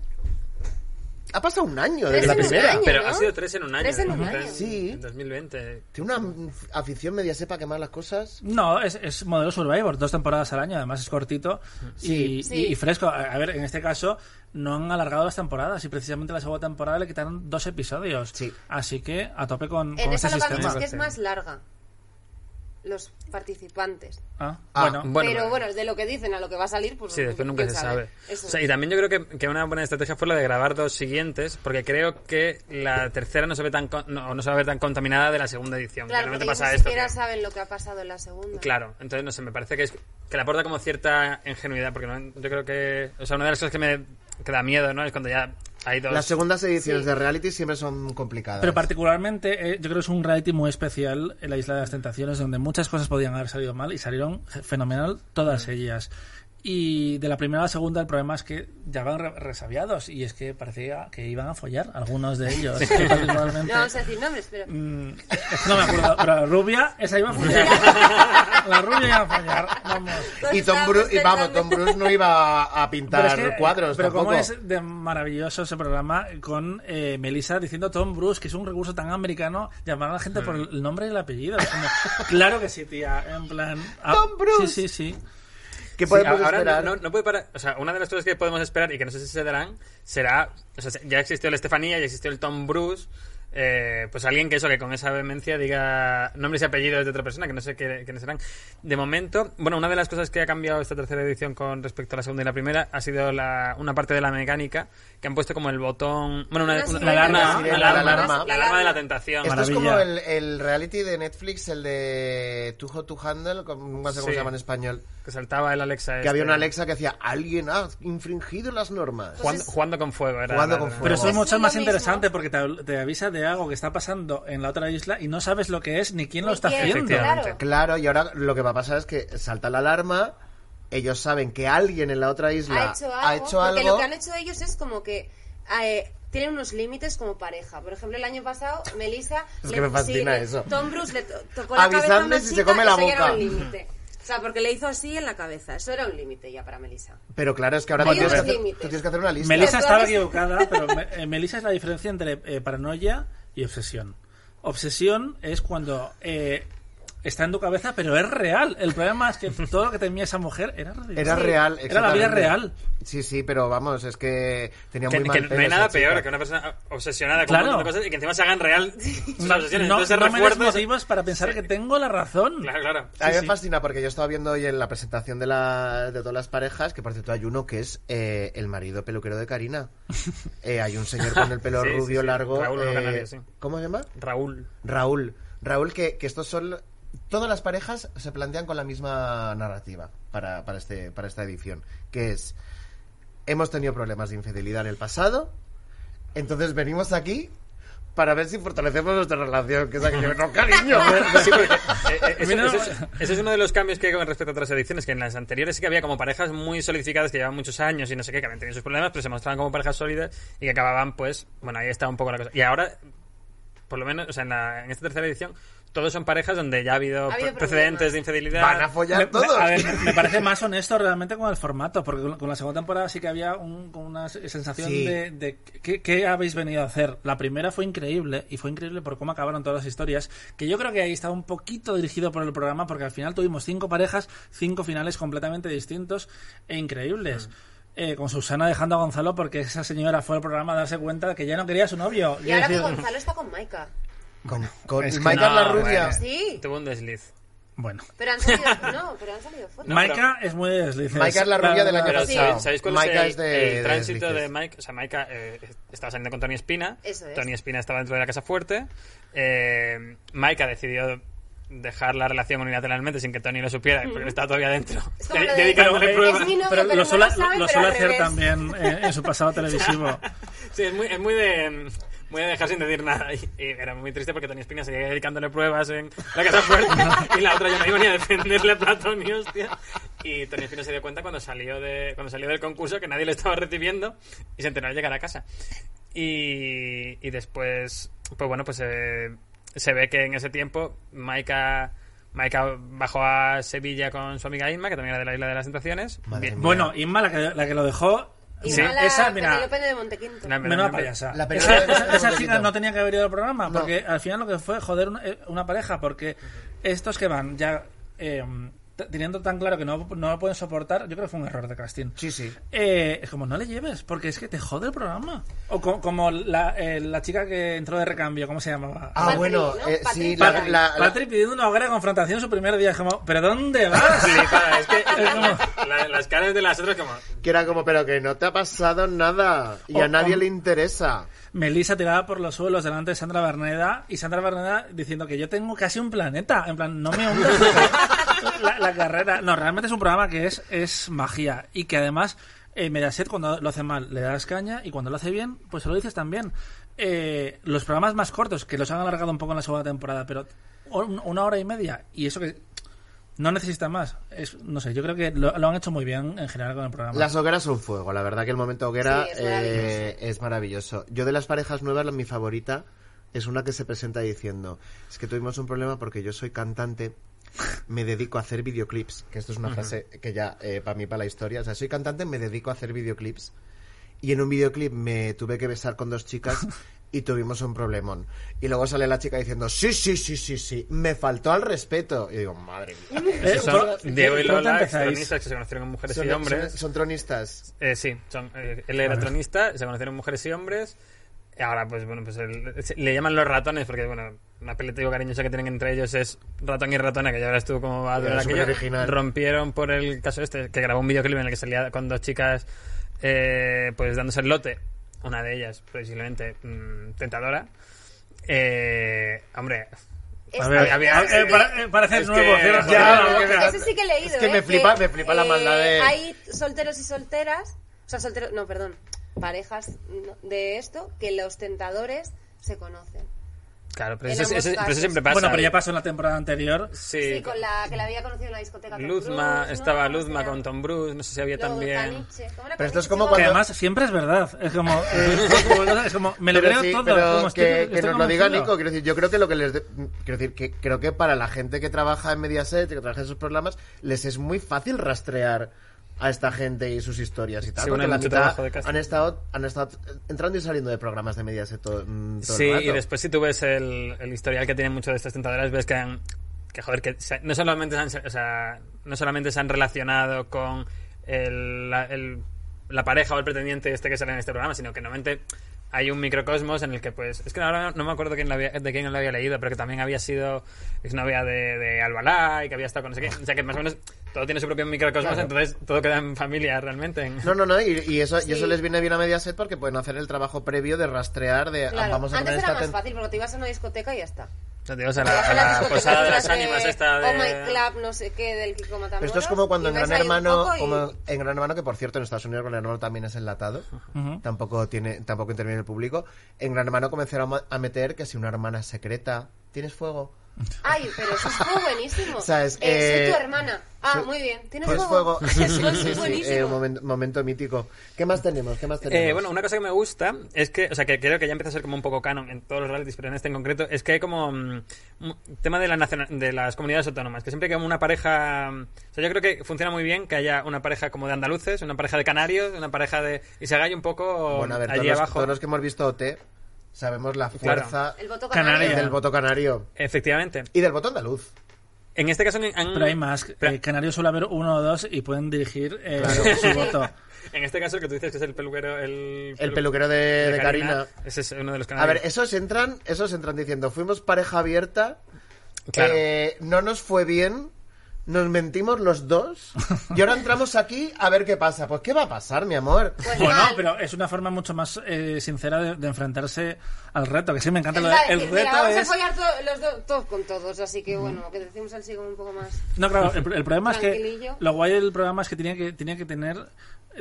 Speaker 1: Ha pasado un año
Speaker 5: Tres
Speaker 1: desde la
Speaker 5: en un
Speaker 1: primera.
Speaker 5: año.
Speaker 4: Pero
Speaker 5: ¿no?
Speaker 4: ha sido tres en un año.
Speaker 5: Tres en
Speaker 4: ¿no?
Speaker 5: un año.
Speaker 4: En-
Speaker 1: Sí.
Speaker 4: En 2020.
Speaker 1: Tiene una afición media sepa quemar las cosas.
Speaker 2: No, es, es modelo Survivor, dos temporadas al año, además es cortito y,
Speaker 5: Sí.
Speaker 2: y- y fresco. A a ver, en este caso no han alargado las temporadas y precisamente la segunda temporada le quitaron dos episodios.
Speaker 1: Sí.
Speaker 2: Así que a tope con,
Speaker 5: En
Speaker 2: con este
Speaker 5: esa lo que han
Speaker 2: sistema.
Speaker 5: dicho es que es más larga. Los participantes.
Speaker 2: Ah,
Speaker 1: Ah,
Speaker 2: bueno,
Speaker 5: pero bueno, de lo que dicen a lo que va a salir, pues.
Speaker 4: Sí, después nunca
Speaker 5: quién
Speaker 4: se sabe.
Speaker 5: Eso
Speaker 4: O sea,
Speaker 5: es.
Speaker 4: y también yo creo que, que una buena estrategia fue la de grabar dos siguientes, porque creo que la tercera no se ve tan con- no, no se va a ver tan contaminada de la segunda edición. que
Speaker 5: Claro,
Speaker 4: realmente
Speaker 5: porque ellos
Speaker 4: pasa
Speaker 5: ni
Speaker 4: esto.
Speaker 5: siquiera
Speaker 4: que-
Speaker 5: saben lo que ha pasado en la segunda.
Speaker 4: Claro, entonces no sé, me parece que, es, que le aporta como cierta ingenuidad, porque no- yo creo que. O sea, una de las cosas que me que da miedo, ¿no? Es cuando ya hay dos.
Speaker 1: Las segundas ediciones
Speaker 5: Sí.
Speaker 1: de reality siempre son complicadas.
Speaker 2: Pero particularmente, eh, yo creo que es un reality muy especial en la Isla de las Tentaciones, donde muchas cosas podían haber salido mal y salieron fenomenal todas ellas. Y de la primera a la segunda el problema es que ya van re- resabiados y es que parecía que iban a follar algunos de ellos. particularmente.
Speaker 5: No vamos a decir nombres, pero.
Speaker 2: Mm, no me acuerdo, pero la rubia, esa iba a follar. La rubia iba a follar, vamos.
Speaker 1: Y Tom
Speaker 5: Estábamos
Speaker 1: Bruce, y vamos, Tom
Speaker 5: pensando-
Speaker 1: Cruise no iba a pintar
Speaker 2: Pero es que-
Speaker 1: cuadros
Speaker 2: pero
Speaker 1: tampoco.
Speaker 2: cómo es de maravilloso ese programa con eh, Melissa diciendo Tom Bruce, que es un recurso tan americano, llamar a la gente por el nombre y el apellido. Es como, claro que sí, tía. En plan. ah,
Speaker 1: Tom Bruce.
Speaker 2: Sí, sí, sí.
Speaker 1: ¿Qué
Speaker 4: Sí,
Speaker 1: podemos
Speaker 4: ahora
Speaker 1: esperar?
Speaker 4: No, no puede parar. O sea, una de las cosas que podemos esperar y que no sé si se darán será. O sea, ya existió la Estefanía, ya existió el Tom Bruce. eh, pues alguien que eso, que con esa vehemencia diga nombres y apellidos de otra persona, que no sé qué- quiénes serán. De momento, bueno, una de las cosas que ha cambiado esta tercera edición con respecto a la segunda y la primera ha sido la- una parte de la mecánica que han puesto como el botón. Bueno, una,
Speaker 5: Una
Speaker 4: una-
Speaker 5: sirena,
Speaker 4: la alarma,
Speaker 1: ¿no?
Speaker 4: ¿no?
Speaker 1: Sirena,
Speaker 4: la alarma,
Speaker 1: la alarma.
Speaker 4: la alarma de la tentación.
Speaker 1: Esto
Speaker 2: Maravilla.
Speaker 1: es como el, el reality de Netflix, el de Too Hot to Handle, como- nunca sé cómo
Speaker 4: Sí.
Speaker 1: se llama en español.
Speaker 4: Que saltaba el Alexa.
Speaker 1: Que
Speaker 4: este,
Speaker 1: había una Alexa que decía, alguien ha infringido las normas.
Speaker 4: Jugando, jugando con fuego, era
Speaker 1: Jugando
Speaker 4: la-
Speaker 1: con
Speaker 4: la-
Speaker 2: Pero
Speaker 1: fuego.
Speaker 2: eso es
Speaker 5: Es
Speaker 2: mucho
Speaker 5: lo
Speaker 2: más
Speaker 5: mismo.
Speaker 2: interesante porque te, te avisa de algo que está pasando en la otra isla y no sabes lo que es ni quién lo
Speaker 5: Ni
Speaker 2: está
Speaker 5: quién,
Speaker 2: haciendo.
Speaker 5: claro.
Speaker 1: Claro, y ahora lo que va a pasar es que salta la alarma, ellos saben que alguien en la otra isla
Speaker 5: ha hecho algo. porque
Speaker 1: algo.
Speaker 5: lo que han hecho ellos es como que eh, tienen unos límites como pareja. Por ejemplo, el año pasado, Melissa.
Speaker 1: Es que me fascina eso.
Speaker 5: Tom Bruce le to- tocó la cabeza a
Speaker 1: Avisadme
Speaker 5: una
Speaker 1: si se
Speaker 5: chica,
Speaker 1: come la
Speaker 5: eso ya era
Speaker 1: boca.
Speaker 5: un límite. O sea, porque le hizo así en la cabeza. Eso era un límite ya para Melissa.
Speaker 1: Pero claro, es que ahora tú
Speaker 5: Hay
Speaker 1: tienes que,
Speaker 5: unos
Speaker 1: hacer,
Speaker 5: límites.
Speaker 1: tú tienes que hacer una lista.
Speaker 2: Melissa
Speaker 5: Pero
Speaker 2: estaba
Speaker 5: tú eres-
Speaker 2: equivocada, pero me- eh, Melissa es la diferencia entre eh, paranoia y obsesión. Obsesión es cuando eh, está en tu cabeza, pero es real. El problema es que todo lo que temía esa mujer era real.
Speaker 1: Era real.
Speaker 2: Era la vida
Speaker 1: exactamente.
Speaker 2: real.
Speaker 1: Sí, sí, pero vamos, es que tenía
Speaker 4: Que,
Speaker 1: muy
Speaker 4: que
Speaker 1: mal
Speaker 4: no
Speaker 1: pelo
Speaker 4: hay
Speaker 1: esa
Speaker 4: nada
Speaker 1: chica.
Speaker 4: peor que una persona obsesionada con
Speaker 2: Claro.
Speaker 4: un montón de cosas y que encima se hagan real sus obsesiones.
Speaker 2: No,
Speaker 4: Entonces
Speaker 2: no me des
Speaker 4: recuerdos-
Speaker 2: motivos para pensar que tengo la razón.
Speaker 4: Claro, claro.
Speaker 1: A mí
Speaker 2: Sí,
Speaker 1: me
Speaker 2: sí.
Speaker 1: fascina porque yo estaba viendo hoy en la presentación de, la, de todas las parejas, que por cierto hay uno que es eh, el marido peluquero de Karina. Eh, hay un señor con el pelo
Speaker 4: Sí, sí,
Speaker 1: rubio
Speaker 4: sí.
Speaker 1: largo.
Speaker 4: Raúl
Speaker 1: eh,
Speaker 4: Canario, sí.
Speaker 1: ¿Cómo se llama?
Speaker 4: Raúl.
Speaker 1: Raúl. Raúl, que, que estos son... Todas las parejas se plantean con la misma narrativa para, para, este, para esta edición, que es... Hemos tenido problemas de infidelidad en el pasado, entonces venimos aquí para ver si fortalecemos nuestra relación, que es aquello, no, cariño.
Speaker 4: Sí, porque, eh, eh, eso,
Speaker 2: Mira,
Speaker 4: eso es, eso es uno de los cambios que hay con respecto a otras ediciones, que en las anteriores sí que había como parejas muy solidificadas que llevaban muchos años y no sé qué, que habían tenido sus problemas, pero se mostraban como parejas sólidas y que acababan, pues, bueno, ahí está un poco la cosa. Y ahora, por lo menos, o sea, en, la- en esta tercera edición, todos son parejas donde ya ha habido,
Speaker 5: Ha habido
Speaker 4: pre- precedentes
Speaker 5: problemas.
Speaker 4: de infidelidad.
Speaker 1: Van a
Speaker 2: Me-
Speaker 1: follar
Speaker 2: me-
Speaker 1: todos.
Speaker 2: a ver, me- me parece más honesto realmente con el formato, porque con, con la segunda temporada sí que había un- como una se- sensación
Speaker 1: Sí.
Speaker 2: de, de ¿qué, qué habéis venido a hacer. La primera fue increíble, y fue increíble por cómo acabaron todas las historias, que yo creo que ahí estaba un poquito dirigido por el programa, porque al final tuvimos cinco parejas, cinco finales completamente distintos e increíbles.
Speaker 1: Mm.
Speaker 2: Eh, con Susana dejando a Gonzalo porque esa señora fue al programa a darse cuenta de que ya no quería a su novio.
Speaker 5: Y
Speaker 2: Quiero
Speaker 5: ahora que
Speaker 2: decir-
Speaker 5: Gonzalo está con Maika.
Speaker 1: Con, con
Speaker 2: Es que
Speaker 1: Maika
Speaker 4: no,
Speaker 1: la rubia.
Speaker 4: bueno.
Speaker 5: Sí.
Speaker 4: Tuvo un desliz.
Speaker 2: Bueno.
Speaker 5: Pero han salido, no, pero han salido fotos.
Speaker 4: No,
Speaker 2: Maika es muy deslizada.
Speaker 1: Maika es la rubia del año
Speaker 4: Pero
Speaker 1: Sí.
Speaker 4: ¿sabéis, sabéis cuál
Speaker 1: Maika
Speaker 4: es
Speaker 1: es
Speaker 4: el,
Speaker 1: de-
Speaker 4: el
Speaker 1: de
Speaker 4: tránsito
Speaker 1: Deslices.
Speaker 4: de Mike? O sea, Maika eh, estaba saliendo con Tony Espina.
Speaker 5: Eso es.
Speaker 4: Tony Espina estaba dentro de la casa fuerte. Eh, Maika decidió dejar la relación unilateralmente sin que Tony lo supiera porque él estaba todavía dentro.
Speaker 5: Es como lo de-
Speaker 4: dedicándole
Speaker 5: Pero, eh,
Speaker 4: pruebas.
Speaker 5: es mi novio,
Speaker 2: pero
Speaker 5: pero
Speaker 2: lo
Speaker 5: no
Speaker 2: suele,
Speaker 5: lo sabe,
Speaker 2: lo
Speaker 5: pero
Speaker 2: suele
Speaker 5: al
Speaker 2: hacer
Speaker 5: revés.
Speaker 2: también eh, en su pasado televisivo.
Speaker 4: Sí, es muy, es muy de mm, muy de dejar sin decir nada. Y, y era muy triste porque Tony Espina seguía dedicándole pruebas en la casa fuerte y la otra yo no iba ni a defenderle a Platón y hostia. Y Tony Espina se dio cuenta cuando salió, de, cuando salió del concurso que nadie le estaba recibiendo y se enteró al llegar a casa. Y, y después, pues bueno, pues eh, se ve que en ese tiempo Maika... Maika bajó a Sevilla con su amiga Inma, que también era de la Isla de las Tentaciones.
Speaker 1: Madre
Speaker 4: Vi-
Speaker 1: mía.
Speaker 2: Bueno, Inma, la que, la que lo dejó,
Speaker 5: Y
Speaker 2: Sí,
Speaker 5: no a la
Speaker 2: esa, mira.
Speaker 5: Penélope de Montequinto.
Speaker 4: La-
Speaker 2: Menuda
Speaker 4: Perdón,
Speaker 2: payasa.
Speaker 1: la Ah, película
Speaker 2: esa
Speaker 1: de-
Speaker 2: esa- esa
Speaker 1: un
Speaker 2: chica
Speaker 1: poquito.
Speaker 2: no tenía que haber ido al programa
Speaker 1: No.
Speaker 2: porque al final lo que fue joder una, eh, una pareja porque estos que van ya eh, t- teniendo tan claro que no, no lo pueden soportar, yo creo que fue un error de casting.
Speaker 1: Sí, sí.
Speaker 2: Eh, es como no le lleves porque es que te jode el programa. O co- como la, eh, la chica que entró de recambio, ¿cómo se llamaba?
Speaker 1: Ah,
Speaker 5: Patrick,
Speaker 1: bueno,
Speaker 5: ¿no?
Speaker 1: eh, sí,
Speaker 5: Patrick.
Speaker 1: la,
Speaker 2: Patrick,
Speaker 1: la- la-
Speaker 2: Patrick pidiendo una hoguera de confrontación en su primer día. Es como, ¿pero dónde vas?
Speaker 4: Sí, claro, es que
Speaker 2: Es como-
Speaker 4: la- las caras de las otras como...
Speaker 1: que era como, pero que no te ha pasado nada y a
Speaker 2: O-
Speaker 1: nadie
Speaker 2: o-
Speaker 1: le interesa.
Speaker 2: Melissa tirada por los suelos delante de Sandra Barneda y Sandra Barneda diciendo que yo tengo casi un planeta. En plan, no me hundas la, la carrera. No, realmente es un programa que es, es magia y que además eh, Mediaset cuando lo hace mal le das caña y cuando lo hace bien, pues se lo dices también. Eh, los programas más cortos, que los han alargado un poco en la segunda temporada, pero un- una hora y media y eso que... No necesita más. Es, no sé, yo creo que lo, lo han hecho muy bien en general con el programa.
Speaker 1: Las hogueras son fuego, la verdad que el momento hoguera
Speaker 5: Sí, es
Speaker 1: eh, es, maravilloso. Yo de las parejas nuevas, la- mi favorita es una que se presenta diciendo, es que tuvimos un problema porque yo soy cantante, me dedico a hacer videoclips, que esto es una frase que ya para mí, para la historia, o sea, soy cantante, me dedico a hacer videoclips. Y en un videoclip me tuve que besar con dos chicas y tuvimos un problemón. Y luego sale la chica diciendo, sí, sí, sí, sí, sí, me faltó al respeto. Y digo, madre mía.
Speaker 2: Eh, por-
Speaker 4: Diego y
Speaker 2: ¿por dónde
Speaker 4: Lola,
Speaker 2: empezáis?
Speaker 4: extronistas que se conocieron con mujeres
Speaker 1: Son,
Speaker 4: y hombres.
Speaker 1: son- son tronistas.
Speaker 4: Eh, sí, son, eh, él era tronista, se conocieron mujeres y hombres. y Ahora, pues bueno, pues el- se- le llaman los ratones, porque bueno, una pelea cariñosa que tienen entre ellos es ratón y ratona, que ya verás tú cómo va a
Speaker 1: Era
Speaker 4: durar aquello.
Speaker 1: superoriginal.
Speaker 4: Rompieron por el caso este, que grabó un videoclip en el que salía con dos chicas, eh, pues dándose el lote. Una de ellas, precisamente, mm, tentadora. Eh, hombre,
Speaker 2: A
Speaker 5: Es-
Speaker 2: ver,
Speaker 4: Había-
Speaker 2: eh, eh, para- eh, parece
Speaker 4: Es
Speaker 2: nuevo.
Speaker 4: que-
Speaker 2: cierra-
Speaker 4: Ya,
Speaker 2: cierra-
Speaker 1: no,
Speaker 2: cierra-
Speaker 1: que-
Speaker 5: Ese sí que he leído.
Speaker 1: es que
Speaker 5: ¿eh?
Speaker 1: me flipa- me flipa la maldad de-
Speaker 5: Hay solteros y solteras, o sea, solteros, no, perdón, parejas no, de esto que los tentadores se conocen.
Speaker 4: claro, pero
Speaker 5: En
Speaker 4: eso,
Speaker 5: ambos
Speaker 4: eso- pero eso
Speaker 5: casos.
Speaker 4: siempre pasa.
Speaker 2: Bueno, pero ya pasó en la temporada anterior.
Speaker 4: Sí,
Speaker 5: Sí, con la que la había conocido en la discoteca. Tom
Speaker 4: Luzma,
Speaker 5: Cruise, ¿no?
Speaker 4: estaba
Speaker 5: ¿Cómo
Speaker 4: Luzma
Speaker 5: se
Speaker 4: con
Speaker 5: llama?
Speaker 4: Tom Bruce, no sé si había
Speaker 5: Luego
Speaker 4: también...
Speaker 5: Caniche, ¿cómo
Speaker 1: Pero esto
Speaker 5: era Caniche?
Speaker 1: es como
Speaker 5: Se
Speaker 1: cuando-
Speaker 2: Que
Speaker 5: llamaba?
Speaker 2: además siempre es verdad. Es como. Es como me lo
Speaker 1: Pero
Speaker 2: creo
Speaker 1: sí,
Speaker 2: todo.
Speaker 1: pero
Speaker 2: como estoy-
Speaker 1: que,
Speaker 2: estoy
Speaker 1: que nos
Speaker 2: como
Speaker 1: lo
Speaker 2: un
Speaker 1: diga
Speaker 2: filo.
Speaker 1: Nico, quiero decir, yo creo que lo que les de- quiero decir que creo que para la gente que trabaja en Mediaset, que trabaja en sus programas, les es muy fácil rastrear a esta gente y sus historias y tal,
Speaker 4: Sí,
Speaker 1: porque
Speaker 4: bueno, hay
Speaker 1: la
Speaker 4: mucho
Speaker 1: mitad
Speaker 4: trabajo de casting.
Speaker 1: han estado han estado entrando y saliendo de programas de Mediaset todo, mm, todo
Speaker 4: Sí,
Speaker 1: el rato.
Speaker 4: y después si tú ves el, el historial que tienen muchos de estas tentadoras, ves que han... Que joder, que se- no solamente se han, o sea, no solamente se han relacionado con el, la, el- la pareja o el pretendiente este que sale en este programa, sino que normalmente hay un microcosmos en el que pues... Es que ahora no me acuerdo quién lo había- de quién lo había leído, pero que también había sido exnovia de, de Albalá y que había estado con no sé qué. O sea, que más o menos todo tiene su propio microcosmos,
Speaker 1: Claro.
Speaker 4: entonces todo queda en familia realmente. en-
Speaker 1: No, no, no, y, y eso y eso
Speaker 5: Sí.
Speaker 1: les viene bien a Mediaset porque pueden hacer el trabajo previo de rastrear de ah,
Speaker 5: Claro,
Speaker 1: vamos a
Speaker 5: antes
Speaker 1: poner
Speaker 5: era
Speaker 1: esta
Speaker 5: más
Speaker 1: ten-
Speaker 5: fácil porque te ibas a una discoteca y ya está.
Speaker 4: No te digo, o sea,
Speaker 5: Te
Speaker 4: la,
Speaker 5: vas
Speaker 4: pues a
Speaker 5: a
Speaker 4: la
Speaker 5: las discotecas
Speaker 4: posada de las
Speaker 5: estas
Speaker 4: ánimas esta de...
Speaker 5: Oh my club, no sé qué, del Kiko Matamoros.
Speaker 1: Pero esto es como cuando
Speaker 5: y
Speaker 1: en
Speaker 5: ves
Speaker 1: Gran
Speaker 5: ahí un
Speaker 1: Hermano,
Speaker 5: poco y-
Speaker 1: como en Gran Hermano, que por cierto en Estados Unidos Gran Hermano también es enlatado,
Speaker 2: Ujú.
Speaker 1: tampoco tiene, tampoco interviene el público. En Gran Hermano comenzaron a ma- a meter que si una hermana secreta, ¿tienes fuego?
Speaker 5: Ay, pero eso estuvo buenísimo.
Speaker 1: ¿Sabes?
Speaker 5: Eh,
Speaker 1: Eh,
Speaker 5: soy tu hermana. Ah,
Speaker 1: soy-
Speaker 5: muy bien. ¿Tienes
Speaker 1: ¿Tienes
Speaker 5: fuego?
Speaker 1: fuego? Sí, sí, sí, sí,
Speaker 5: buenísimo.
Speaker 1: eh, un momento, momento mítico. ¿Qué más tenemos? ¿Qué más tenemos?
Speaker 4: Eh, bueno, una cosa que me gusta es que, o sea, que creo que ya empieza a ser como un poco canon en todos los realities, pero en este en concreto, es que hay como mm, un tema de, la naciona- de las comunidades autónomas, que siempre que una pareja, mm, o sea, yo creo que funciona muy bien que haya una pareja como de andaluces, una pareja de canarios, una pareja de... y se haga ahí un poco
Speaker 1: Bueno, a ver, todos
Speaker 4: allí
Speaker 1: los,
Speaker 4: abajo.
Speaker 1: todos los que hemos visto OT sabemos la fuerza
Speaker 5: El voto
Speaker 2: Canaria.
Speaker 5: canario.
Speaker 1: del voto canario
Speaker 4: Efectivamente.
Speaker 1: y del voto andaluz.
Speaker 4: En este caso han-
Speaker 2: Pero hay más. que-
Speaker 4: Pero-
Speaker 2: eh, Canarios suele haber uno o dos y pueden dirigir eh, su voto.
Speaker 4: en este caso el que tú dices que es el peluquero... El,
Speaker 1: El peluquero de, de Karina.
Speaker 4: Ese es uno de los
Speaker 1: A
Speaker 4: canarios.
Speaker 1: ver, esos entran, esos entran diciendo, fuimos pareja abierta,
Speaker 4: Claro.
Speaker 1: eh, no nos fue bien, nos mentimos los dos, y ahora entramos aquí a ver qué pasa. Pues, ¿qué va a pasar, mi amor?
Speaker 5: Pues
Speaker 2: Bueno,
Speaker 5: mal.
Speaker 2: pero es una forma mucho más eh, sincera de, de enfrentarse al reto. Que sí, me encanta
Speaker 5: Es
Speaker 2: lo de-
Speaker 5: la-
Speaker 2: El
Speaker 5: mira,
Speaker 2: reto
Speaker 5: vamos
Speaker 2: es.
Speaker 5: a follar to- los do- todos con todos, así
Speaker 4: Mm.
Speaker 5: que bueno, que decimos así como un poco más.
Speaker 2: No, claro, el, el problema es que
Speaker 5: Tranquilillo.
Speaker 2: lo guay del programa es que tenía que, tenía que tener,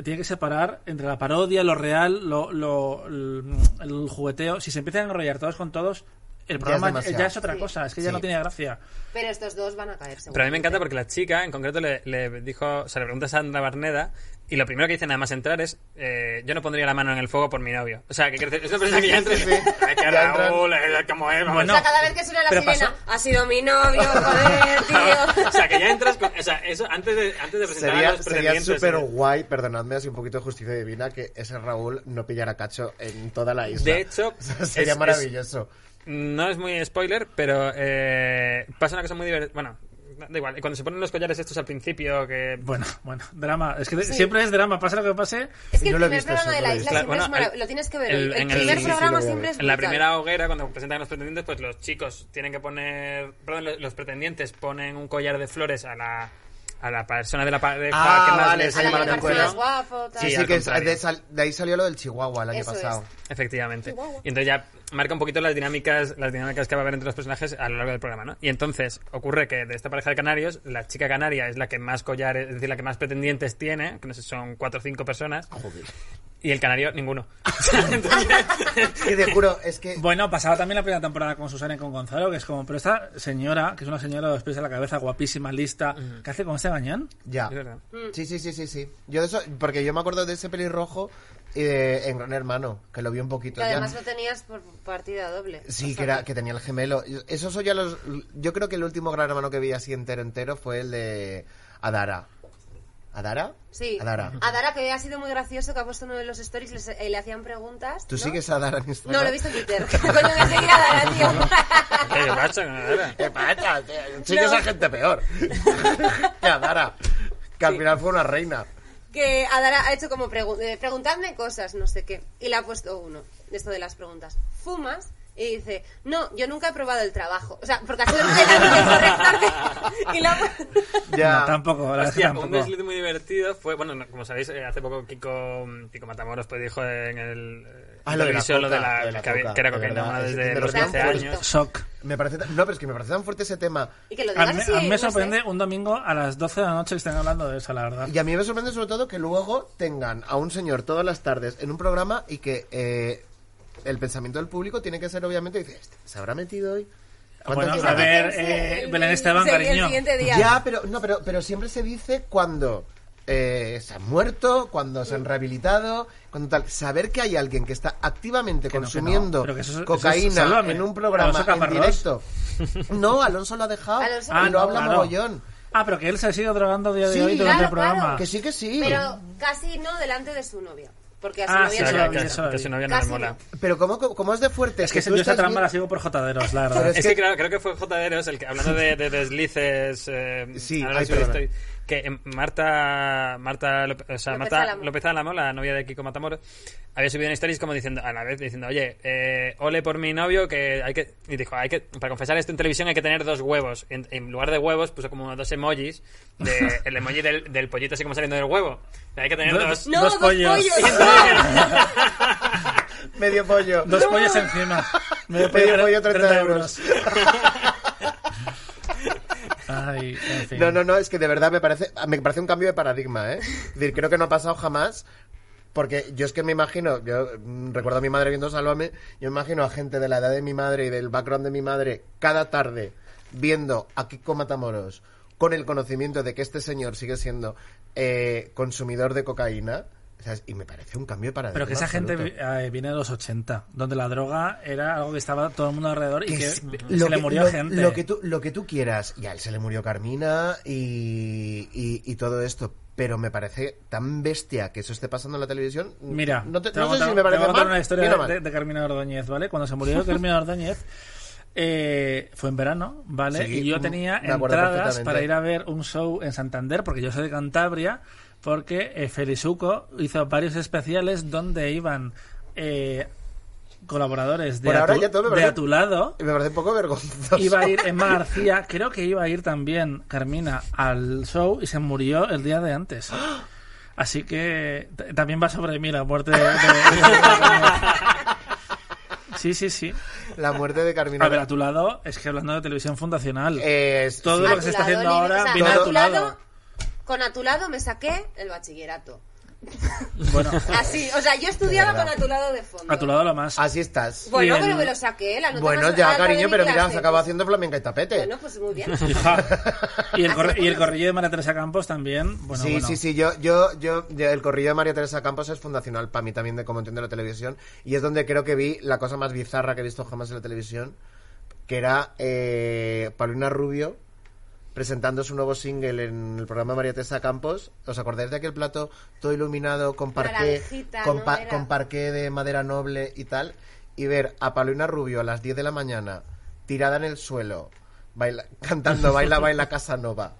Speaker 2: tenía que separar entre la parodia, lo real, lo, lo- el, el jugueteo. Si se empiezan a enrollar todos con todos, el programa ya es,
Speaker 1: demasiado.
Speaker 2: otra
Speaker 5: Sí.
Speaker 2: cosa, es que ya
Speaker 1: Sí.
Speaker 2: no tiene gracia.
Speaker 5: Pero estos dos van a caer, seguro.
Speaker 4: Pero a mí me encanta porque la chica, en concreto, le, le dijo, se le pregunta a Sandra Barneda y lo primero que dice nada más entrar es eh, yo no pondría la mano en el fuego por mi novio. O sea, que quiere decir, es una persona que ya entra y dice, "Ay, que
Speaker 1: Ya entran.
Speaker 4: Raúl, eh, como es, vamos".
Speaker 5: O sea, cada vez que suena la
Speaker 2: pero
Speaker 5: sirena, ha sido mi novio, joder, tío.
Speaker 4: o sea, que ya entras con, o sea, eso antes de, antes de presentar a
Speaker 1: Sería
Speaker 4: los eh,
Speaker 1: sería
Speaker 4: pretendientes.
Speaker 1: súper guay, perdonadme, así un poquito de justicia divina, que ese Raúl no pillara cacho en toda la isla.
Speaker 4: De hecho,
Speaker 1: O sea, sería
Speaker 4: es-
Speaker 1: maravilloso.
Speaker 4: No es muy spoiler, pero eh, pasa una cosa muy divertida. Bueno, da igual. Cuando se ponen los collares estos al principio, que.
Speaker 2: Bueno, bueno, drama. Es que
Speaker 5: Sí.
Speaker 2: siempre es drama, pase lo que pase.
Speaker 5: Es que
Speaker 1: Yo
Speaker 5: el
Speaker 1: lo he
Speaker 5: primer
Speaker 1: visto
Speaker 5: programa
Speaker 1: eso,
Speaker 5: de
Speaker 1: lo
Speaker 5: la
Speaker 1: he visto.
Speaker 5: isla siempre
Speaker 4: Claro,
Speaker 5: es
Speaker 4: bueno,
Speaker 5: maravilloso. Lo tienes que ver.
Speaker 4: el-
Speaker 5: El,
Speaker 4: en el-
Speaker 5: primer
Speaker 4: sí, sí,
Speaker 1: lo voy
Speaker 5: programa
Speaker 1: a
Speaker 5: siempre
Speaker 1: ver.
Speaker 5: es
Speaker 4: En la
Speaker 5: brutal.
Speaker 4: primera hoguera, cuando presentan a los pretendientes, pues los chicos tienen que poner. Perdón, los, los pretendientes ponen un collar de flores a la, a la persona de la pareja
Speaker 1: Ah,
Speaker 4: que más
Speaker 1: vale,
Speaker 4: les
Speaker 1: se
Speaker 5: A la
Speaker 1: llama
Speaker 4: llama
Speaker 1: la
Speaker 4: la
Speaker 5: que
Speaker 1: atención.
Speaker 5: parece más
Speaker 4: atención.
Speaker 5: guapo, tal.
Speaker 1: Sí,
Speaker 4: Sí,
Speaker 1: sí,
Speaker 4: al
Speaker 1: que es-
Speaker 4: contrario.
Speaker 1: de, sal- de ahí salió lo del Chihuahua el año
Speaker 5: Eso es.
Speaker 1: pasado.
Speaker 4: Efectivamente.
Speaker 5: Chihuahua.
Speaker 4: Y entonces ya marca un poquito las dinámicas, las dinámicas que va a haber entre los personajes a lo largo del programa, ¿no? Y entonces ocurre que de esta pareja de canarios, la chica canaria es la que más collares, es decir, la que más pretendientes tiene, que no sé, son cuatro o cinco personas,
Speaker 1: Ah, Joder.
Speaker 4: y el canario ninguno. Entonces,
Speaker 1: Y te juro, es que
Speaker 2: Bueno, pasaba también la primera temporada con Susana y con Gonzalo, que es como, pero esta señora, que es una señora de los pies a la cabeza, guapísima, lista, ¿qué hace con este gañán?
Speaker 1: ya.
Speaker 4: es verdad.
Speaker 5: Mm.
Speaker 1: Sí, sí, sí, sí, sí. Yo de eso, porque yo me acuerdo de ese pelirrojo y de en Gran Hermano, que lo vi un poquito
Speaker 5: Que
Speaker 1: ya.
Speaker 5: además lo tenías por partida doble.
Speaker 1: Sí,
Speaker 5: O sea,
Speaker 1: que, era, que tenía el gemelo. Eso soy ya los. Yo creo que el último gran hermano que vi así entero, entero fue el de Adara. ¿Adara?
Speaker 5: Sí. Ah,
Speaker 1: Adara.
Speaker 5: Adara, que ha sido muy gracioso, que ha puesto uno de los stories les- eh, le hacían preguntas.
Speaker 1: ¿Tú
Speaker 5: ¿no?
Speaker 1: sigues a Adara en Instagram?
Speaker 5: No, lo he visto en Twitter. Coño, voy a seguir a Adara, tío.
Speaker 4: ¿Qué pasa con Adara?
Speaker 1: ¿Qué pasa? Sigues
Speaker 5: No.
Speaker 1: a gente peor. que Adara. Que al final fue una reina.
Speaker 5: que Adara ha hecho como pregu- eh, preguntadme cosas, no sé qué. Y le ha puesto uno, de esto de las preguntas. ¿Fumas? Y dice, no, yo nunca he probado el trabajo. O sea, porque ha sido el corrector de- Y la...
Speaker 1: Ya.
Speaker 2: No, tampoco, la verdad es que
Speaker 4: Hostia, un
Speaker 2: tampoco.
Speaker 4: desliz muy divertido fue, bueno, no, como sabéis, eh, hace poco Kiko, Kiko Matamoros pues dijo en el... eh,
Speaker 1: Ah, lo de la
Speaker 4: televisión,
Speaker 1: coca, lo de la
Speaker 4: que, había-
Speaker 1: coca,
Speaker 4: que era
Speaker 1: de
Speaker 4: cocaína
Speaker 1: verdad, es
Speaker 4: desde
Speaker 1: de
Speaker 4: los
Speaker 5: verdad
Speaker 4: 15
Speaker 5: fuerte.
Speaker 4: años.
Speaker 2: Shock.
Speaker 1: Me parece tan- no, pero es que me parece tan fuerte ese tema.
Speaker 5: y que lo
Speaker 2: A
Speaker 5: digas
Speaker 2: mí,
Speaker 5: así,
Speaker 2: a mí
Speaker 5: no
Speaker 2: me
Speaker 5: sé.
Speaker 2: sorprende un domingo a las 12 de la noche que estén hablando de eso, la verdad.
Speaker 1: Y a mí me sorprende sobre todo que luego tengan a un señor todas las tardes en un programa y que eh, el pensamiento del público tiene que ser, obviamente, dice, "Este, ¿se habrá metido hoy? ¿Cuánto
Speaker 2: Bueno,
Speaker 1: tiempo?".
Speaker 2: a ver,
Speaker 5: Sí,
Speaker 2: eh,
Speaker 5: el-
Speaker 2: Belén Esteban,
Speaker 5: sí, el
Speaker 2: cariño.
Speaker 5: siguiente día.
Speaker 1: Ya, pero, no, pero, pero siempre se dice cuando eh, se han muerto, cuando se han rehabilitado, cuando tal. Saber que hay alguien que está activamente
Speaker 2: Que no, que no.
Speaker 1: consumiendo
Speaker 2: Pero que eso es- eso es
Speaker 1: cocaína
Speaker 2: Sálvame.
Speaker 1: en un programa
Speaker 2: Alonso
Speaker 1: en
Speaker 2: Caparrós.
Speaker 1: directo. No, Alonso lo ha dejado
Speaker 5: Alonso
Speaker 1: y lo
Speaker 5: no,
Speaker 1: habla
Speaker 2: Ah, claro.
Speaker 1: mogollón.
Speaker 2: Ah, pero que él se ha sido drogando día de
Speaker 1: Sí,
Speaker 2: hoy durante
Speaker 5: claro,
Speaker 2: el programa.
Speaker 5: claro.
Speaker 1: Que sí, que sí.
Speaker 5: Pero casi no delante de su novia. Porque a su
Speaker 2: Ah,
Speaker 5: novia
Speaker 2: sí,
Speaker 5: no
Speaker 4: Claro,
Speaker 5: le
Speaker 2: claro,
Speaker 4: que,
Speaker 5: gusta.
Speaker 2: eso lo
Speaker 4: que
Speaker 2: vi.
Speaker 4: su novia no le
Speaker 5: Casi
Speaker 4: mola.
Speaker 5: no.
Speaker 1: Pero ¿cómo, cómo es de fuerte?
Speaker 2: Es que
Speaker 1: tú
Speaker 2: yo esta
Speaker 1: estás
Speaker 2: trampa
Speaker 1: bien-
Speaker 2: la sigo por jotaderos, la
Speaker 1: Pero
Speaker 2: verdad.
Speaker 1: es
Speaker 4: Es,
Speaker 1: que-
Speaker 4: que, claro, creo que fue J.D.R.O.S. el que, hablando de, de deslices, eh,
Speaker 1: Sí,
Speaker 4: ahora
Speaker 1: ay,
Speaker 4: sí que
Speaker 1: perdona.
Speaker 4: estoy- que eh, Marta, Marta, López, o sea,
Speaker 5: López
Speaker 4: Marta
Speaker 5: Álamo.
Speaker 4: López Álamo, la novia de Kiko Matamoros, había subido en stories como diciendo, a la vez diciendo, oye, eh, ole por mi novio, que hay que, y dijo, hay que, para confesar esto en televisión hay que tener dos huevos. En, en lugar de huevos puso como dos emojis, de, el emoji del, del pollito así como saliendo del huevo. Hay que tener
Speaker 2: Dos-
Speaker 4: dos.
Speaker 5: No,
Speaker 2: Dos
Speaker 5: dos
Speaker 2: pollos.
Speaker 5: pollos.
Speaker 1: Medio pollo.
Speaker 2: Dos pollos encima.
Speaker 1: Medio pollo, 30 euros.
Speaker 2: Ay, en fin.
Speaker 1: No, no, no, es que de verdad me parece, me parece un cambio de paradigma, ¿eh? Es decir, creo que no ha pasado jamás. Porque yo es que me imagino, yo mm, recuerdo a mi madre viendo Sálvame, yo me imagino a gente de la edad de mi madre y del background de mi madre cada tarde viendo a Kiko Matamoros con el conocimiento de que este señor sigue siendo eh, consumidor de cocaína. ¿sabes? Y me parece un cambio de paradigma.
Speaker 2: Pero que esa gente vi-
Speaker 1: absoluto.
Speaker 2: eh, viene de los 80, donde la droga era algo que estaba todo el mundo alrededor y que,
Speaker 1: Que es-
Speaker 2: se le murió
Speaker 1: lo-
Speaker 2: gente.
Speaker 1: Lo que, tú, lo que tú quieras. Y a él se le murió Carmina y, y, y todo esto. Pero me parece tan bestia que eso esté pasando en la televisión.
Speaker 2: Mira,
Speaker 1: no, te-
Speaker 2: te voy
Speaker 1: no
Speaker 2: a
Speaker 1: sé
Speaker 2: contar-
Speaker 1: si me
Speaker 2: te voy a
Speaker 1: parece
Speaker 2: contar
Speaker 1: mal.
Speaker 2: una historia
Speaker 1: bien o mal.
Speaker 2: de, de Carmina Ordóñez, ¿vale? Cuando se murió Carmina Ordóñez, eh, fue en verano, ¿vale?
Speaker 1: Sí,
Speaker 2: y yo
Speaker 1: mm,
Speaker 2: tenía
Speaker 1: me acuerdo
Speaker 2: entradas
Speaker 1: perfectamente.
Speaker 2: para ir a ver un show en Santander, porque yo soy de Cantabria, porque eh, Felizuco hizo varios especiales donde iban eh, colaboradores de,
Speaker 1: Por
Speaker 2: a,
Speaker 1: ahora
Speaker 2: tu,
Speaker 1: ya todo me
Speaker 2: de
Speaker 1: parece-
Speaker 2: a tu lado.
Speaker 1: Y Me parece un poco vergonzoso.
Speaker 2: Iba a ir Emma García, creo que iba a ir también Carmina al show y se murió el día de antes. Así que t- también va sobre mí la muerte de... de- Sí, sí, sí.
Speaker 1: La muerte de Carmina.
Speaker 2: A ver, a tu lado, es que hablando de televisión fundacional,
Speaker 1: Eh. Es-
Speaker 2: todo
Speaker 1: sí.
Speaker 2: lo que se está haciendo
Speaker 5: Atulado,
Speaker 2: ahora
Speaker 5: Lili, o sea,
Speaker 2: viene a
Speaker 1: todo-
Speaker 2: tu lado.
Speaker 5: Con a tu lado me saqué el bachillerato.
Speaker 2: Bueno,
Speaker 5: Así, o sea, yo estudiaba
Speaker 1: verdad.
Speaker 5: con a tu lado de fondo.
Speaker 2: a tu lado lo más.
Speaker 1: Así estás.
Speaker 5: Bueno,
Speaker 2: Bien.
Speaker 5: pero me lo saqué, la nota
Speaker 1: Bueno,
Speaker 5: más
Speaker 1: ya,
Speaker 5: alta de
Speaker 1: cariño,
Speaker 5: mi
Speaker 1: pero mira,
Speaker 5: clase,
Speaker 1: se acaba
Speaker 5: pues.
Speaker 1: haciendo flamenca y tapete.
Speaker 5: Bueno, pues muy bien.
Speaker 2: Hija. Y el, corre- y el corrillo de María Teresa Campos también. Bueno,
Speaker 1: sí,
Speaker 2: bueno.
Speaker 1: sí, sí, yo, yo, yo, yo- el corrillo de María Teresa Campos es fundacional para mí también de cómo entiendo la televisión y es donde creo que vi la cosa más bizarra que he visto jamás en la televisión, que era eh, Paulina Rubio presentando su nuevo single en el programa de María Teresa Campos. ¿Os acordáis de aquel plato todo iluminado con parqué,
Speaker 5: Naranjita,
Speaker 1: con,
Speaker 5: ¿no
Speaker 1: pa-
Speaker 5: era?
Speaker 1: con parqué de madera noble y tal? Y ver a Paulina Rubio a las 10 de la mañana tirada en el suelo. baila- cantando Baila, Baila Casanova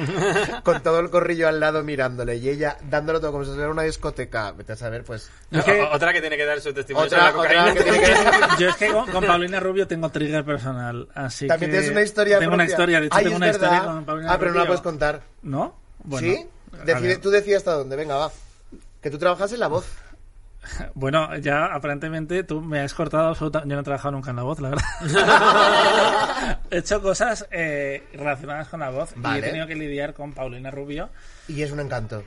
Speaker 1: con todo el corrillo al lado mirándole y ella dándolo todo como si fuera una discoteca. Vete a saber, pues.
Speaker 2: Es que-
Speaker 4: O- Otra que tiene que dar su testimonio sobre
Speaker 1: Otra,
Speaker 4: pues, la cocaína.
Speaker 1: otra que tiene que-
Speaker 2: Yo es que con, con Paulina Rubio tengo trigger personal, así
Speaker 1: También
Speaker 2: que
Speaker 1: tienes una historia.
Speaker 2: Tengo una
Speaker 1: propia.
Speaker 2: historia, de hecho
Speaker 1: Ay,
Speaker 2: tengo
Speaker 1: es
Speaker 2: una historia
Speaker 1: verdad.
Speaker 2: con Paulina
Speaker 1: Ah, pero no
Speaker 2: Rubio.
Speaker 1: la puedes contar.
Speaker 2: ¿No? Bueno.
Speaker 1: ¿Sí?
Speaker 2: a
Speaker 1: Decide-
Speaker 2: ver.
Speaker 1: tú decías hasta dónde, venga, va. Que tú trabajas en la voz.
Speaker 2: Bueno, ya aparentemente tú me has cortado absolutamente. Yo no he trabajado nunca en la voz, la verdad. he hecho cosas eh, relacionadas con la voz y he
Speaker 1: Vale.
Speaker 2: tenido que lidiar con Paulina Rubio.
Speaker 1: Y es un encanto.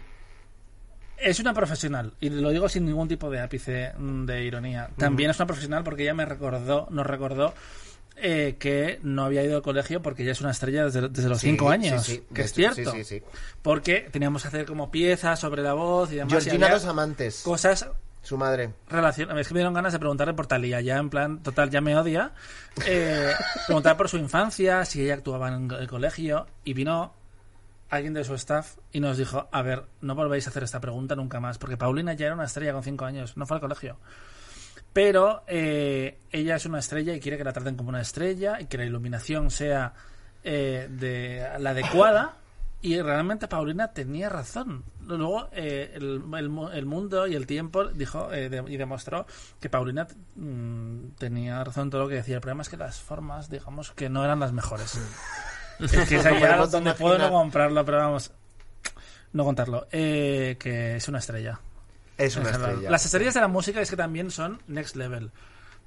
Speaker 2: Es una profesional, y lo digo sin ningún tipo de ápice mm, de ironía. También es una profesional porque ella me recordó, nos recordó eh, que no había ido al colegio porque ella es una estrella desde, desde los
Speaker 1: Sí,
Speaker 2: cinco
Speaker 1: sí,
Speaker 2: años.
Speaker 1: sí,
Speaker 2: que
Speaker 1: de
Speaker 2: es
Speaker 1: hecho,
Speaker 2: cierto.
Speaker 1: sí, sí, sí.
Speaker 2: Porque teníamos que hacer como piezas sobre la voz y demás. y
Speaker 1: Georgina
Speaker 2: había
Speaker 1: Dos Amantes,
Speaker 2: cosas
Speaker 1: su madre.
Speaker 2: relación es que me dieron ganas de preguntarle por Talía ya en plan total ya me odia eh, preguntar por su infancia si ella actuaba en el colegio y vino alguien de su staff y nos dijo a ver no volvéis a hacer esta pregunta nunca más porque Paulina ya era una estrella con cinco años no fue al colegio pero eh, ella es una estrella y quiere que la traten como una estrella y que la iluminación sea eh, de, la adecuada. Y realmente Paulina tenía razón. Luego eh, el, el mu- el mundo y el tiempo dijo eh, de- y demostró que Paulina mm, tenía razón en todo lo que decía. El problema es que las formas, digamos, que no eran las mejores. es que es ahí
Speaker 1: podemos
Speaker 2: algo donde puedo no
Speaker 1: imaginar.
Speaker 2: comprarlo, pero vamos, no contarlo. Eh, que es una estrella.
Speaker 1: Es una
Speaker 2: Es verdad.
Speaker 1: estrella.
Speaker 2: Las estrellas de la música es que también son next level.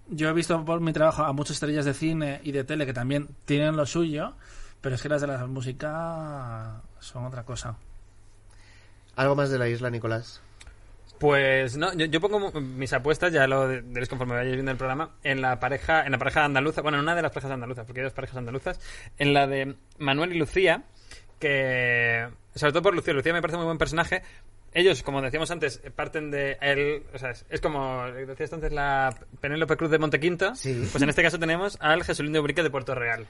Speaker 2: Yo he visto por mi trabajo a muchas estrellas de cine y de tele que también tienen lo suyo, pero es que las de la música son otra cosa.
Speaker 1: Algo más de la isla, Nicolás.
Speaker 4: Pues no, yo, yo pongo mu- mis apuestas, ya lo de- veréis conforme vayáis viendo el programa, en la pareja, en la pareja andaluza, bueno, en una de las parejas andaluzas, porque hay dos parejas andaluzas, en la de Manuel y Lucía, que sobre todo por Lucía, Lucía me parece muy buen personaje. Ellos, como decíamos antes, parten de él, o sea, es, es como decías antes la Penélope Cruz de Montequinto,
Speaker 1: Sí.
Speaker 4: pues en este caso tenemos al Jesulín de Ubrique de Puerto Real,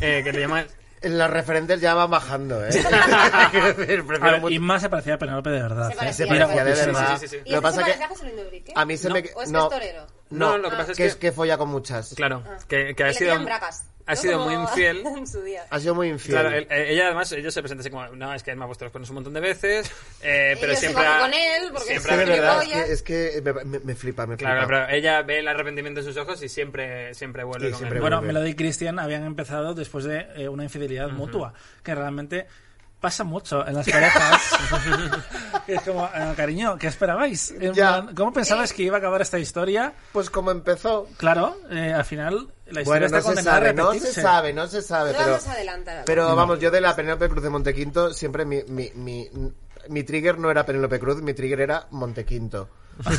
Speaker 4: eh, que le llaman
Speaker 1: Las referentes ya van bajando, ¿eh? Quiero decir, prefiero
Speaker 2: A ver,
Speaker 1: mucho-
Speaker 2: y más se parecía a Penélope de verdad.
Speaker 5: Se
Speaker 2: ¿eh?
Speaker 5: parecía,
Speaker 1: Se
Speaker 5: Sí,
Speaker 1: parecía de
Speaker 5: sí, sí,
Speaker 1: verdad.
Speaker 4: sí, sí, sí.
Speaker 1: Lo
Speaker 5: ¿Y es
Speaker 1: que pasa que
Speaker 5: pareja Jesulín de Ubrique?
Speaker 1: a mí se
Speaker 4: No.
Speaker 1: me...
Speaker 5: ¿O es que
Speaker 1: no,
Speaker 5: es torero?
Speaker 4: No, lo que pasa es que-
Speaker 1: es que folla con muchas.
Speaker 4: Claro,
Speaker 5: Ah.
Speaker 4: que, que
Speaker 5: Y
Speaker 4: ha
Speaker 5: le
Speaker 4: sido,
Speaker 5: tiran bracas,
Speaker 4: ha
Speaker 5: ¿no?
Speaker 4: sido muy
Speaker 5: Como
Speaker 4: infiel. Ah.
Speaker 5: En su día.
Speaker 1: Ha sido muy infiel.
Speaker 4: Claro, él- eh, ella además, ella se presenta así como, no, es que él me ha puesto los cuernos un montón de veces, eh, pero
Speaker 5: yo
Speaker 4: siempre...
Speaker 5: sigo
Speaker 4: ha-
Speaker 5: con él, porque
Speaker 1: Es
Speaker 4: siempre
Speaker 1: que
Speaker 4: ha
Speaker 1: de
Speaker 4: venido-
Speaker 1: verdad,
Speaker 5: gilipollas.
Speaker 1: es que, es que me, me- me flipa, me
Speaker 4: Claro,
Speaker 1: flipa.
Speaker 4: pero ella ve el arrepentimiento en sus ojos y siempre, siempre vuelve
Speaker 1: Y
Speaker 4: con
Speaker 1: siempre
Speaker 4: él.
Speaker 2: Bueno,
Speaker 1: Muy bien.
Speaker 2: Melody y Christian habían empezado después de eh, una infidelidad mutua, que realmente pasa mucho en las parejas. es como, eh, cariño, ¿qué esperabais? En
Speaker 1: Ya.
Speaker 2: plan, ¿Cómo pensabais que iba a acabar esta historia?
Speaker 1: Pues como empezó.
Speaker 2: Claro, eh, al final la historia
Speaker 1: Bueno,
Speaker 2: está
Speaker 1: no se
Speaker 2: condenada
Speaker 1: sabe,
Speaker 2: a
Speaker 1: no se
Speaker 2: repetirse.
Speaker 1: sabe, no se sabe,
Speaker 5: No
Speaker 1: pero...
Speaker 5: vamos a adelantar.
Speaker 1: Pero vamos, yo de la Penélope Cruz de Montequinto, siempre mi, mi, mi, mi trigger no era Penélope Cruz, mi trigger era Montequinto.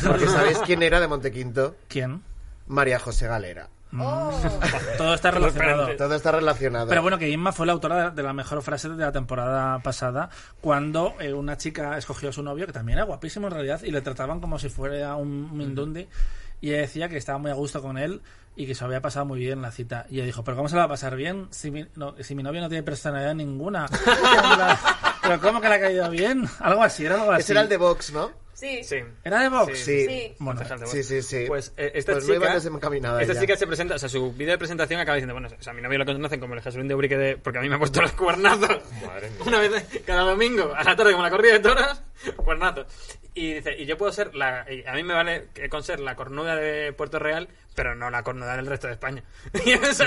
Speaker 1: Porque ¿sabéis quién era de Montequinto?
Speaker 2: ¿Quién?
Speaker 1: María José Galera.
Speaker 5: Oh,
Speaker 2: Todo está relacionado.
Speaker 4: Referentes.
Speaker 1: Todo está relacionado.
Speaker 2: Pero bueno, que Inma fue la autora de la mejor frase de la temporada pasada, cuando eh, una chica escogió a su novio, que también era guapísimo en realidad, y le trataban como si fuera un mindundi, y ella decía que estaba muy a gusto con él y que se había pasado muy bien la cita. Y ella dijo, pero ¿cómo se la va a pasar bien si mi, no- si mi novio no tiene personalidad ninguna? En plan, pero ¿cómo que le ha caído bien? Algo así, era algo así.
Speaker 1: Ese era el de Vox, ¿no?
Speaker 5: sí.
Speaker 4: Sí.
Speaker 2: ¿Era de Vox?
Speaker 4: Sí.
Speaker 5: Sí.
Speaker 2: Bueno,
Speaker 4: Concejal de voz.
Speaker 1: Sí, sí, sí.
Speaker 4: Pues eh, esta
Speaker 1: Pues no iba
Speaker 4: chica.
Speaker 1: desencaminada
Speaker 4: esta
Speaker 1: ya.
Speaker 4: chica se presenta, o sea, su vídeo de presentación acaba diciendo, bueno, o sea, a mi novio lo conocen como el Jesulín de Ubrique de. Porque a mí me ha puesto los cuernazos. Una vez cada domingo, a la tarde, como la corrida de toros, cuernazos. Y dice, y yo puedo ser la. y A mí me vale que- con ser la cornuda de Puerto Real, pero no la cornuda del resto de España. Y eso,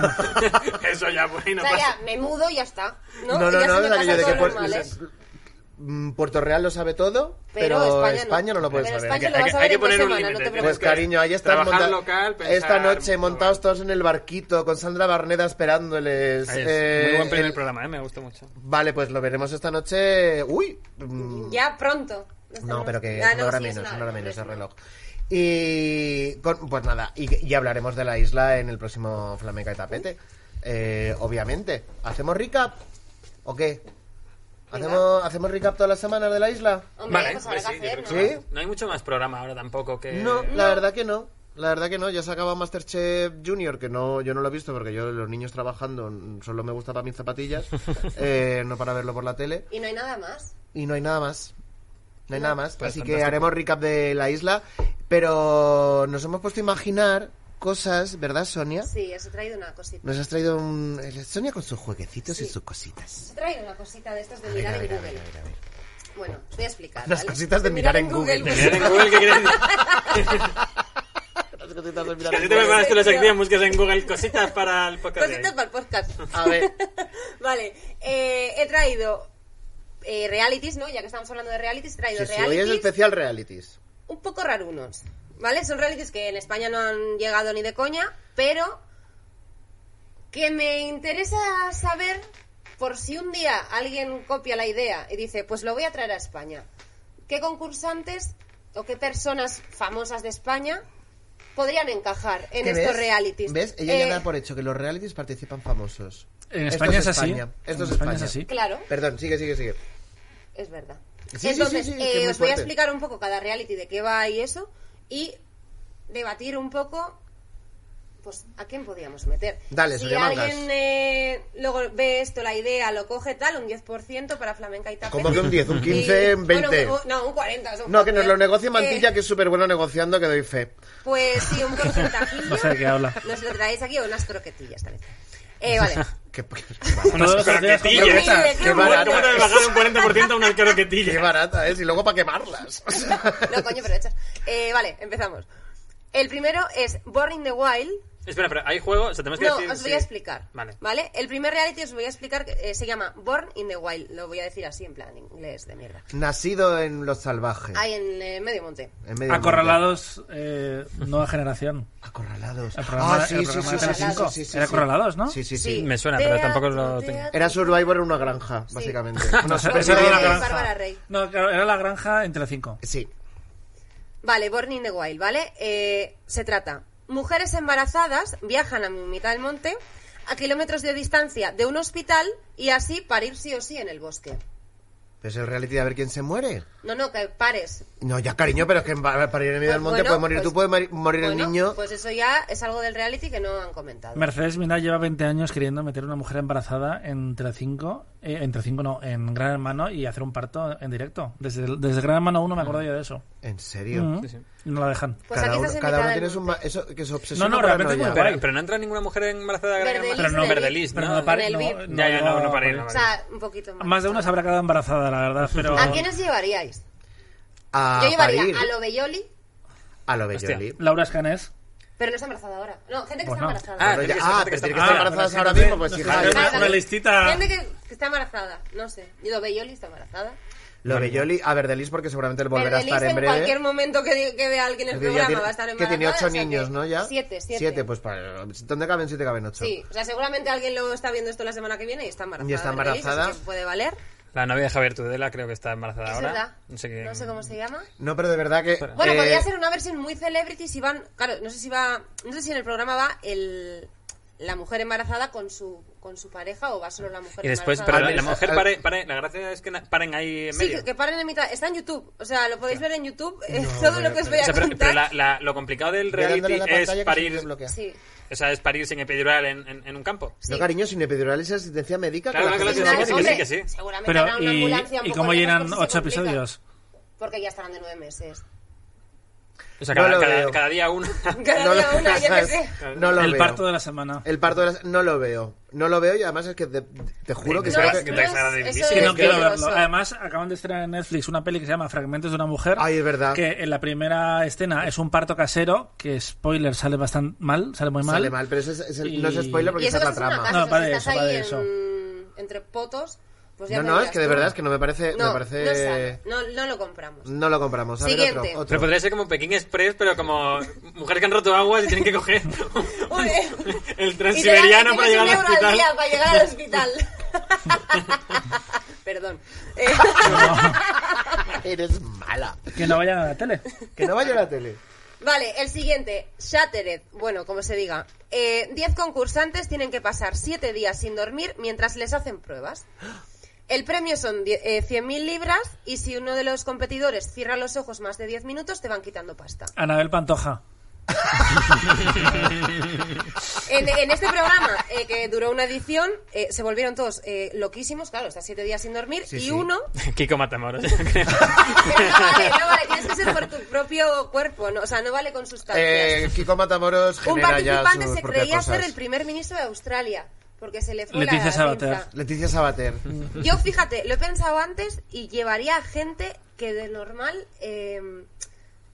Speaker 4: eso ya, pues, ahí no
Speaker 5: O sea,
Speaker 4: pasa.
Speaker 5: ya, me mudo y ya está. No,
Speaker 1: no,
Speaker 5: Y ya
Speaker 1: no,
Speaker 5: se
Speaker 1: no, es
Speaker 5: me
Speaker 1: aquello
Speaker 5: pasan
Speaker 1: de que
Speaker 5: todos
Speaker 1: pues,
Speaker 5: los males.
Speaker 1: mm, Puerto Real lo sabe todo, pero, España, no. lo puede
Speaker 5: Pero
Speaker 1: saber.
Speaker 5: España
Speaker 4: Hay que-
Speaker 5: lo vas a
Speaker 4: hay
Speaker 5: ver
Speaker 4: que
Speaker 5: en dos
Speaker 4: poner un
Speaker 5: semanas, no
Speaker 4: límite,
Speaker 5: te
Speaker 4: tío.
Speaker 1: Pues
Speaker 5: preocupes.
Speaker 1: cariño, ahí están
Speaker 4: Trabajar
Speaker 1: monta-
Speaker 4: local, pensar-
Speaker 1: esta noche
Speaker 4: bueno.
Speaker 1: montados todos en el barquito con Sandra Barneda esperándoles.
Speaker 4: Ahí es.
Speaker 1: Eh,
Speaker 4: Muy buen primer
Speaker 1: el-
Speaker 4: programa, ¿eh? me gustó mucho.
Speaker 1: Vale, pues lo veremos esta noche. Uy, mm,
Speaker 5: ¿eh? Ya pronto.
Speaker 1: no, pero que
Speaker 5: Ah,
Speaker 1: es una hora
Speaker 5: sí, es
Speaker 1: menos,
Speaker 5: una
Speaker 1: una hora
Speaker 5: hora,
Speaker 1: menos
Speaker 5: es
Speaker 1: el
Speaker 5: una hora.
Speaker 1: reloj. Y con- pues nada, y, y hablaremos de la isla en el próximo Flamenca y Tapete. Eh, obviamente. ¿Hacemos recap? ¿O qué? ¿Hacemos, ¿Hacemos recap todas las semanas de la isla?
Speaker 5: Hombre,
Speaker 4: Vale,
Speaker 5: pues habrá
Speaker 4: pues sí,
Speaker 5: que
Speaker 4: yo
Speaker 5: hacer,
Speaker 4: creo
Speaker 5: ¿no?
Speaker 1: sí.
Speaker 4: que- No hay mucho más programa ahora tampoco que...
Speaker 1: No, la verdad que no. La verdad que no, ya se acaba Masterchef Junior, que no, yo no lo he visto porque yo los niños trabajando mm, solo me gusta para mis zapatillas, eh, no para verlo por la tele.
Speaker 5: Y no hay nada más.
Speaker 1: Y no hay nada más. No hay nada más.
Speaker 4: Pues
Speaker 1: Así que
Speaker 4: fantástico.
Speaker 1: haremos recap de la isla. Pero nos hemos puesto a imaginar cosas, ¿verdad, Sonia?
Speaker 5: Sí, os he traído una cosita.
Speaker 1: Nos has traído un. eh, Sonia con sus jueguecitos y
Speaker 5: Sí.
Speaker 1: sus cositas.
Speaker 5: Os he traído una cosita de estas de
Speaker 1: A ver, a
Speaker 5: mirar en
Speaker 1: ver, a
Speaker 5: Google.
Speaker 1: ver, a ver, a ver.
Speaker 5: Bueno, os voy a explicar.
Speaker 1: Las
Speaker 5: ¿vale?
Speaker 1: cositas de mirar en Google.
Speaker 5: pues-
Speaker 4: Mirar en Google, ¿qué quieres decir?
Speaker 1: Las cositas de mirar
Speaker 4: Casi
Speaker 1: en
Speaker 4: te
Speaker 1: Google.
Speaker 4: preparas tú la sección, buscas en Google cositas para el podcast. de
Speaker 5: Cositas
Speaker 4: hoy.
Speaker 5: para el podcast.
Speaker 1: A ver.
Speaker 5: Vale, eh, he traído eh, realities, ¿no? Ya que estamos hablando de realities, he traído
Speaker 1: Sí, sí, hoy
Speaker 5: realities
Speaker 1: es especial realities.
Speaker 5: un poco rarunos, ¿vale? Son realities que en España no han llegado ni de coña, pero que me interesa saber por si un día alguien copia la idea y dice, pues lo voy a traer a España. ¿Qué concursantes o qué personas famosas de España podrían encajar en
Speaker 1: ¿Qué
Speaker 5: estos
Speaker 1: ves?
Speaker 5: realities?
Speaker 1: ¿Ves? Ella ya
Speaker 5: Eh,
Speaker 1: da por hecho que los realities participan famosos.
Speaker 2: En
Speaker 1: Esto
Speaker 2: España es así.
Speaker 1: España. Esto
Speaker 2: En
Speaker 1: es
Speaker 2: España
Speaker 1: España.
Speaker 2: es así.
Speaker 5: Claro.
Speaker 1: Perdón, sigue, sigue, sigue.
Speaker 5: Es verdad.
Speaker 1: Sí, sí,
Speaker 5: Entonces,
Speaker 1: sí, sí,
Speaker 5: eh,
Speaker 1: que es muy
Speaker 5: os voy a
Speaker 1: fuerte.
Speaker 5: explicar un poco cada reality de qué va y eso, y debatir un poco, pues, a quién podíamos meter.
Speaker 1: Dale,
Speaker 5: si
Speaker 1: Sonia Mangas.
Speaker 5: alguien eh, luego ve esto, la idea, lo coge tal, un 10% para Flamenca y Tapete. Eh,
Speaker 1: ¿Cómo que un 10, un 15, un 20?
Speaker 5: bueno, un- no, un 40. o sea, un
Speaker 1: No, que nos lo
Speaker 5: 40.
Speaker 1: negocie Mantilla,
Speaker 5: Eh,
Speaker 1: que es súper bueno negociando, que doy fe.
Speaker 5: Pues sí, un porcentajillo.
Speaker 2: No sé de qué habla.
Speaker 5: Nos lo traéis aquí o unas croquetillas también. Eh, vale.
Speaker 1: Qué, qué-
Speaker 2: Todos los días
Speaker 4: croquetillas.
Speaker 2: con croquetas.
Speaker 5: Horrible,
Speaker 1: qué
Speaker 4: ¿Cómo te
Speaker 1: barato.
Speaker 4: puedes bajar un 40% a una
Speaker 1: qué
Speaker 4: croquetilla?
Speaker 1: barata es, y luego para quemarlas. O sea,
Speaker 5: No, coño, pero hechas. Eh, vale, empezamos. El primero es Born in the Wild.
Speaker 4: Espera, pero ¿hay juego? O sea, tenemos que
Speaker 5: No,
Speaker 4: decir-
Speaker 5: os voy
Speaker 4: sí.
Speaker 5: a explicar.
Speaker 4: Vale.
Speaker 1: Ah,
Speaker 5: El primer reality os voy a explicar que eh, se llama Born in the Wild. Lo voy a decir así en plan inglés de mierda.
Speaker 1: Nacido en los salvajes.
Speaker 5: Ahí en eh, medio monte.
Speaker 1: en medio
Speaker 2: Acorralados, eh, nueva generación.
Speaker 1: mundo. Acorralados.
Speaker 2: El programa-
Speaker 1: ah, sí,
Speaker 2: el
Speaker 1: sí,
Speaker 2: programa
Speaker 1: sí,
Speaker 2: de
Speaker 1: sí,
Speaker 2: Telecinco.
Speaker 1: sí, sí,
Speaker 2: Era
Speaker 1: sí.
Speaker 2: Acorralados, ¿no?
Speaker 1: Sí, sí, sí.
Speaker 4: Me suena, pero tampoco lo tengo.
Speaker 5: teatro,
Speaker 1: Era Survivor en una granja, básicamente. Una
Speaker 2: sé,
Speaker 1: supervivencia.
Speaker 2: pensaba que era
Speaker 5: Bárbara
Speaker 2: la granja.
Speaker 5: Rey.
Speaker 2: No, claro, era la granja en Telecinco.
Speaker 1: Sí.
Speaker 5: Vale, Born in the Wild, ¿vale? Eh, se trata. Mujeres embarazadas viajan a mitad del monte a kilómetros de distancia de un hospital y así parir sí o sí en el bosque.
Speaker 1: Pero es el reality de a ver quién se muere.
Speaker 5: No, no, que pares.
Speaker 1: No, ya cariño, pero es que para para ir en medio del
Speaker 5: Pues
Speaker 1: monte
Speaker 5: bueno,
Speaker 1: puedes morir
Speaker 5: pues-
Speaker 1: tú, puedes mari- morir el
Speaker 5: Bueno,
Speaker 1: niño.
Speaker 5: Pues eso ya es algo del reality que no han comentado.
Speaker 2: Mercedes Mina lleva 20 años queriendo meter una mujer embarazada en Telecinco, eh, en Telecinco no, en Gran Hermano y hacer un parto en directo. Desde, el- desde Gran Hermano 1 me acuerdo yo de eso.
Speaker 1: En serio.
Speaker 2: Ujú. No la dejan.
Speaker 5: Pues
Speaker 1: cada
Speaker 5: aquí
Speaker 1: uno,
Speaker 5: estás
Speaker 1: cada uno
Speaker 5: invitada
Speaker 1: tiene
Speaker 5: en
Speaker 1: su ma- eso que se obsesiona
Speaker 2: No, no,
Speaker 1: por la
Speaker 2: realmente es muy
Speaker 1: novia.
Speaker 2: guay.
Speaker 4: Pero, pero no entra ninguna mujer embarazada a Gran
Speaker 5: Verdelis,
Speaker 4: Hermano. Pero no, Verdelis,
Speaker 5: Verdelis.
Speaker 2: Pero
Speaker 4: no.
Speaker 2: no pare-
Speaker 5: en el
Speaker 2: no,
Speaker 5: VIP.
Speaker 2: no,
Speaker 4: Ya, ya, no, no para ir,
Speaker 2: pare.
Speaker 4: no
Speaker 5: O sea, un poquito más.
Speaker 2: Más de una se habrá quedado embarazada, la verdad, pero...
Speaker 5: ¿A quiénes llevaríais?
Speaker 1: A
Speaker 5: Yo llevaría
Speaker 1: parir.
Speaker 5: a lo Belloli,
Speaker 1: A lo
Speaker 4: Hostia.
Speaker 1: Belloli.
Speaker 2: Laura Escanés.
Speaker 5: pero no está embarazada ahora. No, gente que
Speaker 2: Pues
Speaker 5: está
Speaker 2: no.
Speaker 5: embarazada.
Speaker 4: Ah,
Speaker 1: Pero ya-
Speaker 4: tiene que ser
Speaker 1: Ah,
Speaker 4: gente que
Speaker 1: pero
Speaker 4: está-
Speaker 1: tiene que
Speaker 4: Ah,
Speaker 1: estar
Speaker 4: pero
Speaker 1: embarazadas ahora mismo, pues
Speaker 2: Nos
Speaker 1: hija.
Speaker 2: hacemos
Speaker 1: ya-
Speaker 2: una, una listita...
Speaker 5: Gente que, que está embarazada, no sé. Lo Belloli está embarazada.
Speaker 1: Lo Belloli, a Verdelis, porque seguramente él volverá a
Speaker 5: Verdelis
Speaker 1: estar en breve.
Speaker 5: cualquier momento que, di- que vea alguien el
Speaker 1: Porque ya
Speaker 5: programa
Speaker 1: tiene-
Speaker 5: va a estar
Speaker 1: que
Speaker 5: embarazada.
Speaker 1: tiene ocho
Speaker 5: o sea que-
Speaker 1: niños, ¿no? Ya.
Speaker 5: Siete, siete.
Speaker 1: Siete, pues para. ¿Dónde caben siete? Caben ocho.
Speaker 5: Sí, o sea, seguramente alguien lo está viendo esto la semana que viene y está embarazada.
Speaker 1: Y está
Speaker 5: Verdelis, así
Speaker 1: embarazada.
Speaker 5: que puede valer.
Speaker 4: La novia de Javier Tudela creo que está embarazada
Speaker 5: Es
Speaker 4: ahora.
Speaker 5: verdad.
Speaker 4: No sé, qué-
Speaker 5: cómo se llama.
Speaker 1: No, pero de verdad que.
Speaker 5: Bueno,
Speaker 1: eh,
Speaker 5: podría ser una versión muy celebrity si van, claro, no sé si va, no sé si en el programa va el la mujer embarazada con su con su pareja o va solo la mujer
Speaker 4: Y después, pero
Speaker 5: embarazada.
Speaker 4: la, la
Speaker 1: Antes-
Speaker 4: mujer
Speaker 1: al-
Speaker 4: pare, pare- la gracia es que na- paren ahí en
Speaker 5: Sí,
Speaker 4: medio.
Speaker 5: que, que paren en mitad. Está en YouTube. O sea, lo podéis ver en YouTube. eh,
Speaker 1: No,
Speaker 5: todo
Speaker 1: pero-
Speaker 5: lo que os voy
Speaker 4: O
Speaker 5: a
Speaker 4: sea, pero
Speaker 5: contar.
Speaker 4: pero la- la- lo complicado del
Speaker 1: ve dándole
Speaker 4: reality
Speaker 1: la pantalla que se
Speaker 4: es
Speaker 1: te
Speaker 4: parir,
Speaker 1: desbloquea.
Speaker 5: Sí.
Speaker 4: o sea, es parir sin epidural en, en- en un campo.
Speaker 5: sí.
Speaker 1: No, cariño, sin epidurales es asistencia médica.
Speaker 4: Claro,
Speaker 1: que la
Speaker 4: claro,
Speaker 1: gente
Speaker 4: claro,
Speaker 1: se
Speaker 4: sí,
Speaker 1: va a
Speaker 4: sí,
Speaker 1: morir.
Speaker 4: que sí.
Speaker 5: Seguramente
Speaker 2: Pero,
Speaker 5: hará una
Speaker 2: ¿y,
Speaker 5: ambulancia un
Speaker 2: ¿y
Speaker 5: poco
Speaker 2: cómo
Speaker 5: lejos
Speaker 2: llenan
Speaker 5: porque se
Speaker 2: ocho
Speaker 5: complica,
Speaker 2: episodios?
Speaker 5: Porque ya estarán de nueve meses.
Speaker 4: O sea,
Speaker 1: No
Speaker 4: cada,
Speaker 1: lo
Speaker 4: cada-
Speaker 1: veo.
Speaker 4: cada día uno.
Speaker 5: Cada
Speaker 1: No
Speaker 5: día
Speaker 1: lo-
Speaker 5: una, yo qué sé.
Speaker 1: No lo
Speaker 2: el
Speaker 1: veo.
Speaker 2: parto de la semana.
Speaker 1: El parto de las- No lo veo. No lo veo y además es que te, te juro que.
Speaker 4: Sí,
Speaker 5: No
Speaker 1: creo
Speaker 5: es-
Speaker 1: que-
Speaker 5: no
Speaker 4: te
Speaker 5: es-
Speaker 4: agrada
Speaker 5: eso
Speaker 4: dividir.
Speaker 5: es
Speaker 2: que no quiero
Speaker 5: peligroso.
Speaker 2: verlo. Además, acaban de estrenar en Netflix una peli que se llama Fragmentos de una mujer.
Speaker 1: Ay, es verdad.
Speaker 2: Que en la primera escena es un parto casero, que spoiler, sale bastante mal, sale muy mal.
Speaker 1: Sale mal, pero eso es- es el-
Speaker 2: Y-
Speaker 1: no es spoiler porque
Speaker 5: Y eso
Speaker 1: esa es
Speaker 5: que
Speaker 1: la
Speaker 5: estás en una
Speaker 1: trama.
Speaker 5: casa,
Speaker 2: No,
Speaker 5: o sea,
Speaker 2: vale
Speaker 5: estás
Speaker 2: eso, vale
Speaker 5: ahí
Speaker 2: eso.
Speaker 5: en- entre potos. Pues ya
Speaker 1: No,
Speaker 5: me
Speaker 1: no,
Speaker 5: dirás
Speaker 1: es que de
Speaker 5: tú.
Speaker 1: verdad es que no me parece.
Speaker 5: No,
Speaker 1: me parece...
Speaker 5: no, sale. no, no lo compramos.
Speaker 1: No lo compramos. A ver,
Speaker 5: Siguiente.
Speaker 1: otro. otro.
Speaker 4: Pero podría ser como Pekín Express, pero como mujeres que han roto aguas y tienen que coger
Speaker 5: Un-
Speaker 4: el
Speaker 5: Y te dan
Speaker 4: transiberiano para llegar al
Speaker 5: 25
Speaker 4: hospital.
Speaker 5: euros día para llegar al hospital. Perdón. Eh,
Speaker 1: Eres mala.
Speaker 2: Que no vayan a la tele.
Speaker 1: Que no vaya a la tele.
Speaker 5: Vale, el siguiente, Shattered, bueno, como se diga. Eh, 10 concursantes tienen que pasar 7 días sin dormir mientras les hacen pruebas. El premio son die- eh, 100.000 libras y si uno de los competidores cierra los ojos más de 10 minutos te van quitando pasta.
Speaker 2: Anabel Pantoja.
Speaker 5: En, en este programa, eh, que duró una edición, eh, se volvieron todos eh, loquísimos, claro, estás 7 días sin dormir
Speaker 1: Sí,
Speaker 5: y
Speaker 1: sí.
Speaker 5: uno...
Speaker 4: Kiko Matamoros, yo creo.
Speaker 5: Pero no vale, no vale, tienes que ser por tu propio cuerpo, no, o sea, no vale con sustancias.
Speaker 1: Eh, Kiko Matamoros
Speaker 5: Un
Speaker 1: genera ya
Speaker 5: participante
Speaker 1: sus
Speaker 5: se
Speaker 1: propias
Speaker 5: creía
Speaker 1: cosas.
Speaker 5: ser el primer ministro de Australia porque se le fue
Speaker 2: Leticia
Speaker 5: la
Speaker 2: Sabater.
Speaker 5: pinza.
Speaker 1: Leticia Sabater.
Speaker 5: Yo, fíjate, lo he pensado antes y llevaría a gente que de normal eh,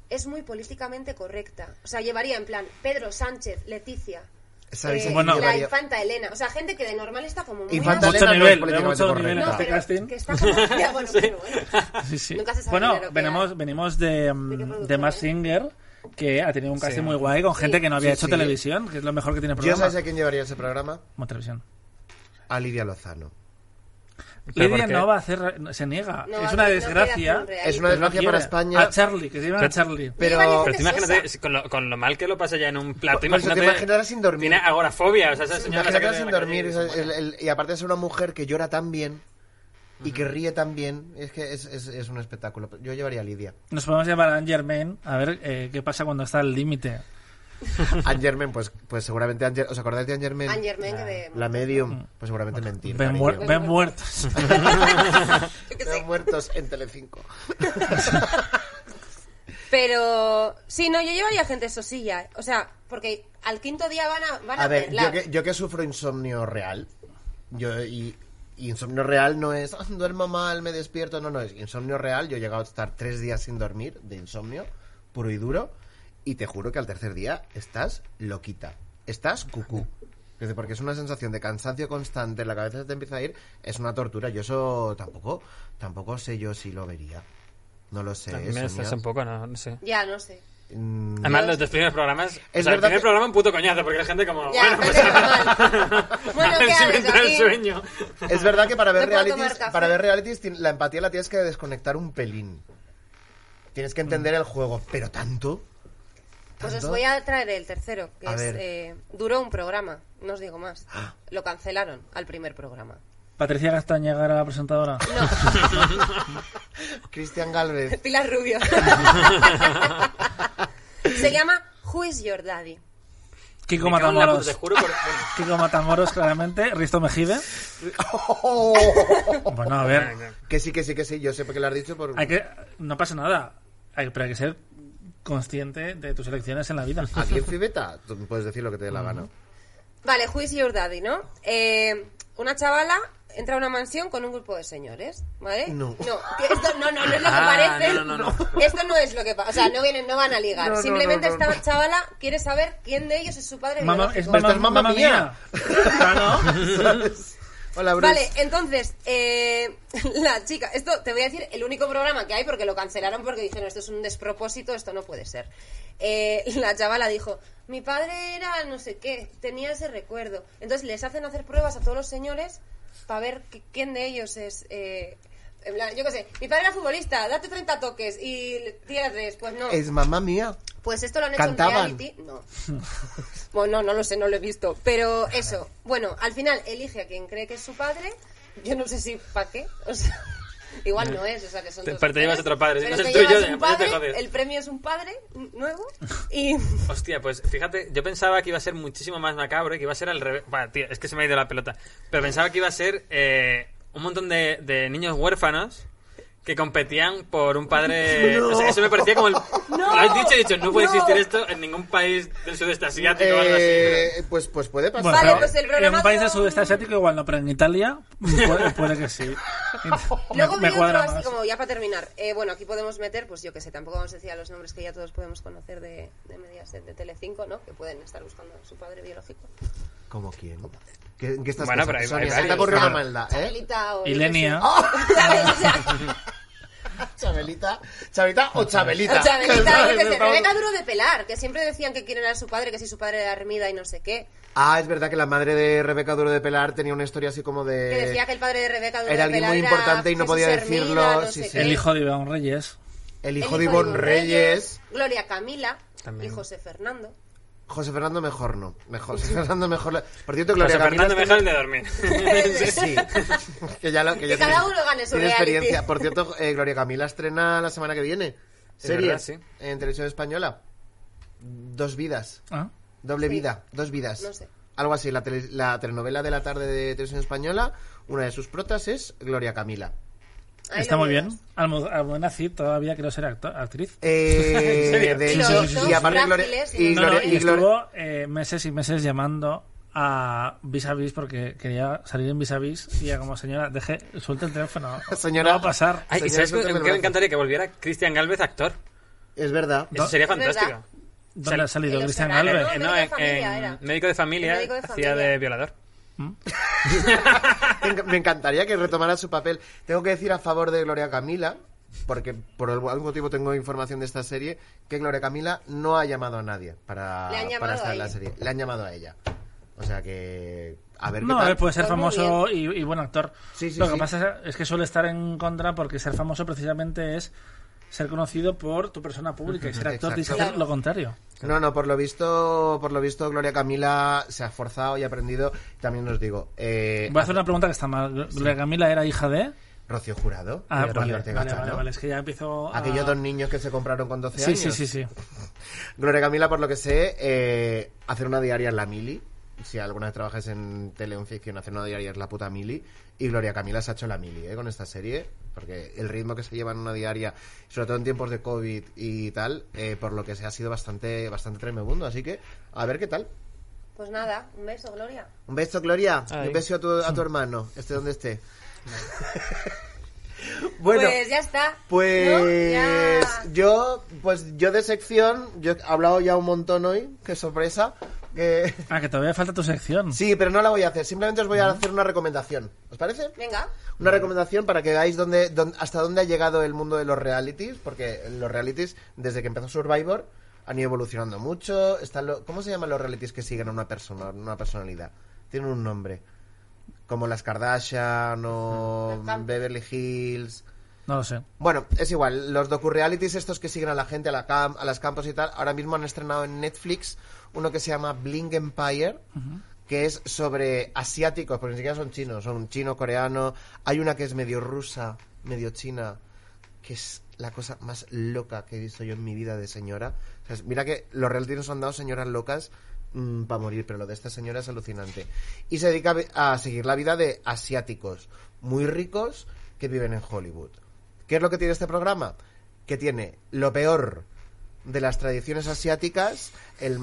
Speaker 5: es muy políticamente correcta. O sea, llevaría en plan Pedro Sánchez, Leticia,
Speaker 1: ¿Sabéis a
Speaker 5: eh,
Speaker 1: quién
Speaker 2: Bueno.
Speaker 5: la
Speaker 1: llevaría?
Speaker 5: infanta Elena. O sea, gente que de normal está como muy...
Speaker 1: Infanta
Speaker 5: a-
Speaker 2: Mucho
Speaker 1: Elena no
Speaker 2: nivel,
Speaker 1: es políticamente
Speaker 2: mucho nivel
Speaker 1: correcta.
Speaker 2: en
Speaker 5: No,
Speaker 2: este
Speaker 5: pero
Speaker 2: casting.
Speaker 5: que está como... Ya, bueno, pero bueno.
Speaker 2: Sí, sí.
Speaker 5: Nunca se sabe
Speaker 2: bueno,
Speaker 5: de lo que
Speaker 2: venimos,
Speaker 5: hay.
Speaker 2: venimos de, mm,
Speaker 5: ¿De qué
Speaker 2: de,
Speaker 5: productora?
Speaker 2: Mask Singer, que ha tenido un casting
Speaker 1: Sí.
Speaker 2: muy guay con gente que no había
Speaker 1: Sí,
Speaker 2: hecho
Speaker 1: sí.
Speaker 2: televisión, que es lo mejor que tiene el
Speaker 1: ¿Yo
Speaker 2: programa.
Speaker 1: sabéis a quién llevaría ese programa?
Speaker 2: Como televisión.
Speaker 1: A Lidia Lozano.
Speaker 4: ¿Pero
Speaker 2: Lidia
Speaker 4: por qué?
Speaker 2: no va a hacer, no, se niega.
Speaker 5: No,
Speaker 2: es
Speaker 5: no
Speaker 2: una
Speaker 5: quiere hacer
Speaker 2: desgracia.
Speaker 5: un reality.
Speaker 1: Es una desgracia
Speaker 2: quiere.
Speaker 1: para España.
Speaker 2: A Charlie, que se llaman a Charlie.
Speaker 1: Pero-
Speaker 5: Llevaría
Speaker 4: Pero tú
Speaker 5: gente
Speaker 4: imagínate,
Speaker 5: sosa.
Speaker 4: si con lo, con lo mal que lo pasa ya en un plato.
Speaker 1: Por eso te
Speaker 4: Imagínate,
Speaker 1: imaginarás sin dormir.
Speaker 4: Tiene agorafobia. O sea, esa señora la
Speaker 1: Imagínate
Speaker 4: sacas de
Speaker 1: sin
Speaker 4: la
Speaker 1: dormir.
Speaker 4: calle y
Speaker 1: esa-
Speaker 4: dices,
Speaker 1: el- el- y aparte es una mujer que llora tan bien y que ríe tan bien. Es que es, es- es un espectáculo. Yo llevaría a Lidia.
Speaker 2: Nos podemos llevar a Anne Germain a ver eh, qué pasa cuando está al límite.
Speaker 1: Angermen, pues, pues seguramente. Angermen ¿Os acordáis de Angermen?
Speaker 5: Anne Germain, que de-
Speaker 1: La medium. Pues seguramente mentir.
Speaker 2: Ven,
Speaker 1: cariño.
Speaker 2: muer- ven muertos.
Speaker 5: Yo qué sé.
Speaker 1: Están muertos en Telecinco.
Speaker 5: Pero sí, no, yo llevaría gente sosilla. O sea, porque al quinto día van a, van a,
Speaker 1: A ver,
Speaker 5: perlar.
Speaker 1: yo que, yo que sufro insomnio real, yo y, y insomnio real no es "Ah, duermo mal, me despierto, no, no, es insomnio real. Yo he llegado a estar tres días sin dormir de insomnio, puro y duro, y te juro que al tercer día estás loquita, estás cucú. Dice, Porque es una sensación de cansancio constante, la cabeza se te empieza a ir, es una tortura. Yo eso tampoco, tampoco sé yo si lo vería. No lo sé.
Speaker 4: También
Speaker 1: Sonia.
Speaker 4: estás un poco, no, no sé.
Speaker 5: Ya, no sé.
Speaker 1: Mm,
Speaker 4: Además, los dos primeros
Speaker 1: Es
Speaker 4: programas. o sea, el
Speaker 1: verdad
Speaker 4: primer
Speaker 1: que-
Speaker 4: programa un puto coñazo, porque la gente como. bueno,
Speaker 5: Ya, me
Speaker 4: pues.
Speaker 5: siento mal. Bueno,
Speaker 4: a
Speaker 5: ¿qué
Speaker 4: ver si me
Speaker 5: haces
Speaker 4: entra el
Speaker 5: aquí?
Speaker 4: sueño.
Speaker 1: Es verdad que para ver
Speaker 5: No puedo tomar
Speaker 1: realities,
Speaker 5: café.
Speaker 1: para ver realities ti- la empatía la tienes que desconectar un pelín. Tienes que entender
Speaker 2: Mm.
Speaker 1: el juego, pero tanto.
Speaker 5: Pues os
Speaker 1: ¿Tanto?
Speaker 5: voy a traer el tercero, que
Speaker 1: A
Speaker 5: es.
Speaker 1: ver.
Speaker 5: eh, duró un programa, no os digo más. Lo cancelaron al primer programa.
Speaker 2: Patricia Castañega era la presentadora.
Speaker 1: Cristian Galvez.
Speaker 5: Pilar Rubio. Se llama Who is Your Daddy?
Speaker 2: Kiko
Speaker 4: Me cago en la puta,
Speaker 2: Matamoros.
Speaker 4: Te juro, por- bueno.
Speaker 2: Kiko Matamoros, claramente. Risto Mejide. Bueno, a ver.
Speaker 1: que sí, que sí, que sí. Yo sé por qué lo has dicho. Por...
Speaker 2: Hay que, no pasa nada. Hay, pero hay que ser consciente de tus elecciones en la vida.
Speaker 1: Aquí en Fibeta tú puedes decir lo que te
Speaker 2: Mm.
Speaker 1: dé la gana.
Speaker 5: Vale, Who is Your Daddy, ¿no? Eh, una chavala entra a una mansión con un grupo de señores, ¿vale?
Speaker 1: No.
Speaker 5: No, que esto no, no, no es lo que
Speaker 4: Ah,
Speaker 5: parece.
Speaker 4: no, no, no,
Speaker 5: Esto no es lo que pasa. O sea, no vienen, no van a ligar.
Speaker 1: No, no,
Speaker 5: Simplemente
Speaker 1: no, no,
Speaker 5: esta chavala quiere saber quién de ellos es su padre
Speaker 2: Mamá- es
Speaker 5: biológico.
Speaker 1: Pero
Speaker 2: mamá,
Speaker 1: esto es mamá
Speaker 2: mamá mía. Claro.
Speaker 1: Hola, Bruce.
Speaker 5: Vale, entonces, eh, la chica, esto te voy a decir el único programa que hay porque lo cancelaron porque dijeron esto es un despropósito, esto no puede ser. Eh, la chavala dijo, mi padre era no sé qué, tenía ese recuerdo. Entonces les hacen hacer pruebas a todos los señores para ver que- quién de ellos es... eh, en plan, yo qué sé, mi padre era futbolista, date 30 toques y tira tres, pues no.
Speaker 1: Es mamá mía.
Speaker 5: Pues esto lo han
Speaker 1: ¿Cantaban?
Speaker 5: hecho en reality. No. bueno, no lo sé, no lo he visto. Pero eso. Bueno, al final elige a quien cree que es su padre. Yo no sé si para qué. O sea, igual no es. O sea, que son
Speaker 4: Te-
Speaker 5: dos
Speaker 4: pero te llevas
Speaker 5: padres,
Speaker 4: otro padre, si
Speaker 5: pero
Speaker 4: no es
Speaker 5: te
Speaker 4: el tuyo,
Speaker 5: llevas
Speaker 4: ya,
Speaker 5: un
Speaker 4: pues ya te
Speaker 5: padre,
Speaker 4: jodes.
Speaker 5: El premio es un padre nuevo. Y.
Speaker 4: Hostia, pues fíjate, yo pensaba que iba a ser muchísimo más macabro, y que iba a ser al revés. Buah, tío, es que se me ha ido la pelota. Pero pensaba que iba a ser eh, un montón de, de niños huérfanos que competían por un padre. O sea, eso me parecía como el. Lo has dicho, he dicho, no puede
Speaker 5: No.
Speaker 4: existir esto en ningún país del sudeste asiático o algo así.
Speaker 1: Eh, pues, pues puede pasar.
Speaker 5: Vale,
Speaker 2: pero
Speaker 5: pues el
Speaker 2: en
Speaker 5: programa
Speaker 2: un país del
Speaker 5: con-
Speaker 2: sudeste asiático igual no, pero en Italia puede, puede que sí. Me-
Speaker 5: Luego
Speaker 2: me
Speaker 5: vi otro
Speaker 2: cuadra
Speaker 5: así
Speaker 2: más.
Speaker 5: como ya para terminar. Eh, bueno, aquí podemos meter, pues yo que sé, tampoco vamos a decir a los nombres que ya todos podemos conocer de, de Mediaset, de Telecinco, ¿no? Que pueden estar buscando a su padre biológico.
Speaker 1: ¿Como quién? que, en que estas
Speaker 4: Bueno,
Speaker 1: cosas.
Speaker 4: pero hay-
Speaker 1: Sonia,
Speaker 4: hay
Speaker 1: se te ha
Speaker 4: varios.
Speaker 1: ocurrido una
Speaker 4: Claro.
Speaker 1: maldad, ¿eh?
Speaker 5: Chabelita o...
Speaker 2: Y Lenia.
Speaker 1: Chabelita, Chabelita o Chabelita.
Speaker 5: O Chabelita, yo
Speaker 1: ¿Sabes?
Speaker 5: qué sé,
Speaker 1: Estamos-
Speaker 5: Rebeca duro de pelar, que siempre decían que quién era su padre, que si su padre era Hermida y no sé qué.
Speaker 1: Ah, es verdad que la madre de Rebeca Duro de Pelar tenía una historia así como de.
Speaker 5: Que decía que el padre de Rebeca duro
Speaker 1: Eh, era
Speaker 5: de
Speaker 1: alguien
Speaker 5: pelar
Speaker 1: muy
Speaker 5: era
Speaker 1: importante y no
Speaker 5: Jesús
Speaker 1: podía
Speaker 5: Hermida,
Speaker 1: decirlo,
Speaker 5: no
Speaker 1: sí,
Speaker 5: sé
Speaker 1: sí.
Speaker 5: qué.
Speaker 2: El hijo de Iván Reyes.
Speaker 1: El hijo de Ivonne Reyes.
Speaker 5: Gloria Camila
Speaker 4: También.
Speaker 5: y José Fernando.
Speaker 1: José Fernando mejor no. Mejor, José Fernando mejor. la- Por cierto, Gloria
Speaker 4: José
Speaker 1: Camila
Speaker 4: pues, Fernando
Speaker 1: es-
Speaker 4: mejor el de dormir.
Speaker 1: Sí. que ya lo, que, ya
Speaker 5: Que cada
Speaker 1: tiene-
Speaker 5: uno gane su
Speaker 1: tiene
Speaker 5: reality.
Speaker 1: experiencia. Por cierto, eh, Gloria Camila estrena la semana que viene. Serie
Speaker 4: verdad, sí.
Speaker 1: en televisión española. Dos vidas.
Speaker 2: Ah.
Speaker 1: Doble
Speaker 5: Sí.
Speaker 1: vida. Dos vidas.
Speaker 5: No sé.
Speaker 1: Algo así. La, tele- la telenovela de la tarde de televisión española, una de sus protas es Gloria Camila.
Speaker 5: Ahí
Speaker 2: Está
Speaker 5: lo
Speaker 2: muy bien.
Speaker 5: llevas.
Speaker 2: Almo- Almudena Cid todavía quiero ser acto- actriz.
Speaker 1: Eh,
Speaker 4: serio?
Speaker 1: de
Speaker 5: Sí,
Speaker 1: hecho,
Speaker 5: sí, sí, sí.
Speaker 1: y aparte Gloria,
Speaker 5: Frágiles,
Speaker 1: y
Speaker 5: ¿no?
Speaker 2: No, no,
Speaker 1: Gloria-
Speaker 2: y
Speaker 1: y Gloria-
Speaker 2: estuvo eh, meses y meses llamando a Vis a Vis porque quería salir en Vis a Vis y ya como señora, deje, suelta el teléfono.
Speaker 1: Señora.
Speaker 2: No va a pasar.
Speaker 4: Ay, ¿y
Speaker 1: Señor,
Speaker 4: sabes
Speaker 1: suéltame el
Speaker 4: que que me
Speaker 1: brazo.
Speaker 4: encantaría que volviera Cristian Galvez actor?
Speaker 1: es verdad.
Speaker 4: Eso
Speaker 2: No.
Speaker 4: sería
Speaker 5: Es verdad.
Speaker 4: fantástico.
Speaker 2: ¿Dónde ha salido
Speaker 5: en los
Speaker 2: Cristian
Speaker 5: serranos,
Speaker 2: Galvez?
Speaker 4: Eh,
Speaker 5: ¿no? médico de familia
Speaker 4: en
Speaker 5: era.
Speaker 4: médico de familia
Speaker 5: En médico de
Speaker 4: hacía
Speaker 5: familia.
Speaker 4: de violador.
Speaker 1: Me enc- Me encantaría que retomara su papel. Tengo que decir a favor de Gloria Camila, porque por algún motivo tengo información de esta serie, que Gloria Camila no ha llamado a nadie para,
Speaker 5: Le han llamado
Speaker 1: para
Speaker 5: a
Speaker 1: estar en la
Speaker 5: ella.
Speaker 1: serie. Le han llamado a ella. O sea que. A ver
Speaker 2: No, eh,
Speaker 1: qué
Speaker 2: a
Speaker 1: tal.
Speaker 2: ver, puede ser
Speaker 5: Pues muy
Speaker 2: famoso y, y buen actor.
Speaker 1: Sí, sí,
Speaker 2: Lo que
Speaker 1: sí.
Speaker 2: pasa es que suele estar en contra porque ser famoso precisamente es ser conocido por tu persona pública y ser actor tienes que
Speaker 1: Exacto.
Speaker 2: hacer lo contrario.
Speaker 1: No, no, por lo visto, por lo visto, Gloria Camila se ha esforzado y ha aprendido. También os digo, eh,
Speaker 2: Voy a hacer una pregunta que está mal. Gloria Camila era hija de...
Speaker 1: Rocío Jurado,
Speaker 2: Ah,
Speaker 1: de
Speaker 2: vale,
Speaker 1: Rocío Ortega
Speaker 2: vale, vale,
Speaker 1: Cano.
Speaker 2: vale, es que ya empiezo a...
Speaker 1: Aquellos dos niños que se compraron con 12
Speaker 2: Sí,
Speaker 1: años.
Speaker 2: sí, sí, sí.
Speaker 1: Gloria Camila, por lo que sé, eh, hacer una diaria es la mili. Si alguna vez trabajas en tele o en ficción, hacer una diaria es la puta mili. Y Gloria Camila se ha hecho la mili eh, con esta serie. Porque el ritmo que se lleva en una diaria, sobre todo en tiempos de COVID y tal, eh, por lo que sé, ha sido bastante, bastante tremebundo. Así que, a ver qué tal.
Speaker 5: Pues nada, un beso, Gloria.
Speaker 1: Un beso, Gloria.
Speaker 4: Ay.
Speaker 1: Un beso a tu, a tu hermano, esté donde esté. bueno.
Speaker 5: Pues ya está.
Speaker 1: Pues
Speaker 5: ¿No? Ya.
Speaker 1: yo, pues yo de sección, yo he hablado ya un montón hoy, qué sorpresa. que-
Speaker 2: Ah, que todavía falta tu sección.
Speaker 1: sí, pero no la voy a hacer, simplemente os voy a hacer una recomendación. ¿Os parece?
Speaker 5: Venga.
Speaker 1: Una recomendación para que veáis dónde, dón- hasta dónde ha llegado el mundo de los realities, porque los realities, desde que empezó Survivor, han ido evolucionando mucho. Están lo- ¿Cómo se llaman los realities que siguen a una persona, una personalidad? Tienen un nombre. Como las Kardashian o
Speaker 5: Ajá.
Speaker 1: Beverly Hills.
Speaker 2: No lo sé.
Speaker 1: Bueno, es igual. Los docu-realities estos que siguen a la gente, a, la cam- a las campos y tal, ahora mismo han estrenado en Netflix uno que se llama Bling Empire, que es sobre asiáticos, porque ni siquiera son chinos, son chino, coreano. Hay una que es medio rusa, medio china, que es la cosa más loca que he visto yo en mi vida de señora. O sea, es- mira que los realities nos han dado señoras locas para morir, pero lo de esta señora es alucinante. Y se dedica a vi- a seguir la vida de asiáticos muy ricos que viven en Hollywood. ¿Qué es lo que tiene este programa? Que tiene lo peor de las tradiciones asiáticas, el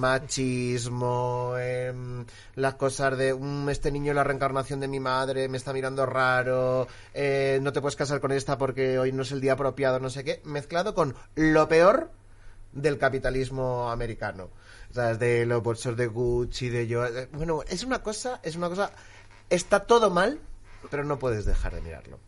Speaker 1: machismo, em, las cosas de "Mm, este niño es la reencarnación de mi madre, me está mirando raro, eh, no te puedes casar con esta porque hoy no es el día apropiado, no sé qué, mezclado con lo peor del capitalismo americano. O sea, de los bolsos de Gucci, de yo. de- Bueno, es una cosa, es una cosa. Está todo mal, pero no puedes dejar de mirarlo.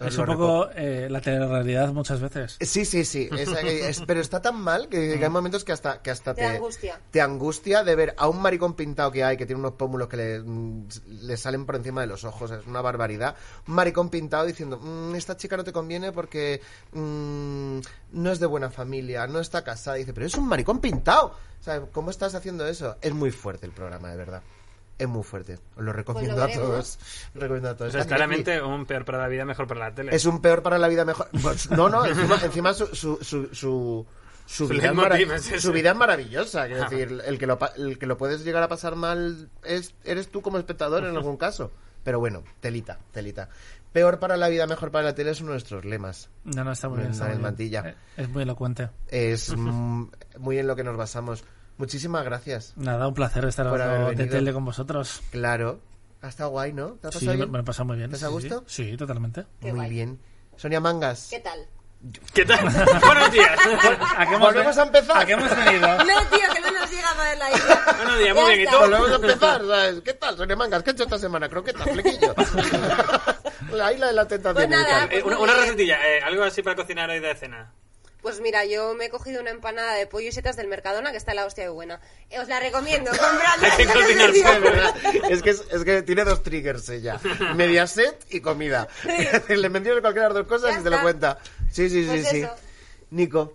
Speaker 1: Os
Speaker 2: Es
Speaker 1: lo
Speaker 2: un poco eh, la telerrealidad muchas veces.
Speaker 1: Sí, Eh, sí, sí. Es- eh, es- pero está tan mal que,
Speaker 4: Mm.
Speaker 1: que hay momentos que hasta, que hasta
Speaker 5: Te angustia.
Speaker 1: te angustia de ver a un maricón pintado que hay, que tiene unos pómulos que le, mm, le salen por encima de los ojos, es una barbaridad. Un maricón pintado diciendo, "Mm, esta chica no te conviene porque mm, no es de buena familia, no está casada. Y dice, pero es un maricón pintado. O sea, ¿cómo estás haciendo eso? Es muy fuerte el programa, de verdad. Es muy fuerte. Os lo recomiendo a
Speaker 5: Pues veremos.
Speaker 1: todos. Lo recomiendo a todos.
Speaker 4: O sea,
Speaker 1: Está en Netflix.
Speaker 4: claramente un peor para la vida, mejor para la tele.
Speaker 1: Es un peor para la vida mejor. Pues, no, no, encima, encima su, su, su, su, su
Speaker 4: Su
Speaker 1: vida es
Speaker 4: leitmotiv
Speaker 1: marav-
Speaker 4: es ese.
Speaker 1: su vida es maravillosa. Quiero decir, el que, lo, pa- el que lo puedes llegar a pasar mal es, eres tú como espectador en algún caso. Pero bueno, telita, telita. Peor para la vida, mejor para la tele es uno de nuestros lemas.
Speaker 2: No, no, está muy
Speaker 1: Me
Speaker 2: bien. está
Speaker 1: dan
Speaker 2: muy
Speaker 1: el
Speaker 2: bien.
Speaker 1: mantilla.
Speaker 2: Eh, Es muy elocuente.
Speaker 1: Es mm, muy en lo que nos basamos. Muchísimas gracias.
Speaker 2: Nada, un placer estar
Speaker 1: Por haber
Speaker 2: hablando de
Speaker 1: venido.
Speaker 2: tele con vosotros.
Speaker 1: Claro. Ha estado guay, ¿no? ¿Te ha
Speaker 2: Sí,
Speaker 1: pasado
Speaker 2: me,
Speaker 1: bien?
Speaker 2: me lo he pasado muy bien.
Speaker 1: ¿Estás a
Speaker 2: sí,
Speaker 1: gusto?
Speaker 2: Sí, Sí, totalmente.
Speaker 5: Qué
Speaker 1: Muy
Speaker 5: guay.
Speaker 1: bien. Sonia Mangas.
Speaker 5: ¿Qué tal?
Speaker 4: ¿Qué tal? Buenos días.
Speaker 2: ¿A qué
Speaker 1: Volvemos a empezar.
Speaker 2: ¿A qué hemos venido?
Speaker 5: No, tío, que no nos llega llegado de la isla.
Speaker 4: Buenos días, muy bien, ¿y tú?
Speaker 1: Volvemos a empezar, ¿sabes? ¿Qué tal? Sonia Mangas, ¿qué has hecho esta semana? Croqueta, flequillo. la isla de las tentaciones.
Speaker 5: Pues nada,
Speaker 1: y tal.
Speaker 4: Eh, una, una recetilla, eh, algo así para cocinar hoy de cena.
Speaker 5: Pues mira, yo me he cogido una empanada de pollo y setas del Mercadona que está la hostia de buena. Eh, Os la recomiendo, compradla.
Speaker 4: Hay que cocinar
Speaker 5: pues Sí,
Speaker 1: Es verdad. Es que, es, es que tiene dos triggers ella. Media set y comida. Es decir, Le mencionas cualquiera de las dos cosas
Speaker 5: Ya
Speaker 1: y te lo
Speaker 5: está.
Speaker 1: cuenta. Sí, sí, sí,
Speaker 5: Pues
Speaker 1: sí.
Speaker 5: eso.
Speaker 1: Nico.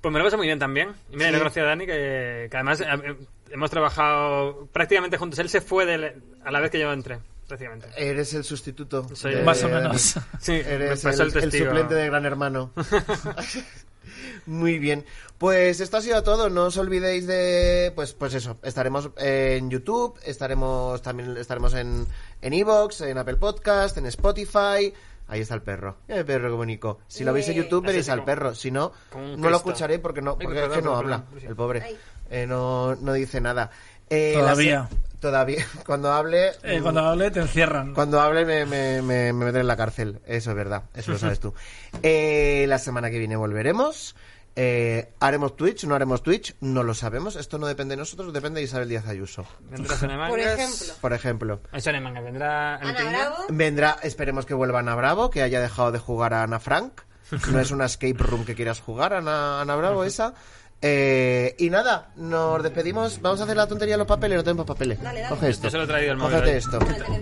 Speaker 4: Pues me lo paso muy bien también. Y mira,
Speaker 1: Sí.
Speaker 4: le conocí a Dani, que, que además eh, eh, hemos trabajado prácticamente juntos. Él se fue del- a la vez que yo entré, prácticamente.
Speaker 1: Eres el sustituto.
Speaker 4: Soy-
Speaker 1: de
Speaker 2: Más o
Speaker 1: Dani.
Speaker 2: menos.
Speaker 4: Sí,
Speaker 1: Eres
Speaker 4: me pasó
Speaker 1: el,
Speaker 4: el
Speaker 1: el
Speaker 4: testigo.
Speaker 1: suplente de Gran Hermano. Muy bien. Pues esto ha sido todo. No os olvidéis de. Pues, pues eso. Estaremos en YouTube, estaremos también estaremos en en Evox, en Apple Podcast, en Spotify. Ahí está el perro. El perro qué bonito. Si lo veis en
Speaker 5: Yeah.
Speaker 1: YouTube,
Speaker 4: Así
Speaker 1: veréis
Speaker 4: sí,
Speaker 1: al
Speaker 4: como-
Speaker 1: perro. Si no,
Speaker 4: como un
Speaker 1: no lo
Speaker 4: Cristo.
Speaker 1: escucharé porque no,
Speaker 4: Ay,
Speaker 1: porque
Speaker 4: perdón,
Speaker 1: es que no
Speaker 4: perdón,
Speaker 1: habla.
Speaker 4: perdón, sí.
Speaker 1: El pobre.
Speaker 5: Ay.
Speaker 1: Eh, no, no dice nada. Eh, la se-
Speaker 2: Todavía.
Speaker 1: Todavía. Cuando hable.
Speaker 2: Eh,
Speaker 1: mm,
Speaker 2: cuando hable te encierran.
Speaker 1: cuando hable me, me, me- me meteré en la cárcel. Eso es verdad. Eso lo sabes tú. Eh, la semana que viene volveremos. Eh, ¿Haremos Twitch? ¿No haremos Twitch? No lo sabemos. Esto no depende de nosotros, depende de Isabel Díaz Ayuso.
Speaker 4: Vendrá Sonia Mangas.
Speaker 5: Por ejemplo.
Speaker 1: Por ejemplo.
Speaker 4: Ay, Sonia Mangas, vendrá el
Speaker 5: Ana
Speaker 4: Tinder.
Speaker 5: Bravo.
Speaker 1: Vendrá, esperemos que vuelva Ana Bravo, que haya dejado de jugar a Ana Frank. No es una escape room que quieras jugar, Ana, Ana Bravo, esa. Eh, y nada, nos despedimos. Vamos a hacer la tontería de los papeles. No tenemos papeles.
Speaker 5: Dale, dale.
Speaker 1: Coge esto.
Speaker 4: Yo se lo he traído el móvil
Speaker 1: Cógete
Speaker 4: hoy.
Speaker 1: esto.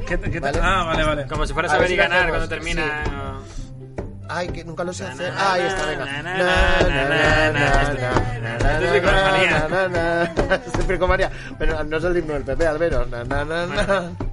Speaker 2: ¿Qué te- qué te-
Speaker 1: Vale.
Speaker 2: Ah, vale, vale.
Speaker 4: Como si fuera
Speaker 1: A ver
Speaker 4: saber
Speaker 1: si
Speaker 4: y
Speaker 1: lo
Speaker 4: ganar
Speaker 1: hacemos,
Speaker 4: cuando termina. ¿no?
Speaker 1: Ay, que nunca lo sé
Speaker 4: Na,
Speaker 1: hacer.
Speaker 4: na,
Speaker 1: Ah, ahí
Speaker 4: na,
Speaker 1: está, venga.
Speaker 4: na, na, na, na, na. Este Esto es bricomanía.
Speaker 1: Siempre Pero no es el himno del PP, al menos. Na, na, na, na.